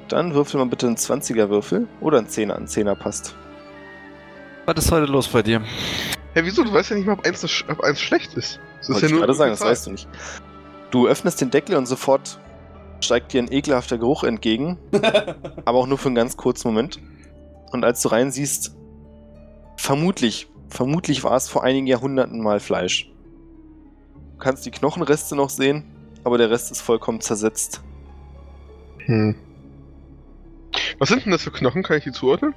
S2: Dann würfel mal bitte einen 20er-Würfel oder einen 10er. Ein 10er passt.
S1: Was ist heute los bei dir?
S5: Hä, wieso? Du weißt ja nicht mal, ob eins, das sch- ob eins schlecht ist. Das
S2: Wollte ich gerade sagen, das
S5: weißt
S2: weißt du nicht. Du öffnest den Deckel und sofort steigt dir ein ekelhafter Geruch entgegen, aber auch nur für einen ganz kurzen Moment. Und als du reinsiehst, vermutlich, vermutlich war es vor einigen Jahrhunderten mal Fleisch. Du kannst die Knochenreste noch sehen, aber der Rest ist vollkommen zersetzt.
S5: Hm. Was sind denn das für Knochen? Kann ich die zuordnen?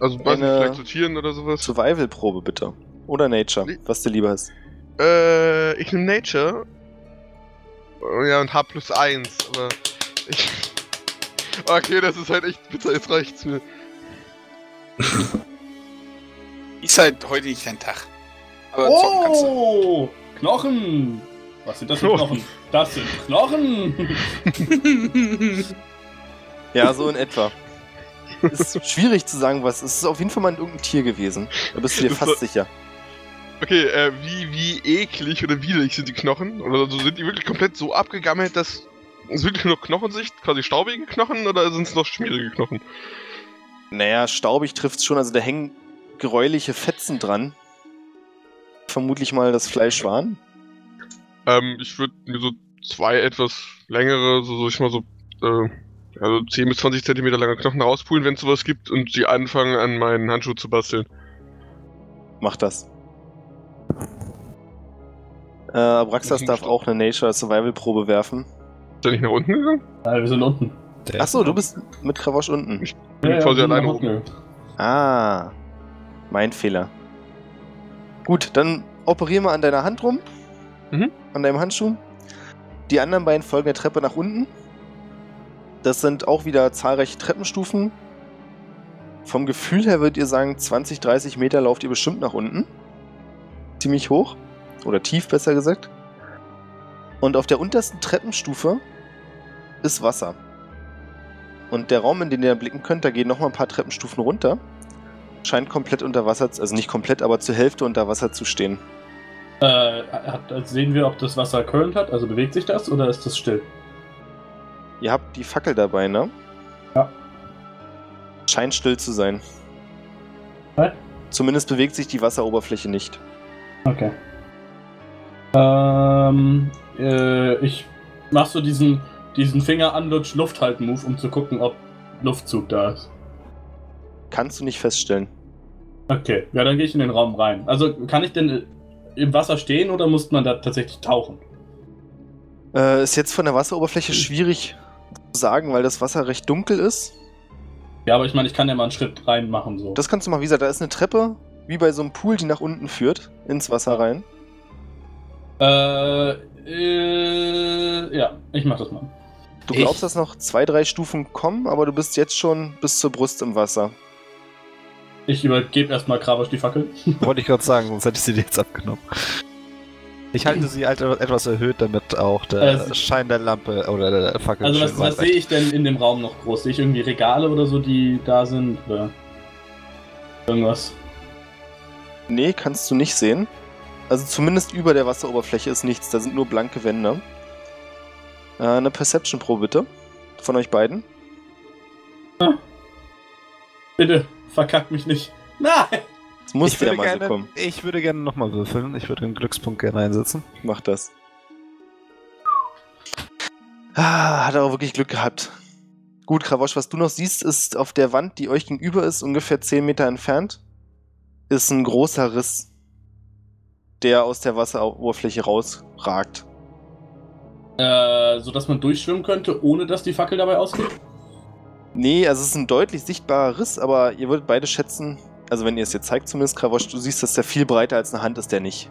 S5: Also, weiß nicht,
S2: Eine-
S5: vielleicht sortieren oder sowas?
S2: Survival-Probe bitte. Oder Nature, was dir lieber ist.
S5: Äh, ich nehme Nature. Oh Ja, und H plus 1, aber. Ich. Okay, das ist halt echt bitter, jetzt reicht's mir.
S3: Ist halt heute nicht dein Tag. Aber zocken kannst du.
S4: Oh! Knochen! Was sind das für
S5: Knochen.
S4: Knochen? Das sind Knochen!
S2: Ja, so in etwa. ist schwierig zu sagen, was. Es ist auf jeden Fall mal irgendein Tier gewesen. Da bist du dir
S5: Das
S2: fast
S5: war-
S2: sicher.
S5: Okay, äh, wie, wie eklig oder widerlich sind die Knochen? Oder so, sind die wirklich komplett so abgegammelt, dass. Ist wirklich nur Knochensicht, quasi staubige Knochen oder sind es noch schmierige Knochen?
S2: Naja, staubig trifft's schon. Also da hängen gräuliche Fetzen dran. Vermutlich mal das Fleisch waren.
S5: Ähm, ich würde mir so zwei etwas längere, so, so ich mal so, äh, also 10 bis 20 Zentimeter lange Knochen rauspulen, wenn es sowas gibt, und sie anfangen an meinen Handschuh zu basteln.
S2: Mach das. Äh, Abraxas
S5: Mhm,
S2: darf
S5: stimmt.
S2: auch eine Nature Survival Probe werfen.
S5: Ist er nicht nach unten gegangen?
S4: Nein, wir sind unten.
S2: Achso, du bist mit Kravosch unten.
S5: Bin ich quasi
S4: wir sind
S5: alleine
S4: nach unten.
S2: Ah, mein Fehler. Gut, dann operier mal an deiner Hand rum.
S5: Mhm.
S2: An deinem Handschuh. Die anderen beiden folgen der Treppe nach unten. Das sind auch wieder zahlreiche Treppenstufen. Vom Gefühl her würdet ihr sagen, 20, 30 Meter lauft ihr bestimmt nach unten. Ziemlich hoch. Oder tief, besser gesagt. Und auf der untersten Treppenstufe ist Wasser. Und der Raum, in den ihr blicken könnt, da gehen nochmal ein paar Treppenstufen runter. Scheint komplett unter Wasser, zu- also nicht komplett, aber zur Hälfte unter Wasser zu stehen.
S4: Äh, hat, sehen wir, ob das Wasser current hat, also bewegt sich das oder ist das still?
S2: Ihr habt die Fackel dabei, ne?
S4: Ja.
S2: Scheint still zu sein.
S4: Hä?
S2: Zumindest bewegt sich die Wasseroberfläche nicht.
S4: Okay. Ähm, äh, ich mach so diesen, diesen Finger anlutsch Luft halten Move, um zu gucken, ob Luftzug da ist.
S2: Kannst du nicht feststellen.
S4: Okay, ja, dann gehe ich in den Raum rein. Also kann ich denn äh, im Wasser stehen oder muss man da tatsächlich tauchen?
S2: Äh, ist jetzt von der Wasseroberfläche schwierig zu sagen, weil das Wasser recht dunkel ist.
S4: Ja, aber ich meine, ich kann ja mal einen Schritt reinmachen so.
S2: Das kannst du machen, wie gesagt, da ist eine Treppe, wie bei so einem Pool, die nach unten führt, ins Wasser rein.
S4: äh, äh, ja, ich mach das mal.
S2: Du
S3: Ich-
S2: glaubst, dass noch zwei, drei Stufen kommen, aber du bist jetzt schon bis zur Brust im Wasser.
S4: Ich übergebe erstmal Kravosch die Fackel.
S1: Wollte ich gerade sagen, sonst hätte ich sie dir jetzt abgenommen. Ich halte sie halt etwas erhöht, damit auch der
S4: Äh, sie-
S1: Schein der Lampe oder der Fackel
S4: Also
S1: schön
S4: was,
S1: weit
S4: was
S1: reicht.
S4: sehe ich denn in dem Raum noch groß? Sehe ich irgendwie Regale oder so, die da sind? Oder irgendwas?
S2: Nee, kannst du nicht sehen. Also zumindest über der Wasseroberfläche ist nichts, da sind nur blanke Wände. Äh, eine Perception-Pro bitte. Von euch beiden.
S4: Bitte, verkack mich nicht. Nein!
S2: Es muss
S1: ich würde,
S2: der mal so
S1: gerne,
S2: kommen.
S1: ich würde gerne nochmal würfeln. Ich würde den Glückspunkt gerne einsetzen.
S2: Mach das. Ah, hat er auch wirklich Glück gehabt. Gut, Kravosch, was du noch siehst, ist auf der Wand, die euch gegenüber ist, ungefähr 10 Meter entfernt, ist ein großer Riss, der aus der Wasseroberfläche rausragt.
S4: Äh, so dass man durchschwimmen könnte, ohne dass die Fackel dabei ausgeht?
S2: Nee, also es ist ein deutlich sichtbarer Riss, aber ihr würdet beide schätzen, also wenn ihr es jetzt zeigt zumindest, Kravosch, du siehst, dass der viel breiter als eine Hand ist, der nicht.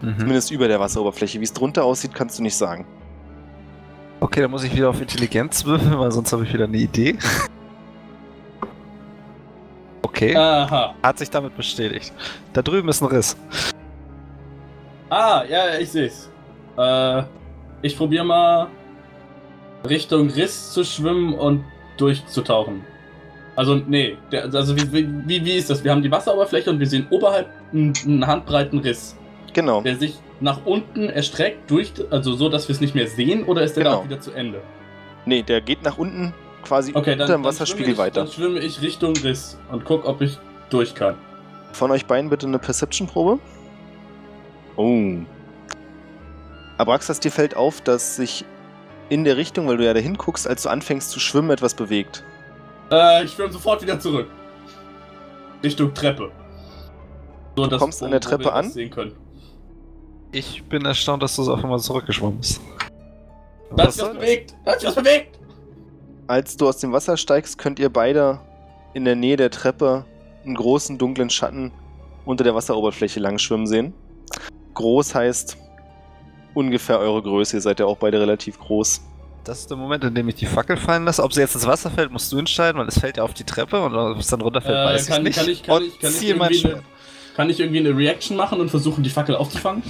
S4: Mhm.
S2: Zumindest über der Wasseroberfläche. Wie es drunter aussieht, kannst du nicht sagen.
S1: Okay, dann muss ich wieder auf Intelligenz würfeln, weil sonst habe ich wieder eine Idee. Okay,
S4: Äh. Aha.
S1: hat sich damit bestätigt. Da drüben ist ein Riss.
S4: Ah, ja, ich seh's. Äh, ich probiere mal Richtung Riss zu schwimmen und durchzutauchen. Also, nee, der, also wie, wie, wie- wie ist das? Wir haben die Wasseroberfläche und wir sehen oberhalb einen, einen handbreiten Riss.
S2: Genau.
S4: der sich nach unten erstreckt, durch, also so, dass wir es nicht mehr sehen, oder ist der
S2: Genau.
S4: da auch wieder zu Ende?
S2: Nee, der geht nach unten quasi
S4: Okay, dann,
S2: unter dem
S4: dann
S2: Wasserspiegel
S4: schwimme ich,
S2: weiter.
S4: Dann schwimme ich Richtung Riss und guck, ob ich durch kann.
S2: Von euch beiden bitte eine Perception-Probe. Oh. Abraxas, dir fällt auf, dass sich in der Richtung, weil du ja da hinguckst, als du anfängst zu schwimmen, etwas bewegt.
S4: Äh, ich schwimme sofort wieder zurück. Richtung Treppe. So, du
S2: kommst an der Treppe an?
S4: Sehen können.
S1: Ich bin erstaunt, dass du es auf einmal zurückgeschwommen bist.
S4: Da hat sich was bewegt! Da hat sich was bewegt!
S2: Als du aus dem Wasser steigst, könnt ihr beide in der Nähe der Treppe einen großen dunklen Schatten unter der Wasseroberfläche lang schwimmen sehen. Groß heißt ungefähr eure Größe. Ihr seid ja auch beide relativ groß.
S1: Das ist der Moment, in dem ich die Fackel fallen lasse. Ob sie jetzt ins Wasser fällt, musst du entscheiden, weil es fällt ja auf die Treppe und ob es dann runterfällt,
S4: Äh,
S1: weiß
S4: kann-
S1: ich nicht.
S4: kann ich- kann
S1: und
S4: ich- kann ich
S1: ziehe mein
S4: irgendwie eine-
S1: Schwert.
S4: Kann ich irgendwie eine Reaction machen und versuchen, die Fackel aufzufangen?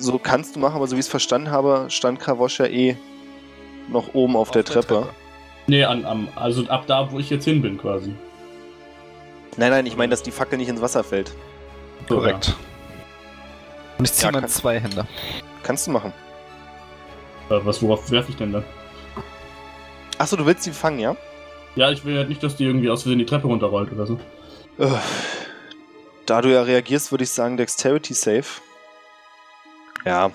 S2: So kannst du machen, aber so wie ich es verstanden habe, stand Kawosch ja eh noch oben auf, der, Treppe.
S4: Nee, an, am, also ab da, wo ich jetzt hin bin, quasi.
S2: Nein, nein, ich meine, dass die Fackel nicht ins Wasser fällt.
S4: So,
S1: Korrekt. Und ich ziehe
S2: Ja,
S1: meine
S2: kann-
S1: zwei Hände.
S2: Kannst du machen.
S4: Ja. Äh, was, worauf werfe ich denn dann?
S2: Achso, du willst sie fangen, ja?
S4: Ja, ich will halt nicht, dass die irgendwie aus Versehen die Treppe runterrollt oder so.
S2: Äh, Da du ja reagierst, würde ich sagen Dexterity Safe. Ja.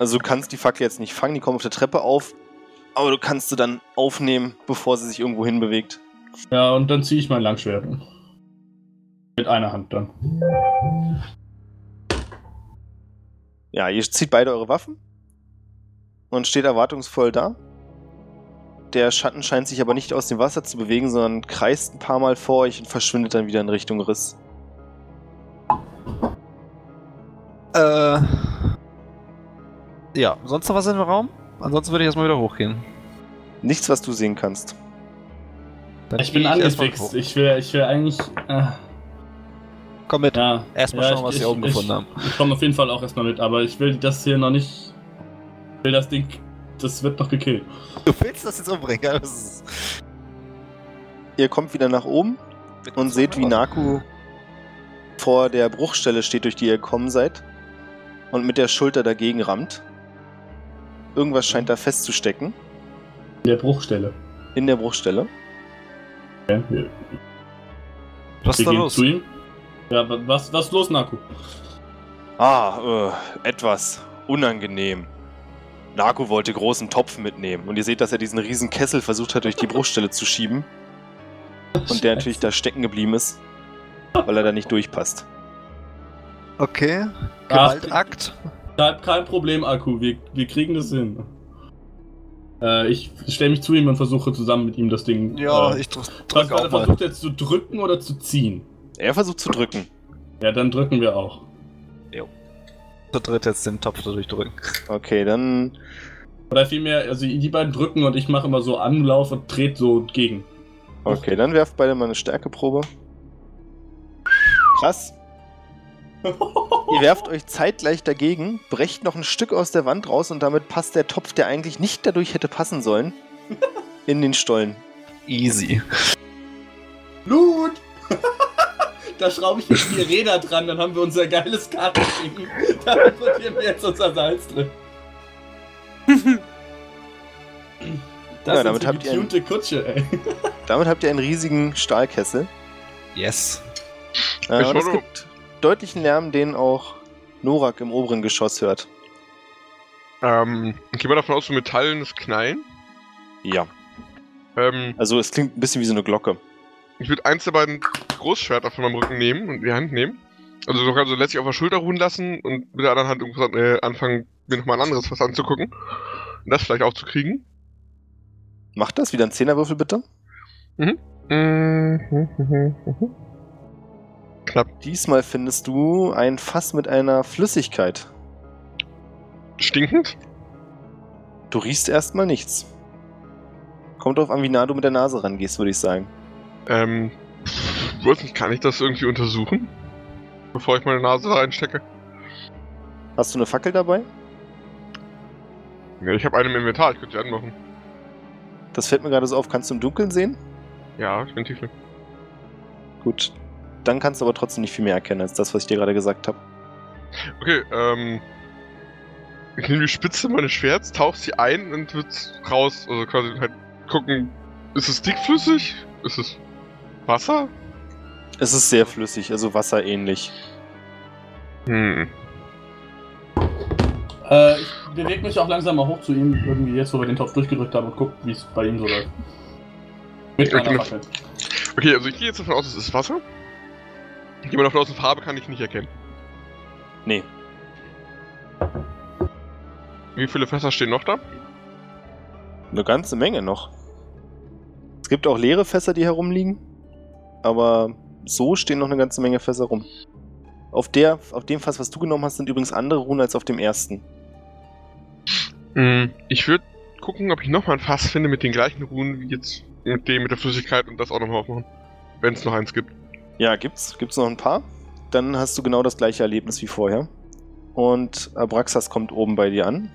S2: Also du kannst die Fackel jetzt nicht fangen, die kommen auf der Treppe auf. Aber du kannst sie dann aufnehmen, bevor sie sich irgendwo hinbewegt.
S4: Ja, und dann ziehe ich mein Langschwert. Mit einer Hand dann.
S2: Ja, ihr zieht beide eure Waffen und steht erwartungsvoll da. Der Schatten scheint sich aber nicht aus dem Wasser zu bewegen, sondern kreist ein paar Mal vor euch und verschwindet dann wieder in Richtung Riss.
S1: Äh. Ja, sonst noch was im Raum? Ansonsten würde ich erstmal wieder hochgehen.
S2: Nichts, was du sehen kannst.
S1: Dann
S4: Ich bin
S1: gehe erstmal
S4: angefixt.
S1: hoch.
S4: Ich will, ich will eigentlich. Äh,
S1: Komm mit.
S4: ja.
S1: Erstmal
S4: ja,
S1: schauen, was sie oben gefunden
S4: ich,
S1: haben.
S4: Ich komme auf jeden Fall auch erstmal mit, aber ich will das hier noch nicht. Ich will das Ding. Das wird noch gekillt.
S1: Du willst das jetzt umbringen? Ja, das ist-
S2: Ihr kommt wieder nach oben und seht, wie Naku vor der Bruchstelle steht, durch die ihr gekommen seid, und mit der Schulter dagegen rammt. Irgendwas scheint da festzustecken
S4: In der Bruchstelle.
S2: in der Bruchstelle.
S4: Okay. Wir,
S1: Was ist
S4: wir
S1: da
S4: gehen
S1: los?
S4: zu ihm. Ja, wa- was, was ist los, Naku?
S2: Ah, äh, etwas unangenehm. Naku wollte großen Topf mitnehmen und ihr seht, dass er diesen riesen Kessel versucht hat, durch die Bruchstelle zu schieben und der natürlich da stecken geblieben ist, weil er da nicht durchpasst.
S1: Okay.
S4: Ach,
S1: Gewaltakt.
S4: kein, kein Problem, Akku. Wir, wir kriegen das hin. Äh, ich stelle mich zu ihm und versuche zusammen mit ihm das Ding.
S1: Ja,
S4: äh,
S1: ich drück,
S4: was,
S1: drück
S4: warte,
S1: auch mal.
S4: versucht er jetzt zu drücken oder zu ziehen?
S2: Er versucht zu drücken.
S4: Ja, dann drücken wir auch.
S1: Zu dritt jetzt den Topf dadurch drücken.
S2: Okay, dann
S4: Oder vielmehr, also die beiden drücken und ich mache immer so Anlauf und trete so gegen.
S2: Okay, dann werft beide mal eine Stärkeprobe. Krass. Ihr werft euch zeitgleich dagegen, brecht noch ein Stück aus der Wand raus und damit passt der Topf, der eigentlich nicht dadurch hätte passen sollen, in den Stollen.
S1: Easy.
S4: Blut! da schraube ich jetzt die Räder dran, dann haben wir unser geiles Kartenschinken. Da importieren wir jetzt unser Salz drin. Das
S2: Ja,
S4: ist
S2: damit
S4: damit
S2: habt ihr-
S4: getunte Kutsche, ey.
S2: Damit habt ihr einen riesigen Stahlkessel.
S1: Yes.
S2: Äh, und es
S5: wollte-
S2: gibt deutlichen Lärm, den auch Norak im oberen Geschoss hört.
S5: Ähm, ich gehe mal davon aus, so metallenes Knallen.
S2: Ja.
S5: Ähm,
S2: Also es klingt ein bisschen wie so eine Glocke.
S5: ich würde eins der beiden Großschwerter von meinem Rücken nehmen und in die Hand nehmen. Also so also letztlich auf der Schulter ruhen lassen und mit der anderen Hand irgendwas, an- äh, anfangen, mir nochmal ein anderes was anzugucken. Und das vielleicht auch zu kriegen.
S2: Macht das wieder ein Zehnerwürfel bitte.
S5: Mm, Knapp.
S2: Diesmal findest du ein Fass mit einer Flüssigkeit.
S5: Stinkend?
S2: Du riechst erstmal nichts. Kommt drauf an, wie nah du mit der Nase rangehst, würde ich sagen.
S5: Ähm, pff, weiß nicht, kann ich das irgendwie untersuchen? Bevor ich meine Nase da reinstecke?
S2: Hast du eine Fackel dabei?
S5: Ja, ich habe eine im Inventar, ich könnte die anmachen.
S2: Das fällt mir gerade so auf. Kannst du im Dunkeln sehen?
S5: Ja, ich bin Tiefling.
S2: Gut. Dann kannst du aber trotzdem nicht viel mehr erkennen als das, was ich dir gerade gesagt habe.
S5: Okay, ähm. Ich nehme die Spitze meines Schwerts, tauche sie ein und wird raus. Also quasi halt gucken, ist es dickflüssig? Ist es Wasser?
S2: Es ist sehr flüssig, also wasserähnlich.
S5: Hm.
S4: Äh, ich bewege mich auch langsam mal hoch zu ihm, irgendwie jetzt, wo wir den Topf durchgedrückt haben und guck, wie es bei ihm so läuft. Mit
S5: Ja,
S4: einer
S5: genau.
S4: Fackel.
S5: Okay, also ich gehe jetzt davon aus, es ist Wasser. Ich gehe mal davon aus, eine Farbe kann ich nicht erkennen.
S2: Nee.
S5: Wie viele Fässer stehen noch da?
S2: Eine ganze Menge noch. Es gibt auch leere Fässer, die herumliegen. Aber so stehen noch eine ganze Menge Fässer rum. Auf, der, auf dem Fass, was du genommen hast, sind übrigens andere Runen als auf dem ersten.
S5: Mm, Ich würde gucken, ob ich nochmal ein Fass finde mit den gleichen Runen wie jetzt mit dem mit der Flüssigkeit und das auch nochmal aufmachen. Wenn es noch eins gibt.
S2: Ja, gibt's. Gibt's noch ein paar? Dann hast du genau das gleiche Erlebnis wie vorher. Und Abraxas kommt oben bei dir an.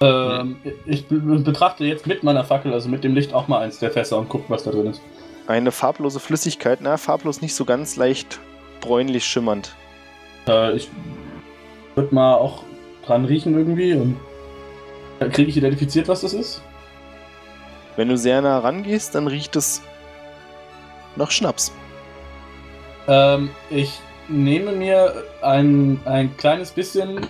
S4: Ähm, ich be- betrachte jetzt mit meiner Fackel, also mit dem Licht, auch mal eins der Fässer und guck, was da drin ist.
S2: Eine farblose Flüssigkeit, na, farblos nicht so ganz leicht bräunlich schimmernd.
S4: Äh, ich würde mal auch dran riechen irgendwie und kriege ich identifiziert, was das ist?
S2: Wenn du sehr nah rangehst, dann riecht es nach Schnaps.
S4: Ähm, ich nehme mir ein, ein kleines bisschen. Äh,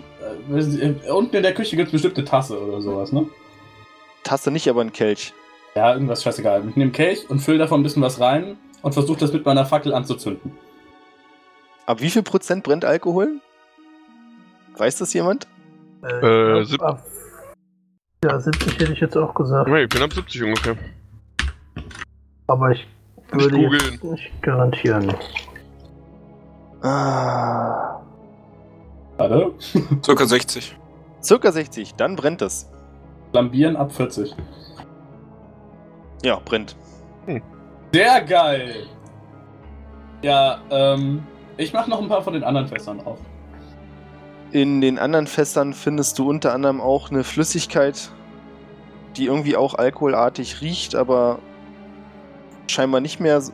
S4: weiß nicht, äh, unten in der Küche gibt es bestimmt eine Tasse oder sowas, ne?
S2: Taste nicht, aber ein Kelch.
S4: Ja, irgendwas scheißegal. Ich nehme Kelch und fülle davon ein bisschen was rein und versuche das mit meiner Fackel anzuzünden.
S2: Ab wie viel Prozent brennt Alkohol? Weiß das jemand?
S5: Äh,
S6: ich
S5: sieb-
S6: glaub, ab- ja, 70 hätte ich jetzt auch gesagt.
S5: Nee, ich bin ab 70 ungefähr.
S6: Aber ich würde
S5: googeln.
S6: jetzt nicht garantieren.
S2: Ah,
S4: Warte.
S3: Circa 60.
S2: circa 60, dann brennt es.
S4: Lambieren ab 40.
S2: Ja, brennt.
S4: Sehr geil! Ja, ähm, ich mache noch ein paar von den anderen Fässern auf.
S2: In den anderen Fässern findest du unter anderem auch eine Flüssigkeit, die irgendwie auch alkoholartig riecht, aber scheinbar nicht mehr, so-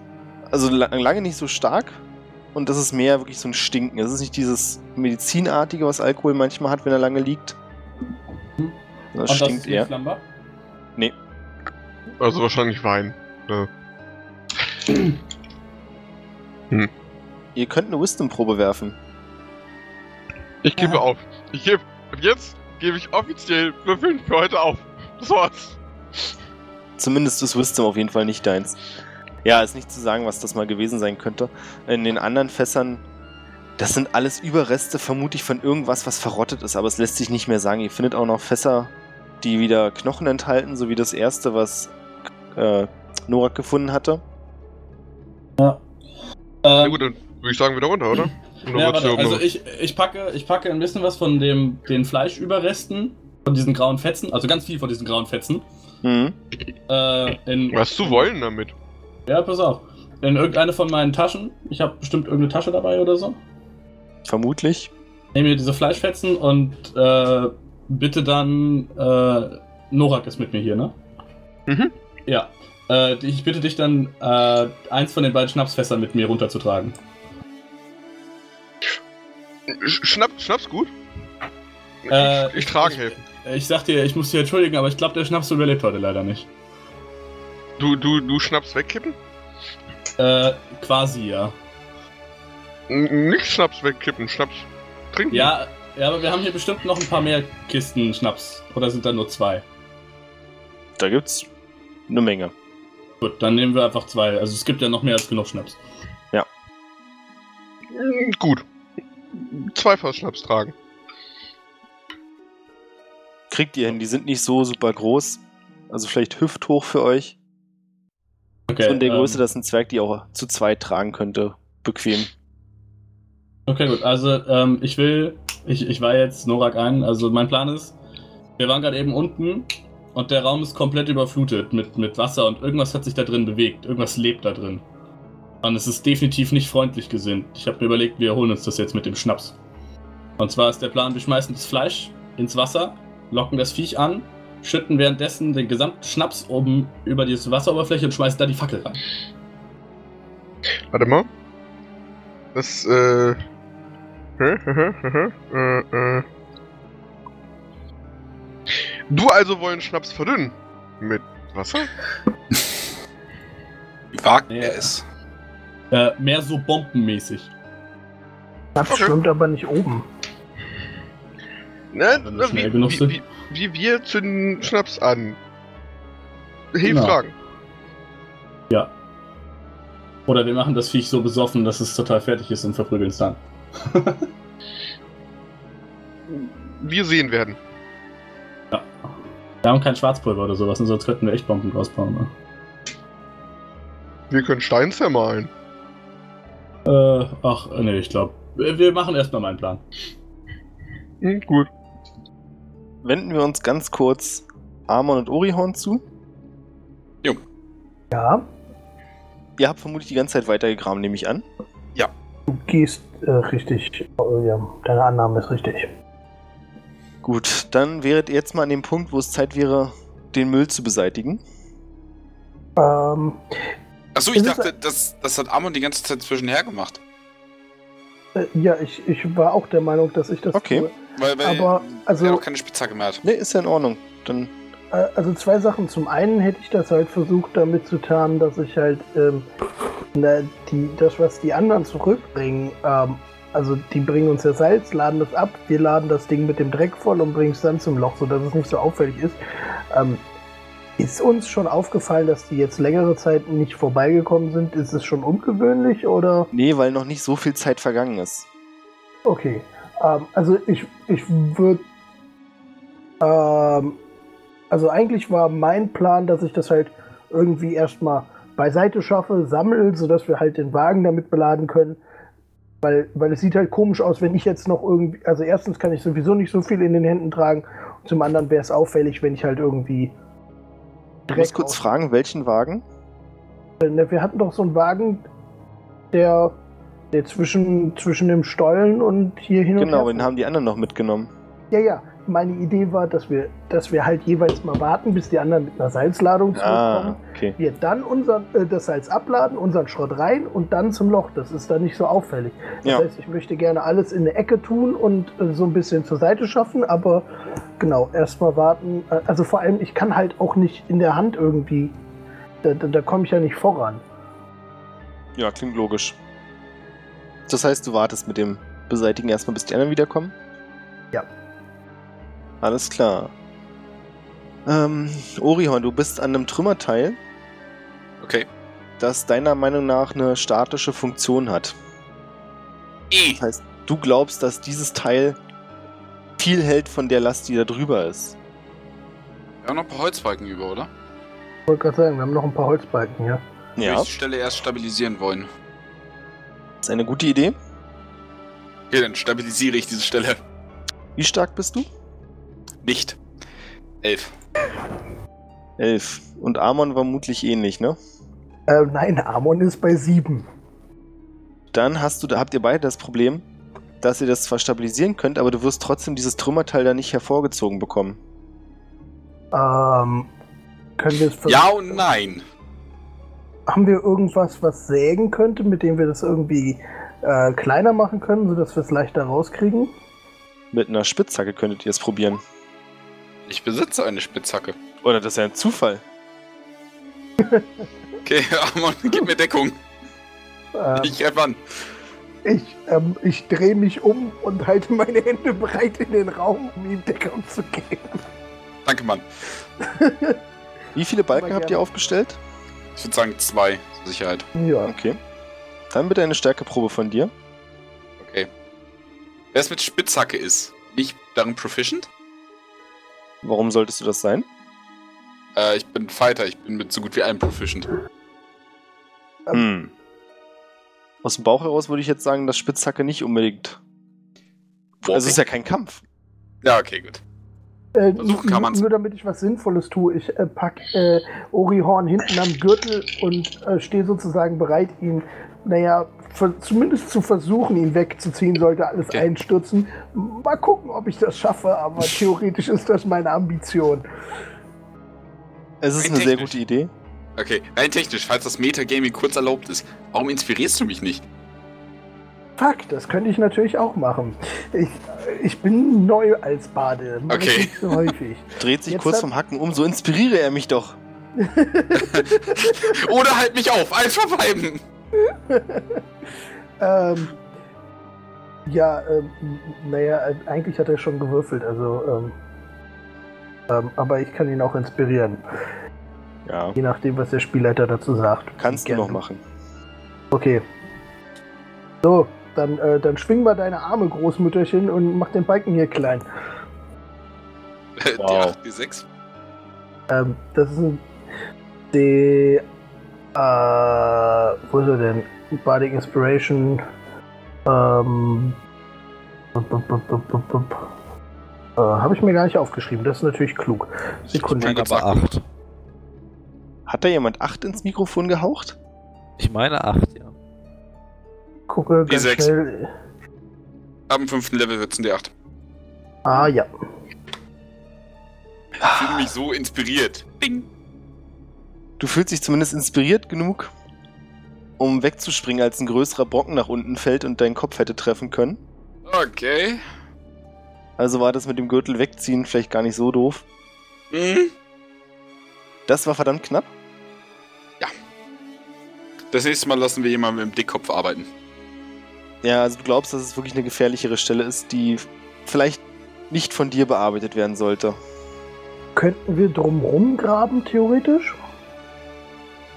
S2: also la- lange nicht so stark. Und das ist mehr wirklich so ein Stinken. Es ist nicht dieses Medizinartige, was Alkohol manchmal hat, wenn er lange liegt.
S4: Mhm.
S2: Das
S4: und
S2: stinkt eher.
S4: nicht Lamber?
S5: Also wahrscheinlich Wein.
S2: Ihr könnt eine Wisdom-Probe werfen.
S5: Ich gebe auf. Ich gebe. Jetzt gebe ich offiziell nur 5 für heute auf. Das war's.
S2: Zumindest ist Wisdom auf jeden Fall nicht deins. Ja, ist nicht zu sagen, was das mal gewesen sein könnte. In den anderen Fässern, das sind alles Überreste, vermutlich von irgendwas, was verrottet ist, aber es lässt sich nicht mehr sagen. Ihr findet auch noch Fässer, die wieder Knochen enthalten, so wie das erste, was äh, Norak gefunden hatte.
S5: Na
S4: Ähm,
S5: gut, dann würde ich sagen, wieder runter, oder? Und dann
S4: Ja,
S5: wird's
S4: warte,
S5: hier oben
S4: also
S5: noch-
S4: ich, ich, packe, ich packe ein bisschen was von dem, den Fleischüberresten, von diesen grauen Fetzen, also ganz viel von diesen grauen Fetzen.
S2: Mhm.
S4: Äh, in,
S5: Was zu wollen damit?
S4: Ja, pass auf. In irgendeine von meinen Taschen. Ich habe bestimmt irgendeine Tasche dabei oder so.
S2: Vermutlich.
S4: Nehme mir diese Fleischfetzen und äh, bitte dann. Äh, Norak ist mit mir hier, ne?
S5: Mhm.
S4: Ja. Äh, ich bitte dich dann, äh, eins von den beiden Schnapsfässern mit mir runterzutragen.
S5: Sch Schnaps, Schnaps gut?
S4: Äh,
S5: ich, ich tragen
S4: ich-
S5: helfen.
S4: Äh, Ich sag dir, ich muss dich entschuldigen, aber ich glaube, der Schnaps überlebt heute leider nicht.
S5: Du, du, du Schnaps wegkippen?
S4: Äh, quasi, ja.
S5: N nicht Schnaps wegkippen, Schnaps trinken.
S4: Ja, ja, aber wir haben hier bestimmt noch ein paar mehr Kisten Schnaps. Oder sind da nur zwei?
S2: Da gibt's eine Menge.
S4: Gut, dann nehmen wir einfach zwei. Also es gibt ja noch mehr als genug Schnaps.
S5: Mm, Gut. Zwei Fass Schnaps tragen.
S2: Kriegt ihr hin, die sind nicht so super groß. Also vielleicht hüfthoch für euch.
S4: Okay.
S2: Von der
S4: ähm,
S2: Größe, dass ein Zwerg die auch zu zweit tragen könnte. Bequem.
S4: Okay, gut. Also, ähm, ich will. Ich, ich war jetzt Norak ein. Also, mein Plan ist, wir waren gerade eben unten und der Raum ist komplett überflutet mit, mit Wasser und irgendwas hat sich da drin bewegt. Irgendwas lebt da drin. Und es ist definitiv nicht freundlich gesinnt. Ich habe mir überlegt, wir holen uns das jetzt mit dem Schnaps. Und zwar ist der Plan, wir schmeißen das Fleisch ins Wasser, locken das Viech an, schütten währenddessen den gesamten Schnaps oben über die Wasseroberfläche und schmeißen da die Fackel rein.
S5: Warte mal. Das, äh. hä, hä, hä, hä, äh, äh. Du also wollen Schnaps verdünnen? Mit Wasser?
S3: Wagt
S4: Ja.
S3: er es?
S4: Äh, mehr so bombenmäßig.
S6: Das
S5: Okay.
S6: schwimmt aber nicht oben.
S5: Ne?
S4: Wenn wir schnell
S5: Wie,
S4: genug
S5: wie,
S4: sind.
S5: wie, wie wir zünden Schnaps an. Hilf
S4: Genau.
S5: fragen.
S4: Oder wir machen das Viech so besoffen, dass es total fertig ist und verprügeln es dann.
S5: Wir sehen werden.
S4: Wir haben kein Schwarzpulver oder sowas, und sonst könnten wir echt Bomben draus bauen. Ne?
S5: Wir können Stein zermahlen.
S4: Äh, ach, äh, nee, ich glaube. Wir machen erstmal meinen Plan.
S5: Hm, gut.
S2: Wenden wir uns ganz kurz Amon und Orihorn zu.
S6: Ja,
S2: Ihr habt vermutlich die ganze Zeit weitergegraben, nehme ich an.
S6: du gehst äh, richtig. Oh, ja, deine Annahme ist richtig.
S2: Gut, dann wäret ihr jetzt mal an dem Punkt, wo es Zeit wäre, den Müll zu beseitigen.
S6: Ähm,
S3: Achso, ich
S6: Es ist-
S3: dachte, das, das hat Amon die ganze Zeit zwischenher gemacht.
S6: äh, ja, ich, ich war auch der Meinung, dass ich das.
S2: Okay.
S6: tue.
S3: Weil, weil
S6: Aber, also-
S3: er auch keine Spitzhacke mehr hat.
S2: Ne, ist ja in Ordnung. Dann
S6: Äh, Also zwei Sachen. Zum einen hätte ich das halt versucht damit zu tarnen, dass ich halt ähm, na, die, das, was die anderen zurückbringen, ähm, also die bringen uns ja Salz, laden das ab, wir laden das Ding mit dem Dreck voll und bringen es dann zum Loch, sodass es nicht so auffällig ist. Ähm, ist uns schon aufgefallen, dass die jetzt längere Zeit nicht vorbeigekommen sind? Ist es schon ungewöhnlich oder?
S2: Nee, weil noch nicht so viel Zeit vergangen ist.
S6: Okay. Ähm, also ich, ich würde. Ähm, also eigentlich war mein Plan, dass ich das halt irgendwie erstmal beiseite schaffe, sammle, sodass wir halt den Wagen damit beladen können. Weil, weil es sieht halt komisch aus, wenn ich jetzt noch irgendwie. Also erstens kann ich sowieso nicht so viel in den Händen tragen. Und zum anderen wäre es auffällig, wenn ich halt irgendwie.
S2: Ich muss kurz
S6: aus-
S2: fragen, welchen Wagen?
S6: Ne, Wir hatten doch so einen Wagen, der, der zwischen, zwischen dem Stollen und hier hin und her.
S2: Genau,
S6: fuhr.
S2: den haben die anderen noch mitgenommen.
S6: Ja, ja. Meine Idee war, dass wir, dass wir halt jeweils mal warten, bis die anderen mit einer Salzladung
S2: Ah,
S6: zurückkommen.
S2: okay.
S6: Wir dann unseren, äh, das Salz abladen, unseren Schrott rein und dann zum Loch. Das ist dann nicht so auffällig. Das
S2: Ja.
S6: heißt, ich möchte gerne alles in eine Ecke tun und äh, so ein bisschen zur Seite schaffen, aber genau, erstmal warten. Äh, Also vor allem, ich kann halt auch nicht in der Hand irgendwie. Da, da, da komme ich ja nicht voran.
S2: Ja, klingt logisch. Das heißt, du wartest mit dem Beseitigen erstmal, bis die anderen wiederkommen?
S6: Ja.
S2: Alles klar. Ähm, Orihorn, du bist an einem Trümmerteil,
S3: Okay.
S2: das deiner Meinung nach eine statische Funktion hat.
S3: Eh.
S2: Das heißt, du glaubst, dass dieses Teil viel hält von der Last, die da drüber ist.
S3: Wir haben noch ein paar Holzbalken über, oder?
S6: Ich wollte gerade sagen, wir haben noch ein paar Holzbalken hier.
S3: Würde ich die Stelle erst stabilisieren wollen.
S2: Ist eine gute Idee.
S3: Okay, dann stabilisiere ich diese Stelle.
S2: Wie stark bist du?
S3: Nicht. Elf.
S2: Elf. Und Amon war vermutlich ähnlich, ne?
S6: Äh, nein, Amon ist bei sieben.
S2: Dann hast du, da habt ihr beide das Problem, dass ihr das zwar stabilisieren könnt, aber du wirst trotzdem dieses Trümmerteil da nicht hervorgezogen bekommen.
S6: Ähm, können wir es versuchen?
S3: Ja und nein.
S6: Haben wir irgendwas, was sägen könnte, mit dem wir das irgendwie äh, kleiner machen können, sodass wir es leichter rauskriegen?
S2: Mit einer Spitzhacke könntet ihr es probieren.
S3: Ich besitze eine Spitzhacke.
S2: Oder das ist ja ein Zufall.
S3: Okay, Amon, gib mir Deckung.
S6: Ähm,
S3: Ich greif an.
S6: ich ähm, ich drehe mich um und halte meine Hände breit in den Raum, um ihm Deckung zu geben.
S3: Danke, Mann.
S2: Wie viele Balken
S6: Aber
S2: habt
S6: gerne.
S2: ihr aufgestellt?
S3: Ich würde sagen zwei, zur Sicherheit.
S6: Ja,
S2: Okay. Dann bitte eine Stärkeprobe von dir.
S3: Okay. Wer es mit Spitzhacke ist, nicht darin proficient?
S2: Warum solltest du das sein?
S3: Äh, ich bin Fighter, ich bin mit so gut wie allem proficient.
S6: Ähm.
S2: Hm. Aus dem Bauch heraus würde ich jetzt sagen, dass Spitzhacke nicht unbedingt. Also es ist ja kein Kampf.
S3: Ja, okay, gut.
S6: äh,
S3: Versuchen kann man's.
S6: nur damit ich was Sinnvolles tue. Ich äh, pack äh, Orihorn hinten am Gürtel und äh, stehe sozusagen bereit, ihn, naja, ver- zumindest zu versuchen, ihn wegzuziehen, sollte alles
S3: Okay.
S6: einstürzen. Mal gucken, ob ich das schaffe, aber theoretisch ist das meine Ambition.
S2: Es ist
S3: Rein
S2: eine sehr
S3: technisch.
S2: gute Idee.
S3: Okay, rein technisch, falls das Metagaming kurz erlaubt ist, warum inspirierst du mich nicht?
S6: Fuck, das könnte ich natürlich auch machen. Ich, ich bin neu als Bade. Mach ich
S3: Okay.
S6: Nicht so häufig.
S2: Dreht sich
S6: Jetzt
S2: kurz
S6: hat-
S2: vom Hacken um, so inspiriere er mich doch.
S3: Oder halt mich auf, eins von beiden.
S6: Ähm, ja, ähm, naja, äh, eigentlich hat er schon gewürfelt, also. Ähm, ähm, aber ich kann ihn auch inspirieren,
S2: Ja,
S6: je nachdem, was der Spielleiter dazu sagt.
S2: kannst du
S6: Gerne.
S2: noch machen.
S6: Okay. So, dann, äh, dann schwing mal deine Arme, Großmütterchen, und mach den Balken hier klein.
S3: Äh, Die
S2: Wow.
S3: 8, die 6.
S6: Ähm, das ist ein D. Äh, wo ist er denn? Bardic Inspiration. Ähm, bup, bup, bup, bup, bup, bup. Äh, Habe ich mir gar nicht aufgeschrieben, das ist natürlich klug. Sekunde.
S3: Ich kann
S1: Aber acht.
S2: Hat da jemand 8 ins Mikrofon gehaucht?
S1: Ich meine acht, ja.
S6: gucke
S3: Die
S6: ganz
S3: sechs.
S6: schnell.
S3: Ab dem fünften Level wird's ein D8.
S6: Ah ja.
S3: Ich fühle mich so inspiriert. Bing.
S2: Du fühlst dich zumindest inspiriert genug, um wegzuspringen, als ein größerer Brocken nach unten fällt und deinen Kopf hätte treffen können.
S3: Okay.
S2: Also war das mit dem Gürtel wegziehen vielleicht gar nicht so doof.
S3: Mhm.
S2: Das war verdammt knapp.
S3: Das nächste Mal lassen wir jemanden mit dem Dickkopf arbeiten.
S2: Ja, also du glaubst, dass es wirklich eine gefährlichere Stelle ist, die vielleicht nicht von dir bearbeitet werden sollte.
S6: Könnten wir drumrum graben, theoretisch?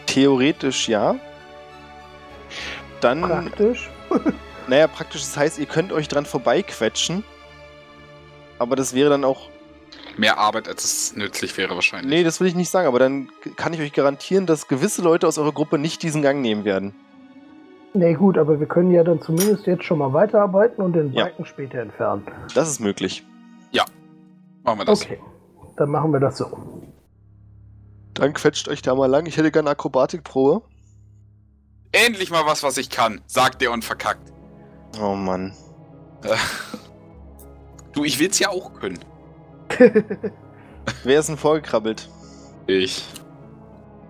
S2: Theoretisch ja. Dann,
S6: Praktisch.
S2: naja, praktisch, das heißt, ihr könnt euch dran vorbeiquetschen. Aber das wäre dann auch.
S3: Mehr Arbeit, als es nützlich wäre wahrscheinlich.
S2: Nee, das will ich nicht sagen, aber dann kann ich euch garantieren, dass gewisse Leute aus eurer Gruppe nicht diesen Gang nehmen werden.
S6: Nee, gut, aber wir können ja dann zumindest jetzt schon mal weiterarbeiten und den
S2: Ja.
S6: Balken später entfernen.
S2: Das ist möglich.
S3: Machen wir das.
S6: Okay, dann machen wir das so.
S2: Dann quetscht euch da mal lang. Ich hätte gerne Akrobatikprobe.
S3: Endlich mal was, was ich kann, sagt der und verkackt.
S2: Oh Mann.
S3: Du, ich will's ja auch können.
S2: Wer ist denn vorgekrabbelt?
S3: Ich.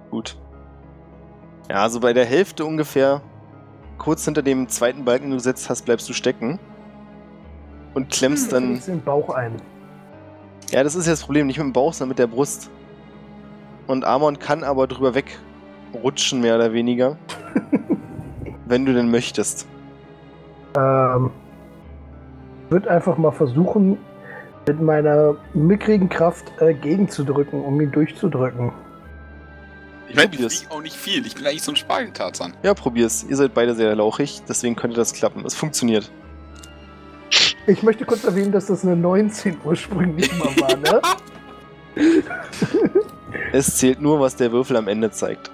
S2: Gut. Ja, also bei der Hälfte ungefähr, kurz hinter dem zweiten Balken, den du gesetzt hast, bleibst du stecken. Und klemmst dann.
S6: Jetzt den Bauch ein.
S2: Ja, das ist ja das Problem. Nicht mit dem Bauch, sondern mit der Brust. Und Amon kann aber drüber wegrutschen, mehr oder weniger. wenn du denn möchtest.
S6: Ähm, wird einfach mal versuchen, mit meiner mickrigen Kraft äh, gegenzudrücken, um ihn durchzudrücken.
S3: Ich meine,
S2: Probier's.
S3: ich flieg auch nicht viel. Ich bin eigentlich so ein Spargeltarzan.
S2: Ja, probier's. Ihr seid beide sehr lauchig, deswegen könnte das klappen. Es funktioniert.
S6: Ich möchte kurz erwähnen, dass das eine 19 ursprünglich mal war, ne?
S2: Es zählt nur, was der Würfel am Ende zeigt.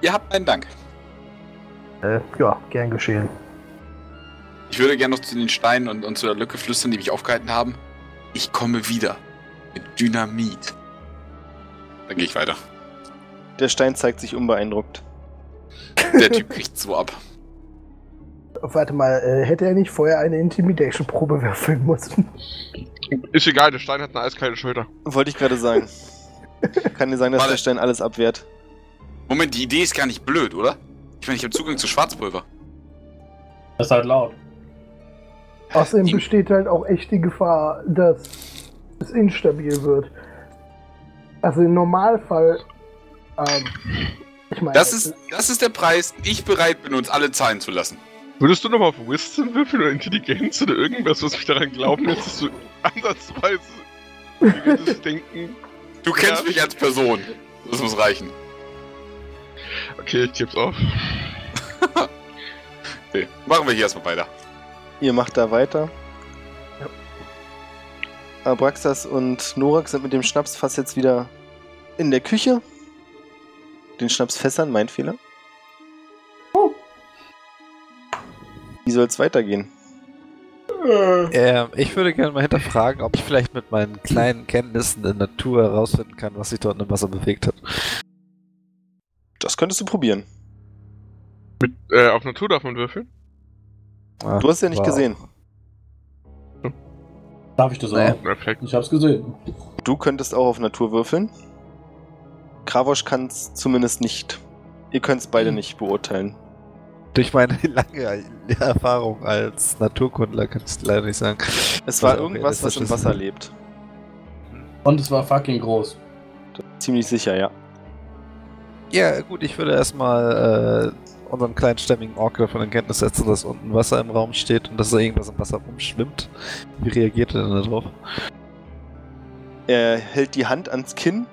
S3: Ihr habt meinen Dank.
S6: äh, ja, gern geschehen.
S3: Ich würde gerne noch zu den Steinen und, und zu der Lücke flüstern, die mich aufgehalten haben. Ich komme wieder. Mit Dynamit. Dann gehe ich weiter.
S2: Der Stein zeigt sich unbeeindruckt.
S3: Der Typ kriegt so ab.
S6: Warte mal, äh, hätte er nicht vorher eine Intimidation-Probe würfeln müssen?
S5: Ist egal, der Stein hat eine eiskalte Schulter.
S2: Wollte ich gerade sagen. Kann dir sagen, dass
S3: Warte.
S2: der Stein alles abwehrt.
S3: Moment, die Idee ist gar nicht blöd, oder? Ich meine, ich habe Zugang zu Schwarzpulver.
S4: Das ist halt laut.
S6: Außerdem
S3: Ich-
S6: besteht halt auch echt die Gefahr, dass es instabil wird. Also im Normalfall. Ähm, ich meine,
S3: Das ist, das ist der Preis, den ich bereit bin, uns alle zahlen zu lassen.
S5: Würdest du nochmal auf Wisdom würfeln oder Intelligenz oder irgendwas, was mich daran glauben lässt, dass du ansatzweise gewisses Denken.
S3: Du kennst
S5: Ja.
S3: mich als Person. Das muss reichen.
S5: Okay, ich tipp's auf.
S3: Okay, machen wir hier erstmal weiter.
S2: Ihr macht da weiter. Abraxas und Norak sind mit dem Schnapsfass jetzt wieder in der Küche. Den Schnapsfässern, mein Fehler. Wie soll's weitergehen?
S1: Ähm, ich würde gerne mal hinterfragen, ob ich vielleicht mit meinen kleinen Kenntnissen in Natur herausfinden kann, was sich dort im Wasser bewegt hat.
S2: Das könntest du probieren.
S5: Äh, auf Natur darf man würfeln?
S1: Ah,
S2: Du hast ja nicht
S1: wow.
S2: gesehen.
S4: Darf ich das
S1: Nee.
S4: auch?
S5: Perfekt.
S4: Ich hab's gesehen.
S2: Du könntest auch auf Natur würfeln. Kravosch kann's zumindest nicht. Ihr könnt's beide
S1: Hm.
S2: nicht beurteilen.
S1: Durch meine lange Erfahrung als Naturkundler kann ich es leider nicht sagen.
S2: Es war
S1: Also, okay,
S2: irgendwas,
S1: das
S2: was
S1: ist
S2: im
S1: das-
S2: Wasser lebt.
S4: Und es war fucking groß.
S2: Ziemlich sicher, ja.
S1: Ja, gut, ich würde erstmal äh, unseren kleinen stämmigen Ork davon in Kenntnis setzen, dass unten Wasser im Raum steht und dass da irgendwas im Wasser rumschwimmt. Wie reagiert er denn darauf?
S2: Er hält die Hand ans Kinn,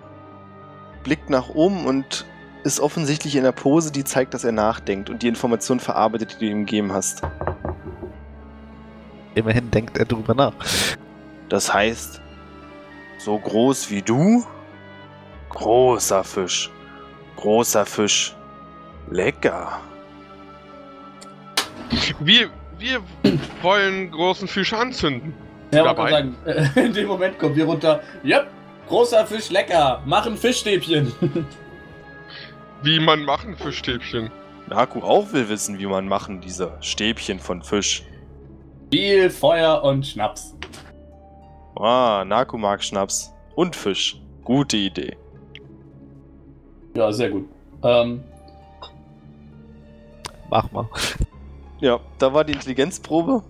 S2: blickt nach oben und ist offensichtlich in einer Pose, die zeigt, dass er nachdenkt und die Information verarbeitet, die du ihm gegeben hast.
S1: Immerhin denkt er drüber nach.
S2: Das heißt, so groß wie du? Großer Fisch. Großer Fisch. Lecker.
S5: Wir, wir wollen großen Fisch anzünden.
S4: Ja, dabei.
S5: dabei.
S4: Sagen, äh, in dem Moment kommen wir runter. Yep, großer Fisch lecker. Mach ein Fischstäbchen.
S5: Wie man machen für Stäbchen.
S2: Naku auch will wissen, wie man machen diese Stäbchen von Fisch.
S4: Viel Feuer und Schnaps.
S2: Ah, Naku mag Schnaps und Fisch. Gute Idee.
S4: Ja, sehr gut. Ähm,
S1: Mach mal.
S2: Ja, da war die Intelligenzprobe.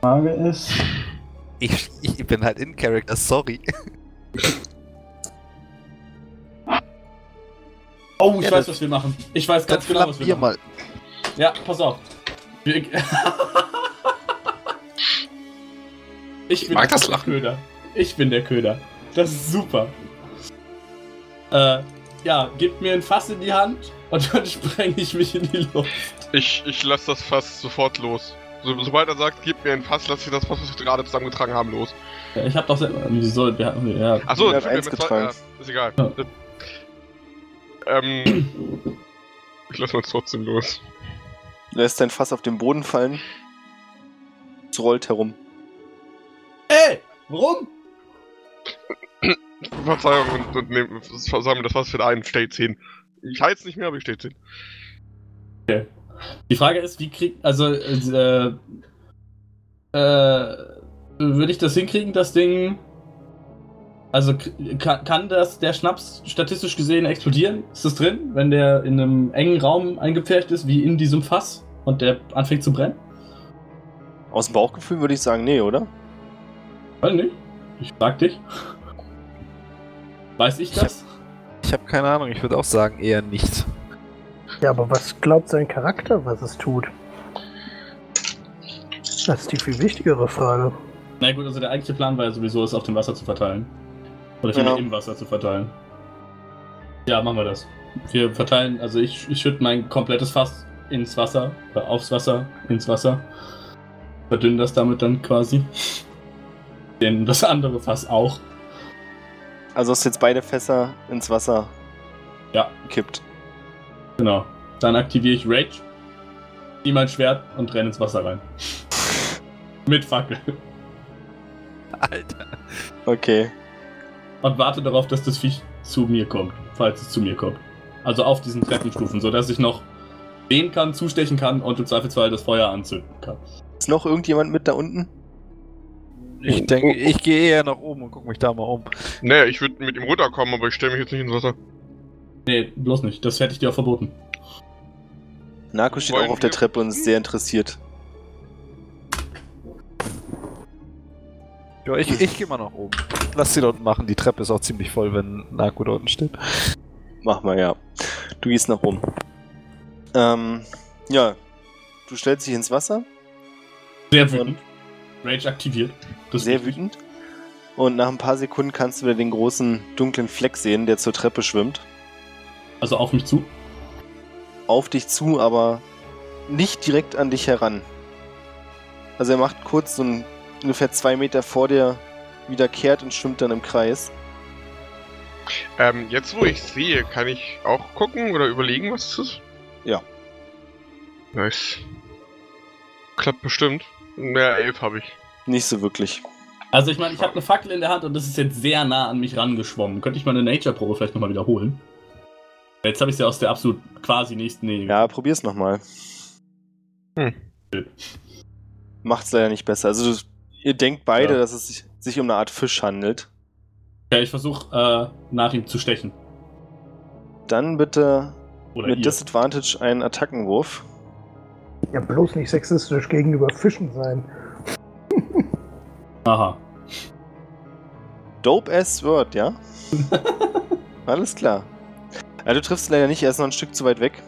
S7: Frage ist.
S1: Ich, ich bin halt in Character, sorry.
S4: oh, ich
S1: Ja,
S4: weiß,
S1: das-
S4: was wir machen. Ich weiß ganz genau, was wir
S1: Flappier
S4: machen. Ja, pass auf. Wir, ich bin
S3: mag
S4: der
S3: das Lachen.
S4: Köder. Ich bin der Köder. Das ist super. Äh, ja, gib mir ein Fass in die Hand und dann spreng ich mich in die Luft.
S5: Ich, ich lasse das Fass sofort los. So, sobald er sagt, gib mir ein Fass, lasse ich das Fass, was wir gerade zusammengetragen haben, los.
S4: Ja, ich hab doch selber. Wieso? Wir haben, ja.
S5: Achso,
S2: Ich hab
S5: Entschuldigung,
S2: eins
S5: mit
S2: getragen.
S5: Zwei, äh, ist egal. Ähm. Ich lasse mal trotzdem los.
S2: Lässt dein Fass auf den Boden fallen. Es rollt herum.
S4: Ey! Warum?
S5: Verzeihung und, und nehm, versammeln das Fass wieder ein, steht's hin. Ich heiz nicht mehr, aber ich steht's hin.
S4: Die Frage ist, wie kriegt. Also, äh. äh Würde ich das hinkriegen, das Ding. Also, k- kann, kann das der Schnaps statistisch gesehen explodieren? Ist das drin, wenn der in einem engen Raum eingepfercht ist, wie in diesem Fass und der anfängt zu brennen?
S2: Aus dem Bauchgefühl würde ich sagen, nee, oder?
S4: Weiß nicht. Ich frag dich. Weiß ich das?
S1: Ich habe keine Ahnung, ich würde auch sagen, eher nicht.
S6: Ja, aber was glaubt sein Charakter, was es tut? Das ist die viel wichtigere Frage.
S4: Na gut, also der eigentliche Plan war ja sowieso, es auf dem Wasser zu verteilen. Oder vielmehr
S2: Genau.
S4: im Wasser zu verteilen. Ja, machen wir das. Wir verteilen, also ich, ich schütte mein komplettes Fass ins Wasser, oder aufs Wasser, ins Wasser. Verdünne das damit dann quasi. Denn das andere Fass auch.
S2: Also hast du jetzt beide Fässer ins Wasser
S4: Ja.
S2: gekippt.
S4: Genau. Dann aktiviere ich Rage, ziehe mein Schwert und renne ins Wasser rein. Mit Fackel.
S1: Alter.
S2: Okay.
S4: und warte darauf, dass das Viech zu mir kommt, falls es zu mir kommt. Also auf diesen Treppenstufen, sodass ich noch sehen kann, zustechen kann und im Zweifelsfall das Feuer anzünden kann.
S2: Ist noch irgendjemand mit da unten?
S4: Oh,
S1: Ich denke, ich gehe eher nach oben und guck mich da mal um.
S5: Naja, ich würde mit ihm runterkommen, aber ich stelle mich jetzt nicht ins Wasser.
S4: Nee, bloß nicht, das hätte ich dir auch verboten.
S2: Narko steht
S5: Wollen
S2: auch auf der
S5: wir-
S2: Treppe und ist sehr interessiert.
S1: Ja, ich, ich gehe mal nach oben. Lass sie dort machen, die Treppe ist auch ziemlich voll, wenn Narko dort unten steht.
S2: Mach mal, ja. Du gehst nach oben. Ähm, ja. Du stellst dich ins Wasser,
S4: Sehr wütend. Rage aktiviert. Das
S2: sehr wütend. Und nach ein paar Sekunden kannst du wieder den großen dunklen Fleck sehen, der zur Treppe schwimmt.
S4: Also auf mich zu.
S2: Auf dich zu, aber nicht direkt an dich heran. Also er macht kurz so ein, ungefähr zwei Meter vor dir wieder kehrt und schwimmt dann im Kreis.
S5: Ähm, jetzt wo ich sehe, kann ich auch gucken oder überlegen, was es ist?
S2: Ja.
S5: Nice. Klappt bestimmt. Naja, elf habe ich.
S2: Nicht so wirklich.
S4: Also ich meine, ich habe eine Fackel in der Hand und das ist jetzt sehr nah an mich rangeschwommen. Könnte ich meine Nature-Probe vielleicht nochmal wiederholen? Jetzt habe ich sie aus der absolut quasi nächsten Nähe.
S2: Ja, probier's nochmal.
S5: Hm.
S2: Macht's leider nicht besser. Also, du, ihr denkt beide,
S4: Ja.
S2: dass es sich, sich um eine Art Fisch handelt.
S4: Ja, ich versuche äh, nach ihm zu stechen.
S2: Dann bitte
S4: Oder
S2: mit
S4: ihr.
S2: Disadvantage einen Attackenwurf.
S6: Ja, bloß nicht sexistisch gegenüber Fischen sein.
S4: Aha.
S2: Dope ass Word, ja? Alles klar. Ja, du triffst leider nicht, er ist noch ein Stück zu weit weg.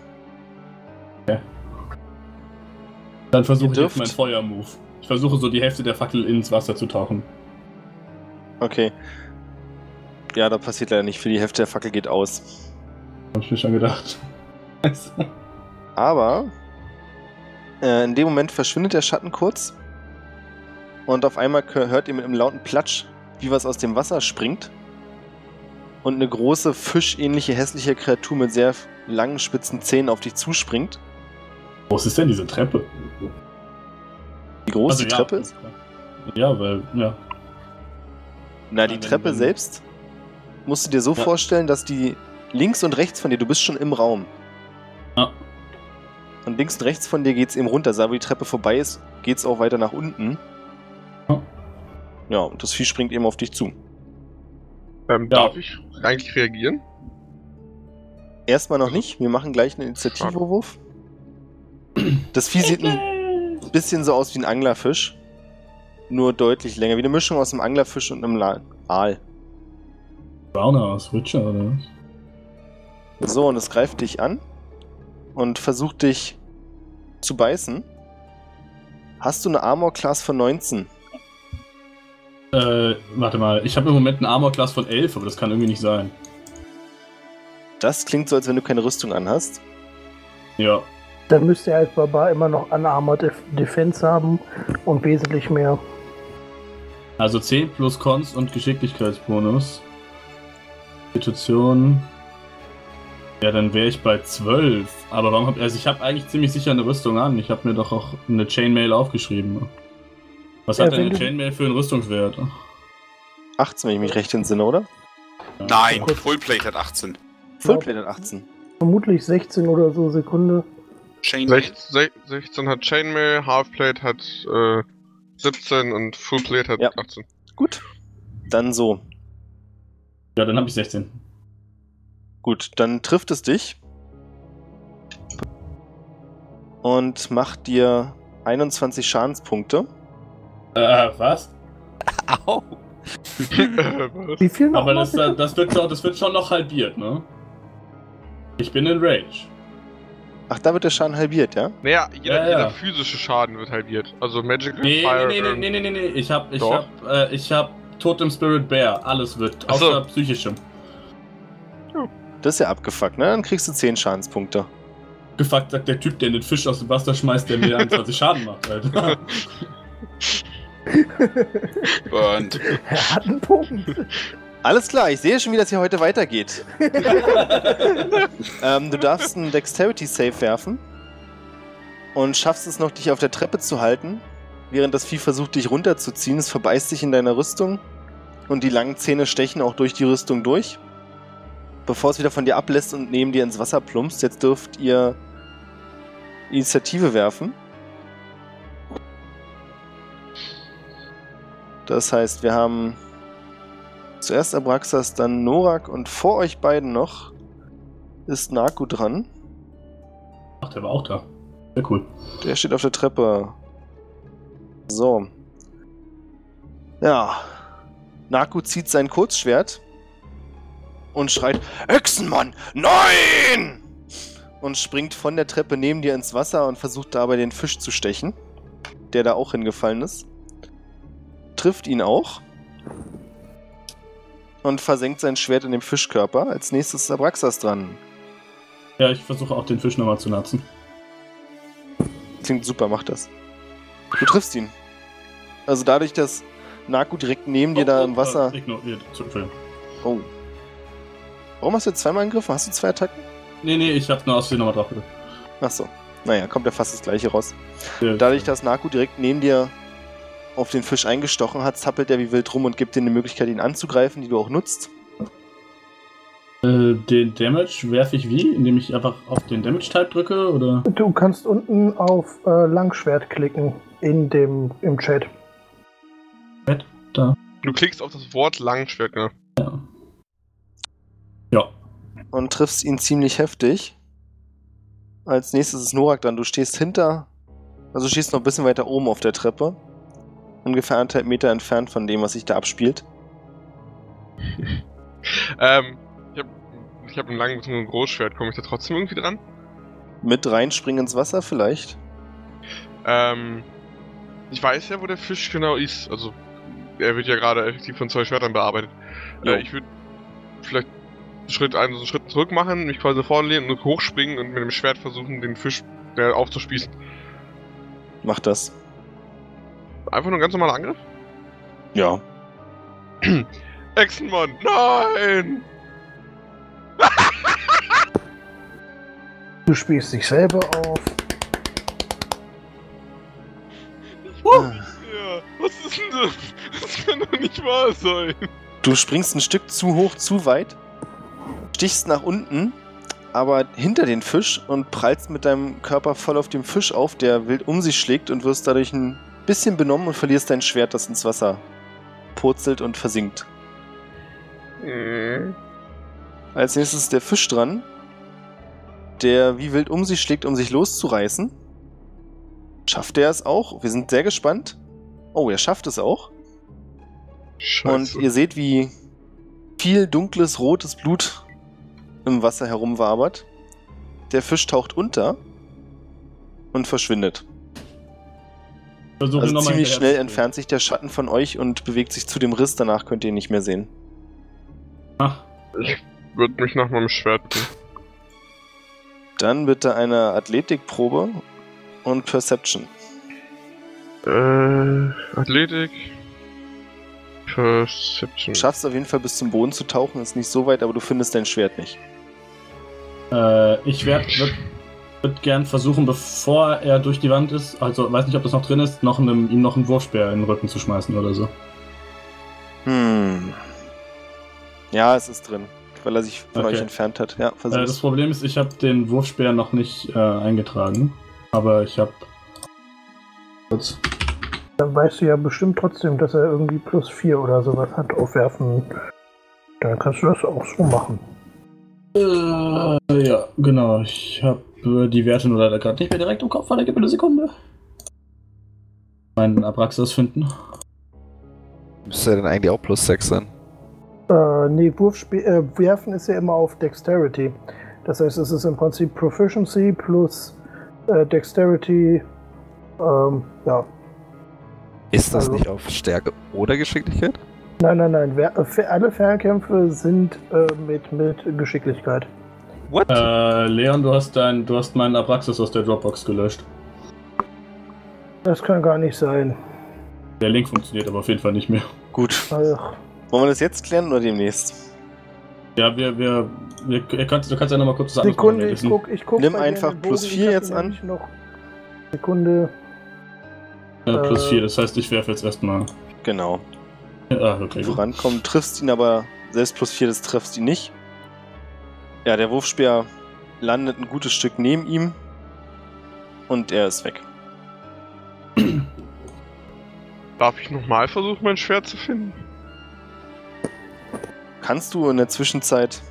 S4: Dann
S2: Ihr
S4: versuche ich
S2: dürft.
S4: jetzt meinen Feuermove. Ich versuche so die Hälfte der Fackel ins Wasser zu tauchen.
S2: Okay. Ja, da passiert leider nicht viel. Die Hälfte der Fackel geht aus.
S4: Hab ich mir schon gedacht.
S2: Aber äh, in dem Moment verschwindet der Schatten kurz und auf einmal kö- hört ihr mit einem lauten Platsch, wie was aus dem Wasser springt und eine große fischähnliche hässliche Kreatur mit sehr langen, spitzen Zähnen auf dich zuspringt.
S4: Wie groß ist denn diese Treppe? Also
S2: Wie groß die
S4: ja.
S2: Treppe ist?
S4: Ja, weil, ja.
S2: Na, die
S4: wenn-
S2: Treppe
S4: wenn-
S2: selbst musst du dir so
S4: Ja.
S2: vorstellen, dass die links und rechts von dir, du bist schon im Raum.
S4: Ja.
S2: Und links und rechts von dir geht's eben runter. Da, wo die Treppe vorbei ist, geht's auch weiter nach unten.
S4: Ja.
S2: Ja, und das Vieh springt eben auf dich zu.
S5: Ähm,
S4: Ja.
S5: Darf ich eigentlich reagieren?
S2: Erstmal noch nicht. Wir machen gleich einen Initiativwurf. Das Vieh sieht ein bisschen so aus wie ein Anglerfisch. Nur deutlich länger. Wie eine Mischung aus einem Anglerfisch und einem La Aal.
S4: Browner aus Witcher, oder? was?
S2: So, und es greift dich an und versucht dich zu beißen. Hast du eine Armor-Class von 19?
S4: Äh, warte mal, ich habe im Moment einen Armor-Class von 11, aber das kann irgendwie nicht sein.
S2: Das klingt so, als wenn du keine Rüstung anhast.
S4: Ja.
S6: Dann müsste er als Barbar immer noch Unarmored Def- Defense haben und wesentlich mehr.
S4: Also 10 plus Cons und Geschicklichkeitsbonus. Institution. Ja, dann wäre ich bei 12. Aber warum hab also ich habe eigentlich ziemlich sicher eine Rüstung an. Ich habe mir doch auch eine Chainmail aufgeschrieben. Was
S6: Ja,
S4: hat denn
S6: wenn
S4: eine
S6: du-
S4: Chainmail für einen Rüstungswert?
S2: 18, wenn ich mich recht entsinne, oder?
S3: Nein,
S6: Kurz.
S3: Fullplate hat 18.
S2: Fullplate hat 18.
S6: Vermutlich 16 oder so Sekunde.
S3: Shane,
S5: Sech, sech, 16 hat Chainmail, Halfplate hat äh, 17 und Fullplate hat
S2: Ja.
S5: 18.
S2: Gut. Dann so.
S4: Ja, dann habe ich 16.
S2: Gut, dann trifft es dich. Und macht dir 21 Schadenspunkte.
S4: Äh, was?
S8: Au!
S5: Äh, Was?
S6: Wie viel noch?
S4: Aber
S6: mal
S4: das, halt-
S6: bitte?
S4: das, wird schon, das wird schon noch halbiert, ne? Ich bin in Rage.
S2: Ach, da wird der Schaden halbiert, ja?
S5: naja, jeder,
S4: Ja, ja.
S5: jeder physische Schaden wird halbiert. Also Magical
S4: Nee,
S5: Fire.
S4: nee, nee,
S5: ähm,
S4: nee, nee, nee, nee. Ich hab, ich
S5: Doch.
S4: hab, äh, ich hab Totem Spirit Bear. Alles wird.
S5: Ach so.
S4: Außer psychischem.
S2: Das ist ja abgefuckt, ne? Dann kriegst du 10 Schadenspunkte.
S4: Gefuckt sagt der Typ, der den Fisch aus dem Wasser schmeißt, der mir 21 Schaden macht, Alter.
S3: Burnt.
S6: er hat einen Punkt.
S2: Alles klar, ich sehe schon, wie das hier heute weitergeht. ähm, du darfst einen Dexterity-Save werfen und schaffst es noch, dich auf der Treppe zu halten, während das Vieh versucht, dich runterzuziehen. Es verbeißt dich in deiner Rüstung und die langen Zähne stechen auch durch die Rüstung durch, bevor es wieder von dir ablässt und neben dir ins Wasser plumpst. Jetzt dürft ihr Initiative werfen. Das heißt, wir haben Zuerst Abraxas, dann Norak und vor euch beiden noch ist Naku dran.
S4: Ach, der war auch da. Sehr cool.
S2: Der steht auf der Treppe. So. Ja. Naku zieht sein Kurzschwert und schreit: Hexenmann! Nein! Und springt von der Treppe neben dir ins Wasser und versucht dabei den Fisch zu stechen, der da auch hingefallen ist. Trifft ihn auch. Und versenkt sein Schwert in dem Fischkörper. Als nächstes ist Abraxas dran.
S4: Ja, ich versuche auch den Fisch nochmal zu natzen.
S2: Klingt super, mach das. Du triffst ihn. Also dadurch, dass Naku direkt neben dir da
S4: Oh, oh,
S2: im Wasser.
S4: äh, Ignoriert. Entschuldigung.
S2: Oh. Warum hast du jetzt zweimal angegriffen? Hast du zwei Attacken?
S4: Nee, nee, ich hab nur aus Versehen nochmal drauf gedrückt.
S2: Achso. Naja, kommt ja fast das gleiche raus.
S4: Äh,
S2: Dadurch, dass Naku direkt neben dir auf den Fisch eingestochen hat, zappelt er wie wild rum und gibt dir eine Möglichkeit, ihn anzugreifen, die du auch nutzt.
S4: Äh, den Damage werfe ich wie? Indem ich einfach auf den Damage-Type drücke, oder?
S6: Du kannst unten auf äh, Langschwert klicken in dem im Chat.
S5: Du klickst auf das Wort Langschwert, ne?
S4: Ja. Ja.
S2: und triffst ihn ziemlich heftig. Als nächstes ist Norak dann. Du stehst hinter, also du stehst noch ein bisschen weiter oben auf der Treppe. Ungefähr anderthalb Meter entfernt von dem, was sich da abspielt.
S5: Ähm, ich hab, ich hab einen langen bzw. ein Großschwert. Komme ich da trotzdem irgendwie dran?
S2: Mit reinspringen ins Wasser vielleicht.
S5: Ähm, ich weiß ja, wo der Fisch genau ist. Also, er wird ja gerade effektiv von zwei Schwertern bearbeitet.
S2: Jo.
S5: Äh, ich würde vielleicht einen Schritt, einen, so einen Schritt zurück machen, mich quasi vorne lehnen und hochspringen und mit dem Schwert versuchen, den Fisch äh, aufzuspießen.
S2: Mach das.
S5: Einfach nur ein ganz normaler Angriff?
S2: Ja.
S5: Echsenmann, nein!
S6: Du spielst dich selber auf.
S5: Ja, was ist denn das? Das kann doch nicht wahr sein.
S2: Du springst ein Stück zu hoch, zu weit, stichst nach unten, aber hinter den Fisch und prallst mit deinem Körper voll auf dem Fisch auf, der wild um sich schlägt und wirst dadurch ein bisschen benommen und verlierst dein Schwert, das ins Wasser purzelt und versinkt. Als nächstes ist der Fisch dran, der wie wild um sich schlägt, um sich loszureißen. Schafft er es auch? Wir sind sehr gespannt. Oh, er schafft es auch. Und
S5: Scheiße.
S2: ihr seht, wie viel dunkles, rotes Blut im Wasser herumwabert. Der Fisch taucht unter und verschwindet.
S4: Versuche
S2: also
S4: nochmal hinterher
S2: ziemlich schnell
S4: zu springen.
S2: entfernt sich der Schatten von euch und bewegt sich zu dem Riss. Danach könnt ihr ihn nicht mehr sehen.
S4: Ach,
S5: Würde mich nach meinem Schwert gehen.
S2: Dann bitte eine Athletikprobe und Perception.
S5: Äh, Athletik. Perception.
S2: Du schaffst auf jeden Fall bis zum Boden zu tauchen, ist nicht so weit, aber du findest dein Schwert nicht.
S4: äh, ich werde würd, würd gern versuchen, bevor er durch die Wand ist, also weiß nicht, ob das noch drin ist, noch einem, ihm noch einen Wurfspeer in den Rücken zu schmeißen oder so.
S2: Hm. Ja, es ist drin, weil er sich von
S4: Okay.
S2: euch entfernt hat. Ja,
S4: Äh, das
S2: versuch's.
S4: Problem ist, ich habe den Wurfspeer noch nicht äh, eingetragen, aber ich habe. Kurz.
S6: Dann weißt du ja bestimmt trotzdem, dass er irgendwie plus 4 oder sowas hat aufwerfen. Dann kannst du das auch so machen.
S4: Äh, ja, genau. Ich habe äh, die Werte nur leider gerade nicht mehr direkt im Kopf, warte, gib mir eine Sekunde. Meinen Abraxas finden.
S1: Müsste ja dann eigentlich auch plus 6 sein.
S6: Äh, nee, Wurfspe äh, werfen ist ja immer auf Dexterity. Das heißt, es ist im Prinzip Proficiency plus äh, Dexterity. Ähm, ja.
S1: Ist das
S6: Also-
S1: nicht auf Stärke oder Geschicklichkeit?
S6: Nein, nein, nein. Wer äh, für alle Fernkämpfe sind äh, mit, mit Geschicklichkeit.
S1: What?
S4: Äh, Leon, du hast dein, du hast meinen Abraxas aus der Dropbox gelöscht.
S6: Das kann gar nicht sein.
S4: Der Link funktioniert aber auf jeden Fall nicht mehr.
S2: Gut.
S6: Ach,
S2: Wollen wir das jetzt klären oder demnächst?
S4: Ja, wir, wir, wir ihr könnt, du kannst ja nochmal kurz das andere
S6: Sekunde,
S4: Wochenende
S6: ich
S4: wissen.
S6: guck, ich guck.
S2: Nimm
S6: bei dir in
S2: einfach
S6: den
S2: plus
S6: Bogen.
S2: vier
S6: Ich hab
S2: jetzt
S6: ihn
S2: an.
S6: nämlich Noch. Sekunde.
S4: äh, Plus
S6: äh,
S4: 4, das heißt, ich werfe jetzt erstmal.
S2: Genau.
S4: Ah, okay.
S2: Du
S4: gut.
S2: rankommst, triffst ihn, aber selbst plus 4, das treffst ihn nicht. Ja, der Wurfspeer landet ein gutes Stück neben ihm und er ist weg.
S5: Darf ich nochmal versuchen, mein Schwert zu finden?
S2: Kannst du in der Zwischenzeit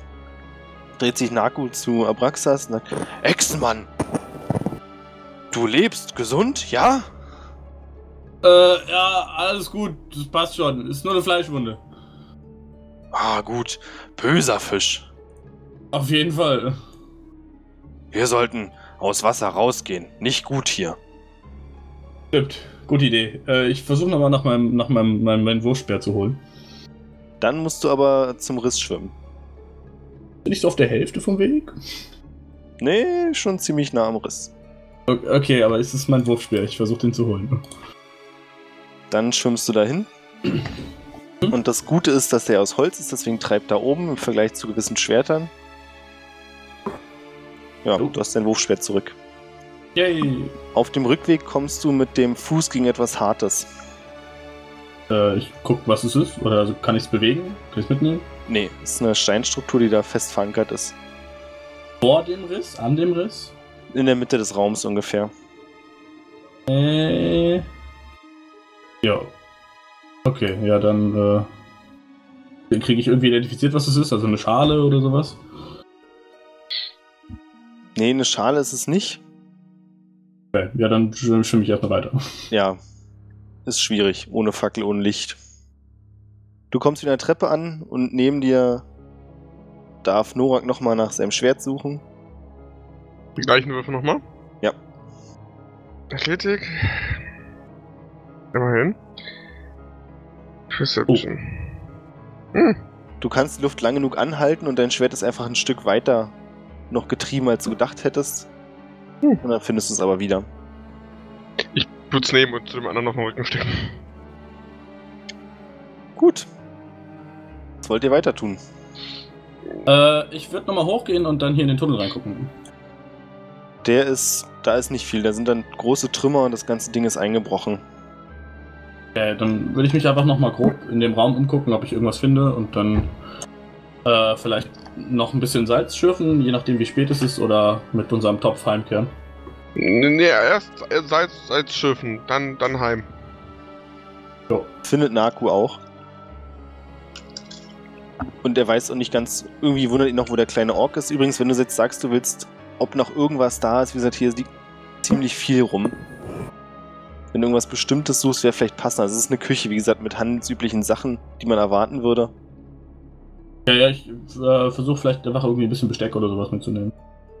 S2: dreht sich Naku zu Abraxas und sagt: Echsenmann! Du lebst gesund, ja?
S4: Äh, ja, alles gut, das passt schon. Ist nur eine Fleischwunde.
S2: Ah, gut. Böser Fisch.
S4: Auf jeden Fall.
S2: Wir sollten aus Wasser rausgehen. Nicht gut hier.
S4: Stimmt, gute Idee. Äh, ich versuche nochmal nach meinem, nach meinem, meinem, meinem Wurfspeer zu holen.
S2: Dann musst du aber zum Riss schwimmen.
S4: Bin ich so auf der Hälfte vom Weg?
S2: Nee, schon ziemlich nah am Riss.
S4: O- Okay, aber es ist mein Wurfspeer. Ich versuche den zu holen.
S2: Dann schwimmst du dahin. Und das Gute ist, dass der aus Holz ist, deswegen treibt da oben im Vergleich zu gewissen Schwertern. Ja,
S4: Jo.
S2: du hast dein Wurfschwert zurück.
S4: Yay!
S2: Auf dem Rückweg kommst du mit dem Fuß gegen etwas Hartes.
S4: Äh, ich guck, was es ist. Oder also, kann ich es bewegen? Kann ich es mitnehmen?
S2: Nee, ist eine Steinstruktur, die da fest verankert ist.
S4: Vor dem Riss? An dem Riss?
S2: In der Mitte des Raums ungefähr.
S4: Äh. Ja. Okay, ja, dann, äh. Dann kriege ich irgendwie identifiziert, was es ist. Also eine Schale oder sowas.
S2: Nee, eine Schale ist es nicht.
S4: Okay, ja, dann schwimme schwimm ich erstmal weiter.
S2: Ja, ist schwierig. Ohne Fackel, ohne Licht. Du kommst wieder eine Treppe an und neben dir darf Norak nochmal nach seinem Schwert suchen.
S5: Die gleichen Würfe nochmal?
S2: Ja.
S5: Athletik. Immerhin. Perception.
S2: Du kannst die Luft lang genug anhalten und dein Schwert ist einfach ein Stück weiter noch getrieben, als du gedacht hättest. Und dann findest du es aber wieder.
S5: Blut's nehmen und zu dem anderen auf den Rücken stecken.
S2: Gut. Was wollt ihr weiter tun?
S4: Äh, ich würde nochmal hochgehen und dann hier in den Tunnel reingucken.
S2: Der ist, da ist nicht viel. Da sind dann große Trümmer und das ganze Ding ist eingebrochen.
S9: Okay, Äh, dann würde ich mich einfach nochmal grob in dem Raum umgucken, ob ich irgendwas finde und dann äh, vielleicht noch ein bisschen Salz schürfen, je nachdem wie spät es ist, oder mit unserem Topf heimkehren.
S5: Nee, erst äh, Salz, Salz schiffen, dann, dann heim.
S2: Findet Naku auch. Und er weiß auch nicht ganz, irgendwie wundert ihn noch, wo der kleine Ork ist. Übrigens, wenn du jetzt sagst, du willst, ob noch irgendwas da ist, wie gesagt, hier liegt ziemlich viel rum. Wenn du irgendwas Bestimmtes suchst, wäre vielleicht passender. Also Es ist eine Küche, wie gesagt, mit handelsüblichen Sachen, die man erwarten würde.
S9: Ja, ja, ich äh, versuche vielleicht einfach irgendwie ein bisschen Besteck oder sowas mitzunehmen.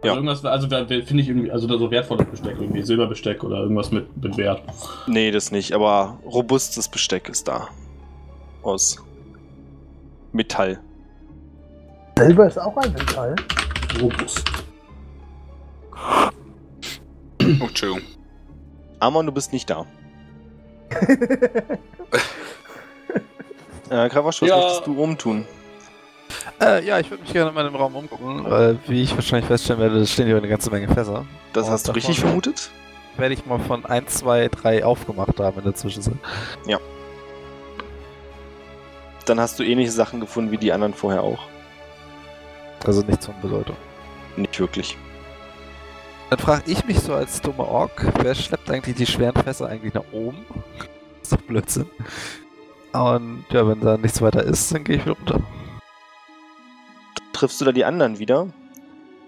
S9: Also
S2: Ja.
S9: irgendwas, also wer- wer- finde ich irgendwie, also da so wertvolles Besteck, irgendwie Silberbesteck oder irgendwas mit, mit Wert.
S2: Nee, das nicht, aber robustes Besteck ist da. Aus Metall.
S6: Silber ist auch ein Metall.
S9: Robust.
S3: Oh, Entschuldigung.
S2: Amon, du bist nicht da. äh, Kravasch, was
S9: Ja.
S2: möchtest du rumtun?
S1: Äh, ja, ich würde mich gerne mal im Raum umgucken, weil, wie ich wahrscheinlich feststellen werde, stehen hier eine ganze Menge Fässer.
S2: Das
S1: Und
S2: hast du
S1: davon-
S2: richtig vermutet?
S1: Werde ich mal von 1, 2, 3 aufgemacht haben in der Zwischenzeit.
S2: Dann hast du ähnliche Sachen gefunden wie die anderen vorher auch.
S1: Also nichts von Bedeutung.
S2: Nicht wirklich.
S1: Dann frage ich mich so als dummer Ork, wer schleppt eigentlich die schweren Fässer eigentlich nach oben? ist doch Blödsinn. Und ja, wenn da nichts weiter ist, dann gehe ich wieder runter.
S2: Triffst du da die anderen wieder?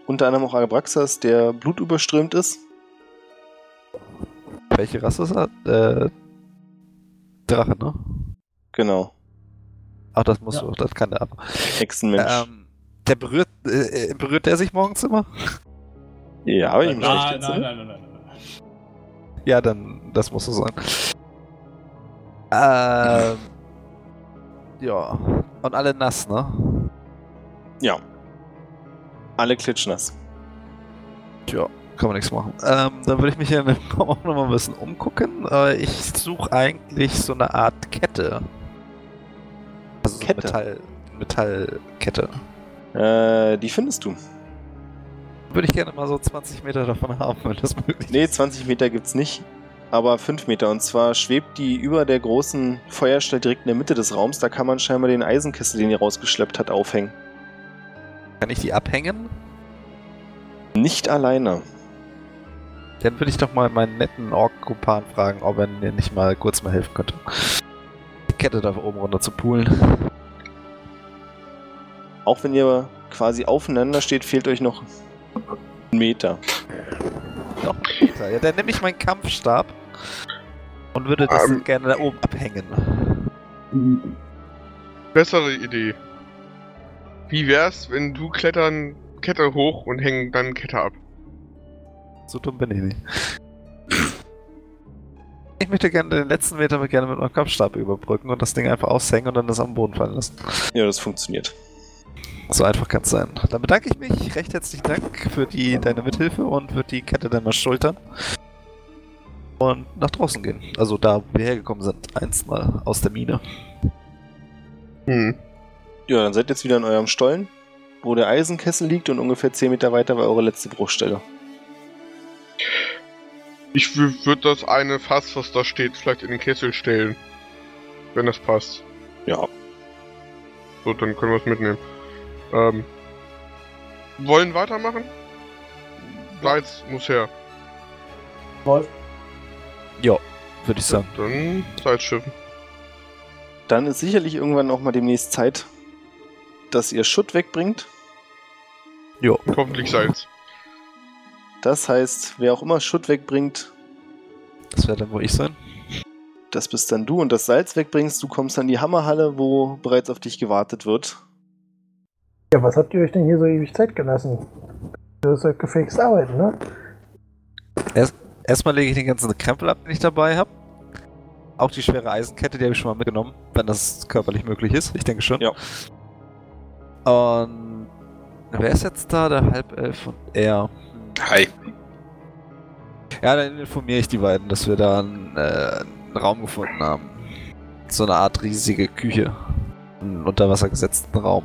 S2: Unter anderem auch Abraxas, der blutüberströmt ist.
S1: Welche Rasse ist das? Äh, Drache, ne?
S2: Genau,
S1: Ach, das muss
S9: Ja.
S1: du, das kann der ab.
S2: Hexenmensch.
S1: Ähm, der berührt, äh, äh, berührt der sich morgens immer?
S2: ja, aber ich
S1: nein,
S2: muss
S9: Nein, nein,
S2: echt erzählen.
S9: nein, nein, nein, nein.
S1: Ja, dann, das muss so sein. Ähm, ja, und alle nass, ne?
S2: Ja. Alle klitschnass.
S1: Tja, kann man nichts machen. Ähm, dann würde ich mich hier in dem Raum auch nochmal ein bisschen umgucken. Äh, ich suche eigentlich so eine Art Kette. Also so eine
S2: Kette?
S1: Metall, Metallkette.
S2: Äh, die findest du.
S1: Würde ich gerne mal so 20 Meter davon haben, wenn das möglich
S2: Nee,
S1: ist.
S2: 20 Meter gibt's nicht, aber 5 Meter. Und zwar schwebt die über der großen Feuerstelle direkt in der Mitte des Raums. Da kann man scheinbar den Eisenkessel, den ihr rausgeschleppt hat, aufhängen.
S1: Kann ich die abhängen?
S2: Nicht alleine.
S1: Dann würde ich doch mal meinen netten Ork-Kumpan fragen, ob er mir nicht mal kurz mal helfen könnte. Die Kette da oben runter zu poolen.
S2: Auch wenn ihr quasi aufeinander steht, fehlt euch noch ein Meter.
S1: Noch ein Meter. Ja, dann nehme ich meinen Kampfstab und würde das
S5: Ähm.
S1: gerne da oben abhängen.
S5: Bessere Idee. Wie wär's, wenn du klettern, Kette hoch und hängen dann Kette ab?
S1: So dumm bin ich nicht. Ich möchte gerne den letzten Meter aber gerne mit meinem Kampfstab überbrücken und das Ding einfach aushängen und dann das am Boden fallen lassen.
S2: Ja, das funktioniert.
S1: So einfach kann es sein. Dann bedanke ich mich. Recht herzlichen Dank für die, deine Mithilfe und würde die Kette dann mal schultern. Und nach draußen gehen. Also da, wo wir hergekommen sind. Einst mal aus der Mine.
S5: Hm.
S2: Ja, dann seid jetzt wieder in eurem Stollen, wo der Eisenkessel liegt und ungefähr 10 Meter weiter war eure letzte Bruchstelle.
S5: Ich würde das eine Fass, was da steht, vielleicht in den Kessel stellen. Wenn das passt.
S2: Ja.
S5: So, dann können wir es mitnehmen. Ähm. Wollen weitermachen? Salz muss her.
S7: Läuft.
S1: Würde ich sagen.
S5: Dann Salz schiffen.
S2: Dann ist sicherlich irgendwann auch mal demnächst Zeit, dass ihr Schutt wegbringt.
S1: Jo.
S5: Hoffentlich Salz.
S2: Das heißt, wer auch immer Schutt wegbringt,
S1: Das wäre dann, wo ich sein.
S2: Das bist dann du und das Salz wegbringst, du kommst an die Hammerhalle, wo bereits auf dich gewartet wird.
S6: Ja, was habt ihr euch denn hier so ewig Zeit gelassen? Das ist halt gefälligst arbeiten, ne?
S1: Erstmal lege ich den ganzen Krempel ab, den ich dabei habe. Auch die schwere Eisenkette, die habe ich schon mal mitgenommen, wenn das körperlich möglich ist. Ich denke schon.
S2: Ja.
S1: Und wer ist jetzt da? Der Halbelf und er.
S3: Hi.
S1: Ja, dann informiere ich die beiden, dass wir da einen, äh, einen Raum gefunden haben. So eine Art riesige Küche. Einen unter Wasser gesetzten Raum.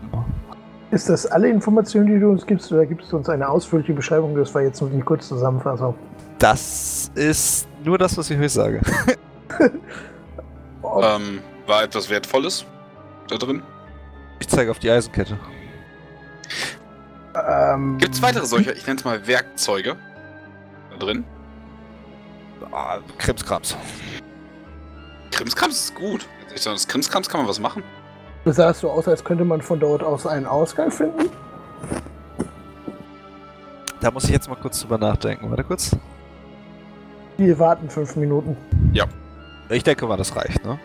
S6: Ist das alle Informationen, die du uns gibst, oder gibst du uns eine ausführliche Beschreibung? Das war jetzt nur die kurze Zusammenfassung.
S1: Das ist nur das, was ich euch sage.
S6: Oh,
S3: Ähm, war etwas Wertvolles da drin?
S1: Ich zeige auf die Eisenkette.
S6: ähm,
S3: Gibt es weitere solcher, ich nenne es mal Werkzeuge da drin?
S1: Ah, Krimskrams.
S3: Krimskrams ist gut. Ich sag, Aus Krimskrams kann man was machen.
S6: Das sah so aus, als könnte man von dort aus einen Ausgang finden.
S1: Da muss ich jetzt mal kurz drüber nachdenken. Warte kurz.
S6: Wir warten fünf Minuten.
S1: Ich denke mal, das reicht, ne?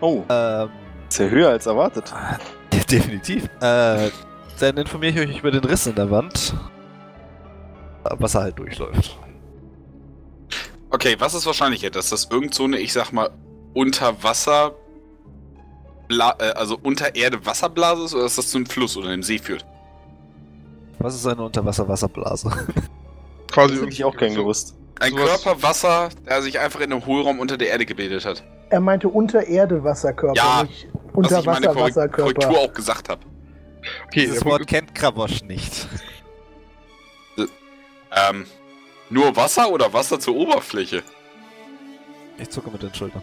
S2: Oh,
S1: Ähm,
S2: ist ja höher als erwartet.
S1: definitiv. Äh, dann informiere ich euch über den Riss in der Wand. Was er halt durchläuft.
S3: Okay, was ist wahrscheinlicher, dass das irgend so eine, ich sag mal, unter Wasser, Bla äh, also unter Erde Wasserblase ist oder dass das zu einem Fluss oder einem See führt?
S1: Was ist eine Unterwasser-Wasserblase?
S5: Quasi
S2: Das hätte ich auch gern gewusst.
S3: Ein
S5: Sowas-
S3: Körper Wasser, der sich einfach in einem Hohlraum unter der Erde gebildet hat.
S6: Er meinte Unter-Erde-Wasserkörper,
S3: Ja,
S6: nicht
S3: was ich meine Korre- Korrektur
S6: Unterwasser-Wasserkörper.
S3: auch gesagt habe.
S5: Okay, der
S1: Dieses
S5: Punkt
S1: Wort
S5: ist,
S1: kennt Krabosch nicht.
S3: Ähm, nur Wasser oder Wasser zur Oberfläche?
S1: Ich zucke mit den Schultern.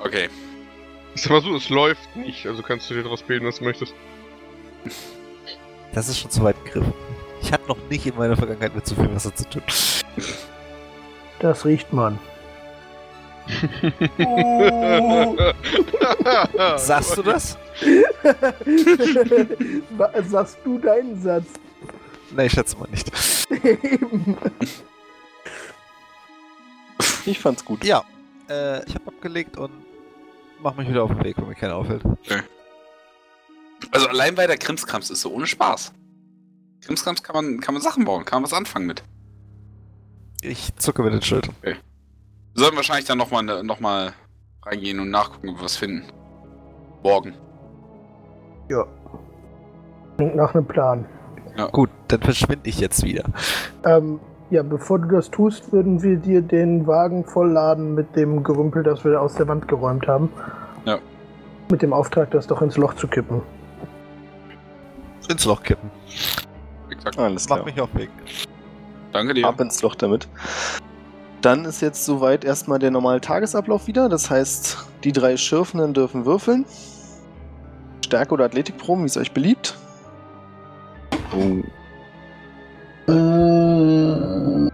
S3: Okay.
S5: ich sag mal so, es läuft nicht, also kannst du dir daraus bilden, was du möchtest.
S1: Das ist schon zu weit gegriffen. Ich hatte noch nicht in meiner Vergangenheit mit so viel Wasser zu tun.
S6: Das riecht man. Oh.
S1: Oh. Sagst du das?
S6: Wa- Sagst du deinen Satz?
S1: Nein, ich schätze mal nicht.
S6: Eben.
S2: Ich fand's gut.
S1: Ja, äh, ich habe abgelegt und mach mich wieder auf den Weg, wenn mir keiner auffällt.
S3: Also allein bei der Krimskrams ist so ohne Spaß. Krimskrams kann man, kann man Sachen bauen, kann man was anfangen mit.
S1: Ich zucke mit den Schultern.
S3: Wir sollten wahrscheinlich dann nochmal ne, noch mal reingehen und nachgucken, ob wir was finden. Morgen.
S6: Klingt nach einem Plan.
S1: Gut, dann verschwinde ich jetzt wieder.
S6: Ähm, ja, bevor du das tust, würden wir dir den Wagen vollladen mit dem Gerümpel, das wir aus der Wand geräumt haben.
S3: Ja.
S6: Mit dem Auftrag, das doch ins Loch zu kippen.
S1: Ins Loch kippen.
S3: Exakt.
S2: Alles
S1: Mach
S2: klar.
S1: mich auf den Weg.
S3: Danke dir.
S2: Ab ins Loch damit. Dann ist jetzt soweit erstmal der normale Tagesablauf wieder. Das heißt, die drei Schürfenden dürfen würfeln. Stärke oder Athletikproben, wie es euch beliebt. Oh. Äh.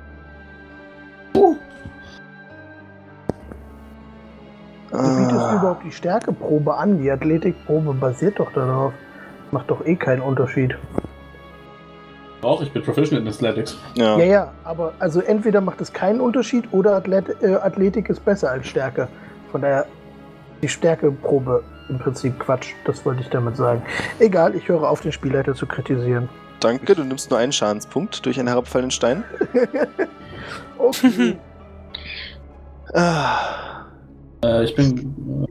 S2: Oh.
S6: Du bietest
S2: Ah,
S6: überhaupt die Stärkeprobe an. Die Athletikprobe basiert doch darauf. Macht doch eh keinen Unterschied.
S9: Auch, ich bin Proficient in Athletics.
S2: ja.
S6: Ja, ja, aber also entweder macht es keinen Unterschied oder Athlet äh, Athletik ist besser als Stärke. Von daher die Stärkeprobe im Prinzip Quatsch. Das wollte ich damit sagen. Egal, ich höre auf, den Spielleiter zu kritisieren.
S2: Danke, du nimmst nur einen Schadenspunkt durch einen herabfallenden Stein.
S6: Okay.
S2: Ah.
S9: Äh, ich bin.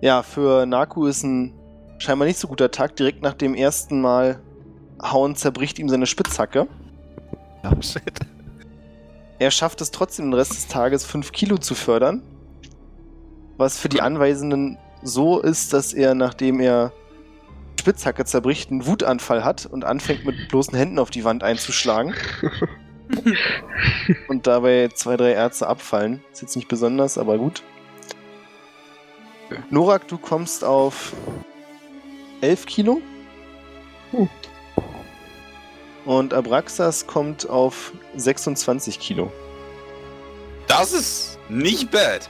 S2: Ja, für Naku ist ein scheinbar nicht so guter Tag. Direkt nach dem ersten Mal hauen zerbricht ihm seine Spitzhacke.
S1: Oh, shit.
S2: Er schafft es trotzdem, den Rest des Tages 5 Kilo zu fördern. Was für die Anweisenden so ist, dass er, nachdem er Spitzhacke zerbricht, einen Wutanfall hat und anfängt, mit bloßen Händen auf die Wand einzuschlagen. und dabei zwei, drei Ärzte abfallen. Ist jetzt nicht besonders, aber gut. Norak, du kommst auf 11 Kilo.
S6: Hm.
S2: Und Abraxas kommt auf 26 Kilo.
S3: Das ist nicht bad.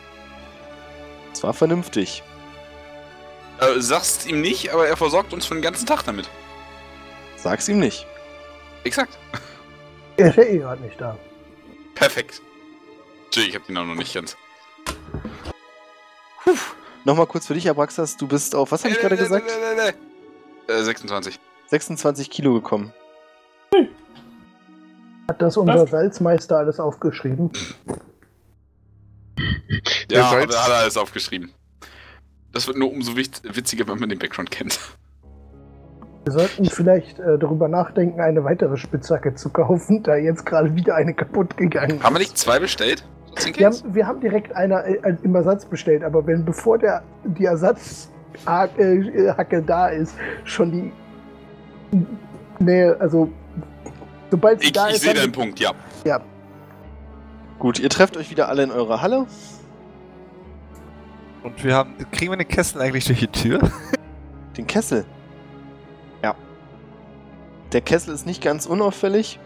S2: Das war vernünftig.
S3: Äh, sagst ihm nicht, aber er versorgt uns für den ganzen Tag damit.
S2: Sag's ihm nicht.
S3: Exakt.
S6: er ist ja eh gerade nicht da.
S3: Perfekt. Entschuldigung, ich hab den Namen noch nicht ganz.
S2: Nochmal kurz für dich, Abraxas. Du bist auf, was habe ich gerade gesagt?
S3: Äh, 26.
S2: 26 Kilo gekommen.
S6: Hat das unser Salzmeister alles aufgeschrieben?
S5: Der
S3: Ja,
S5: Salz-
S3: da hat er alles aufgeschrieben. Das wird nur umso witz- witziger, wenn man den Background kennt.
S6: Wir sollten vielleicht äh, darüber nachdenken, eine weitere Spitzhacke zu kaufen, da jetzt gerade wieder eine kaputt gegangen ist.
S3: Haben wir nicht zwei bestellt? Just in
S6: Wir
S3: case?
S6: haben, wir haben direkt einer äh, im Ersatz bestellt, aber wenn bevor der die Ersatz Ha- äh, Hacke da ist, schon die Nähe, also sobald sie
S3: Ich,
S6: da
S3: ich
S6: ist,
S3: sehe
S6: dann-
S3: deinen Punkt, ja.
S2: Gut, ihr trefft euch wieder alle in eurer Halle.
S1: Und wir haben. Kriegen wir den Kessel eigentlich durch die Tür?
S2: Den Kessel. Ja. Der Kessel ist nicht ganz unauffällig.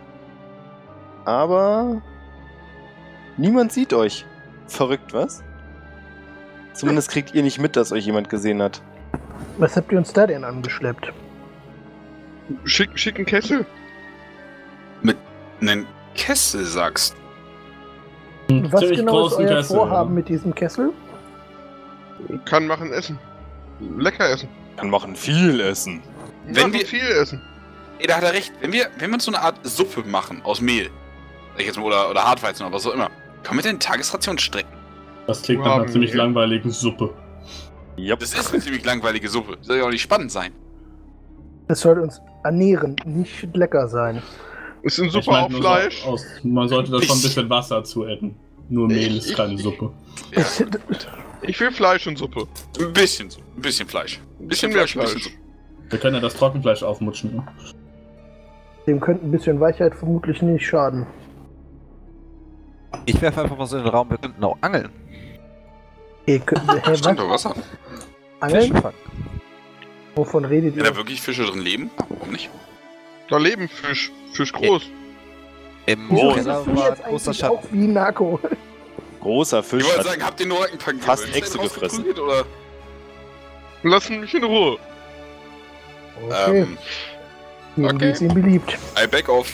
S2: Aber niemand sieht euch. Verrückt, was? Zumindest kriegt ihr nicht mit, dass euch jemand gesehen hat.
S6: was habt ihr uns da denn angeschleppt?
S5: Schick, schicken Kessel.
S3: Einen Kessel sagst.
S6: Was
S9: Hm. ziemlich
S6: genau ist
S9: großen
S6: euer
S9: Kessel,
S6: Vorhaben
S9: ja.
S6: mit diesem Kessel?
S5: Kann machen Essen. Lecker essen.
S2: Kann machen viel Essen.
S3: Wenn
S5: machen
S3: wir-
S5: viel essen.
S3: Ey, da hat er recht. Wenn wir, wenn wir uns so eine Art Suppe machen aus Mehl, sag ich jetzt mal, oder, oder Hartweizen oder was auch immer, können wir denn Tagesration strecken?
S9: Das klingt nach einer
S5: Wow,
S9: ziemlich
S5: nee.
S9: langweiligen Suppe.
S2: Ja.
S3: Das ist eine ziemlich langweilige Suppe. Soll ja auch nicht spannend sein.
S6: Das soll uns ernähren, nicht lecker sein.
S5: Ist in
S9: Ich
S5: Suppe
S9: meine
S5: auch
S9: nur
S5: Fleisch.
S9: So
S4: oh.
S9: aus, man sollte da schon ein bisschen Wasser zu adden. Nur Mehl ist keine Suppe.
S3: Ja.
S5: Ich will Fleisch und Suppe.
S3: Ein bisschen so. Ein bisschen Fleisch. Ein bisschen
S5: Bisschen mehr
S3: Fleisch, ein bisschen
S5: Fleisch.
S3: Suppe.
S9: Wir können ja das Trockenfleisch aufmutschen. ne?
S6: Dem könnte ein bisschen Weichheit vermutlich nicht schaden.
S1: Ich werfe einfach mal so in den Raum, wir könnten auch angeln.
S6: Ihr könnt, hä,
S3: Ah, Stimmt,
S6: was?
S3: doch Wasser.
S6: Angeln? Wovon redet
S3: Wenn
S6: ihr?
S3: da wirklich Fische drin leben, warum nicht?
S5: Da leben Fisch. Fisch groß.
S1: Im
S6: Wieso
S1: oh,
S6: ist
S1: Keller
S6: das Vieh
S1: war
S6: jetzt
S1: ein großer
S6: eigentlich
S1: Schatten.
S6: auch wie Narko?
S2: Großer
S3: Ich
S2: Fisch. Also,
S3: wollte
S2: hat-
S3: sagen, habt ihr nur Rackenpacken
S2: Fast
S3: gewürzt?
S2: Echse
S3: Seid ihr
S2: gefressen.
S3: rausgeprügelt, Oder?
S5: Lassen mich in Ruhe.
S6: Okay,
S3: Ähm,
S6: jedem
S3: okay.
S6: wie es ihm beliebt.
S3: I back off.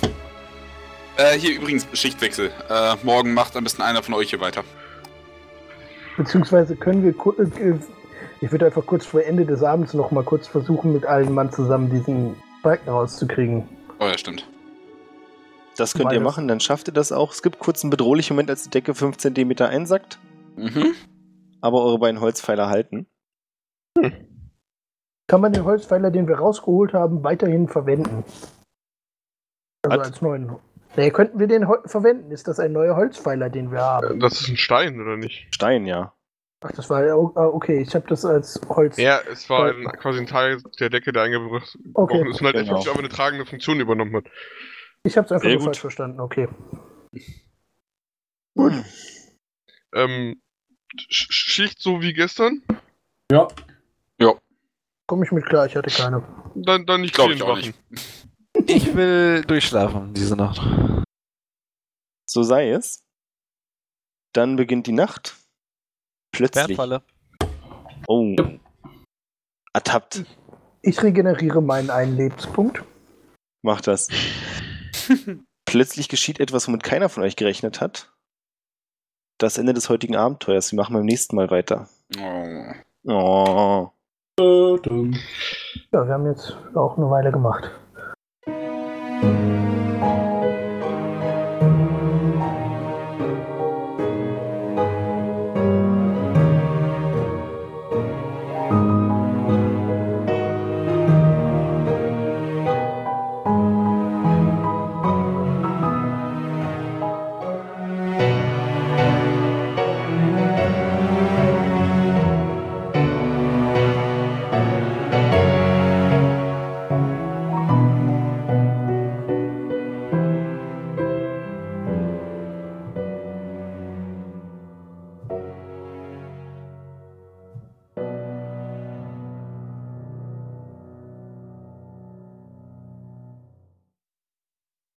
S3: Äh, hier übrigens, Schichtwechsel. Äh, morgen macht am besten einer von euch hier weiter.
S6: Beziehungsweise können wir, ku- äh, äh, ich würde einfach kurz vor Ende des Abends noch mal kurz versuchen, mit allen Mann zusammen diesen Balken rauszukriegen.
S3: Oh ja, stimmt.
S2: Das könnt ihr
S6: Beides.
S2: machen, dann schafft ihr das auch. Es gibt kurz einen bedrohlichen Moment, als die Decke 5 cm einsackt,
S3: Mhm.
S2: aber eure beiden Holzpfeiler halten.
S6: Kann man den Holzpfeiler, den wir rausgeholt haben, weiterhin verwenden? Also
S2: Was?
S6: als neuen. Nee, könnten wir den Hol verwenden? Ist das ein neuer Holzpfeiler, den wir haben?
S5: Äh,
S2: Ähm.
S5: Das ist ein Stein, oder nicht?
S2: Stein, ja.
S6: Ach, das war oh, ah, okay. Ich habe das als Holz.
S5: Ja, es war ein, quasi ein Teil der Decke, der eingebracht
S6: okay,
S5: worden ist und halt
S2: Genau.
S5: wirklich einfach eine tragende Funktion übernommen hat.
S6: ich habe es einfach
S2: Sehr
S6: nur
S2: gut.
S6: falsch verstanden. Okay.
S2: Gut.
S5: Ähm, Sch- Schicht so wie gestern?
S9: Ja.
S6: Komme ich mit klar, ich hatte keine.
S5: Dann, dann nicht
S3: Glaub
S5: vielen
S3: ich auch
S5: Wachen.
S3: nicht.
S1: Ich will durchschlafen diese Nacht.
S2: So sei es. Dann beginnt die Nacht. Plötzlich.
S1: Bernfalle.
S2: Oh. Ertappt.
S6: Ich regeneriere meinen einen Lebenspunkt.
S2: Macht das. Plötzlich geschieht etwas, womit keiner von euch gerechnet hat. Das Ende des heutigen Abenteuers. Wir machen beim nächsten Mal weiter.
S3: Oh.
S2: Oh.
S9: Dö, dum.
S6: Ja, wir haben jetzt auch eine Weile gemacht.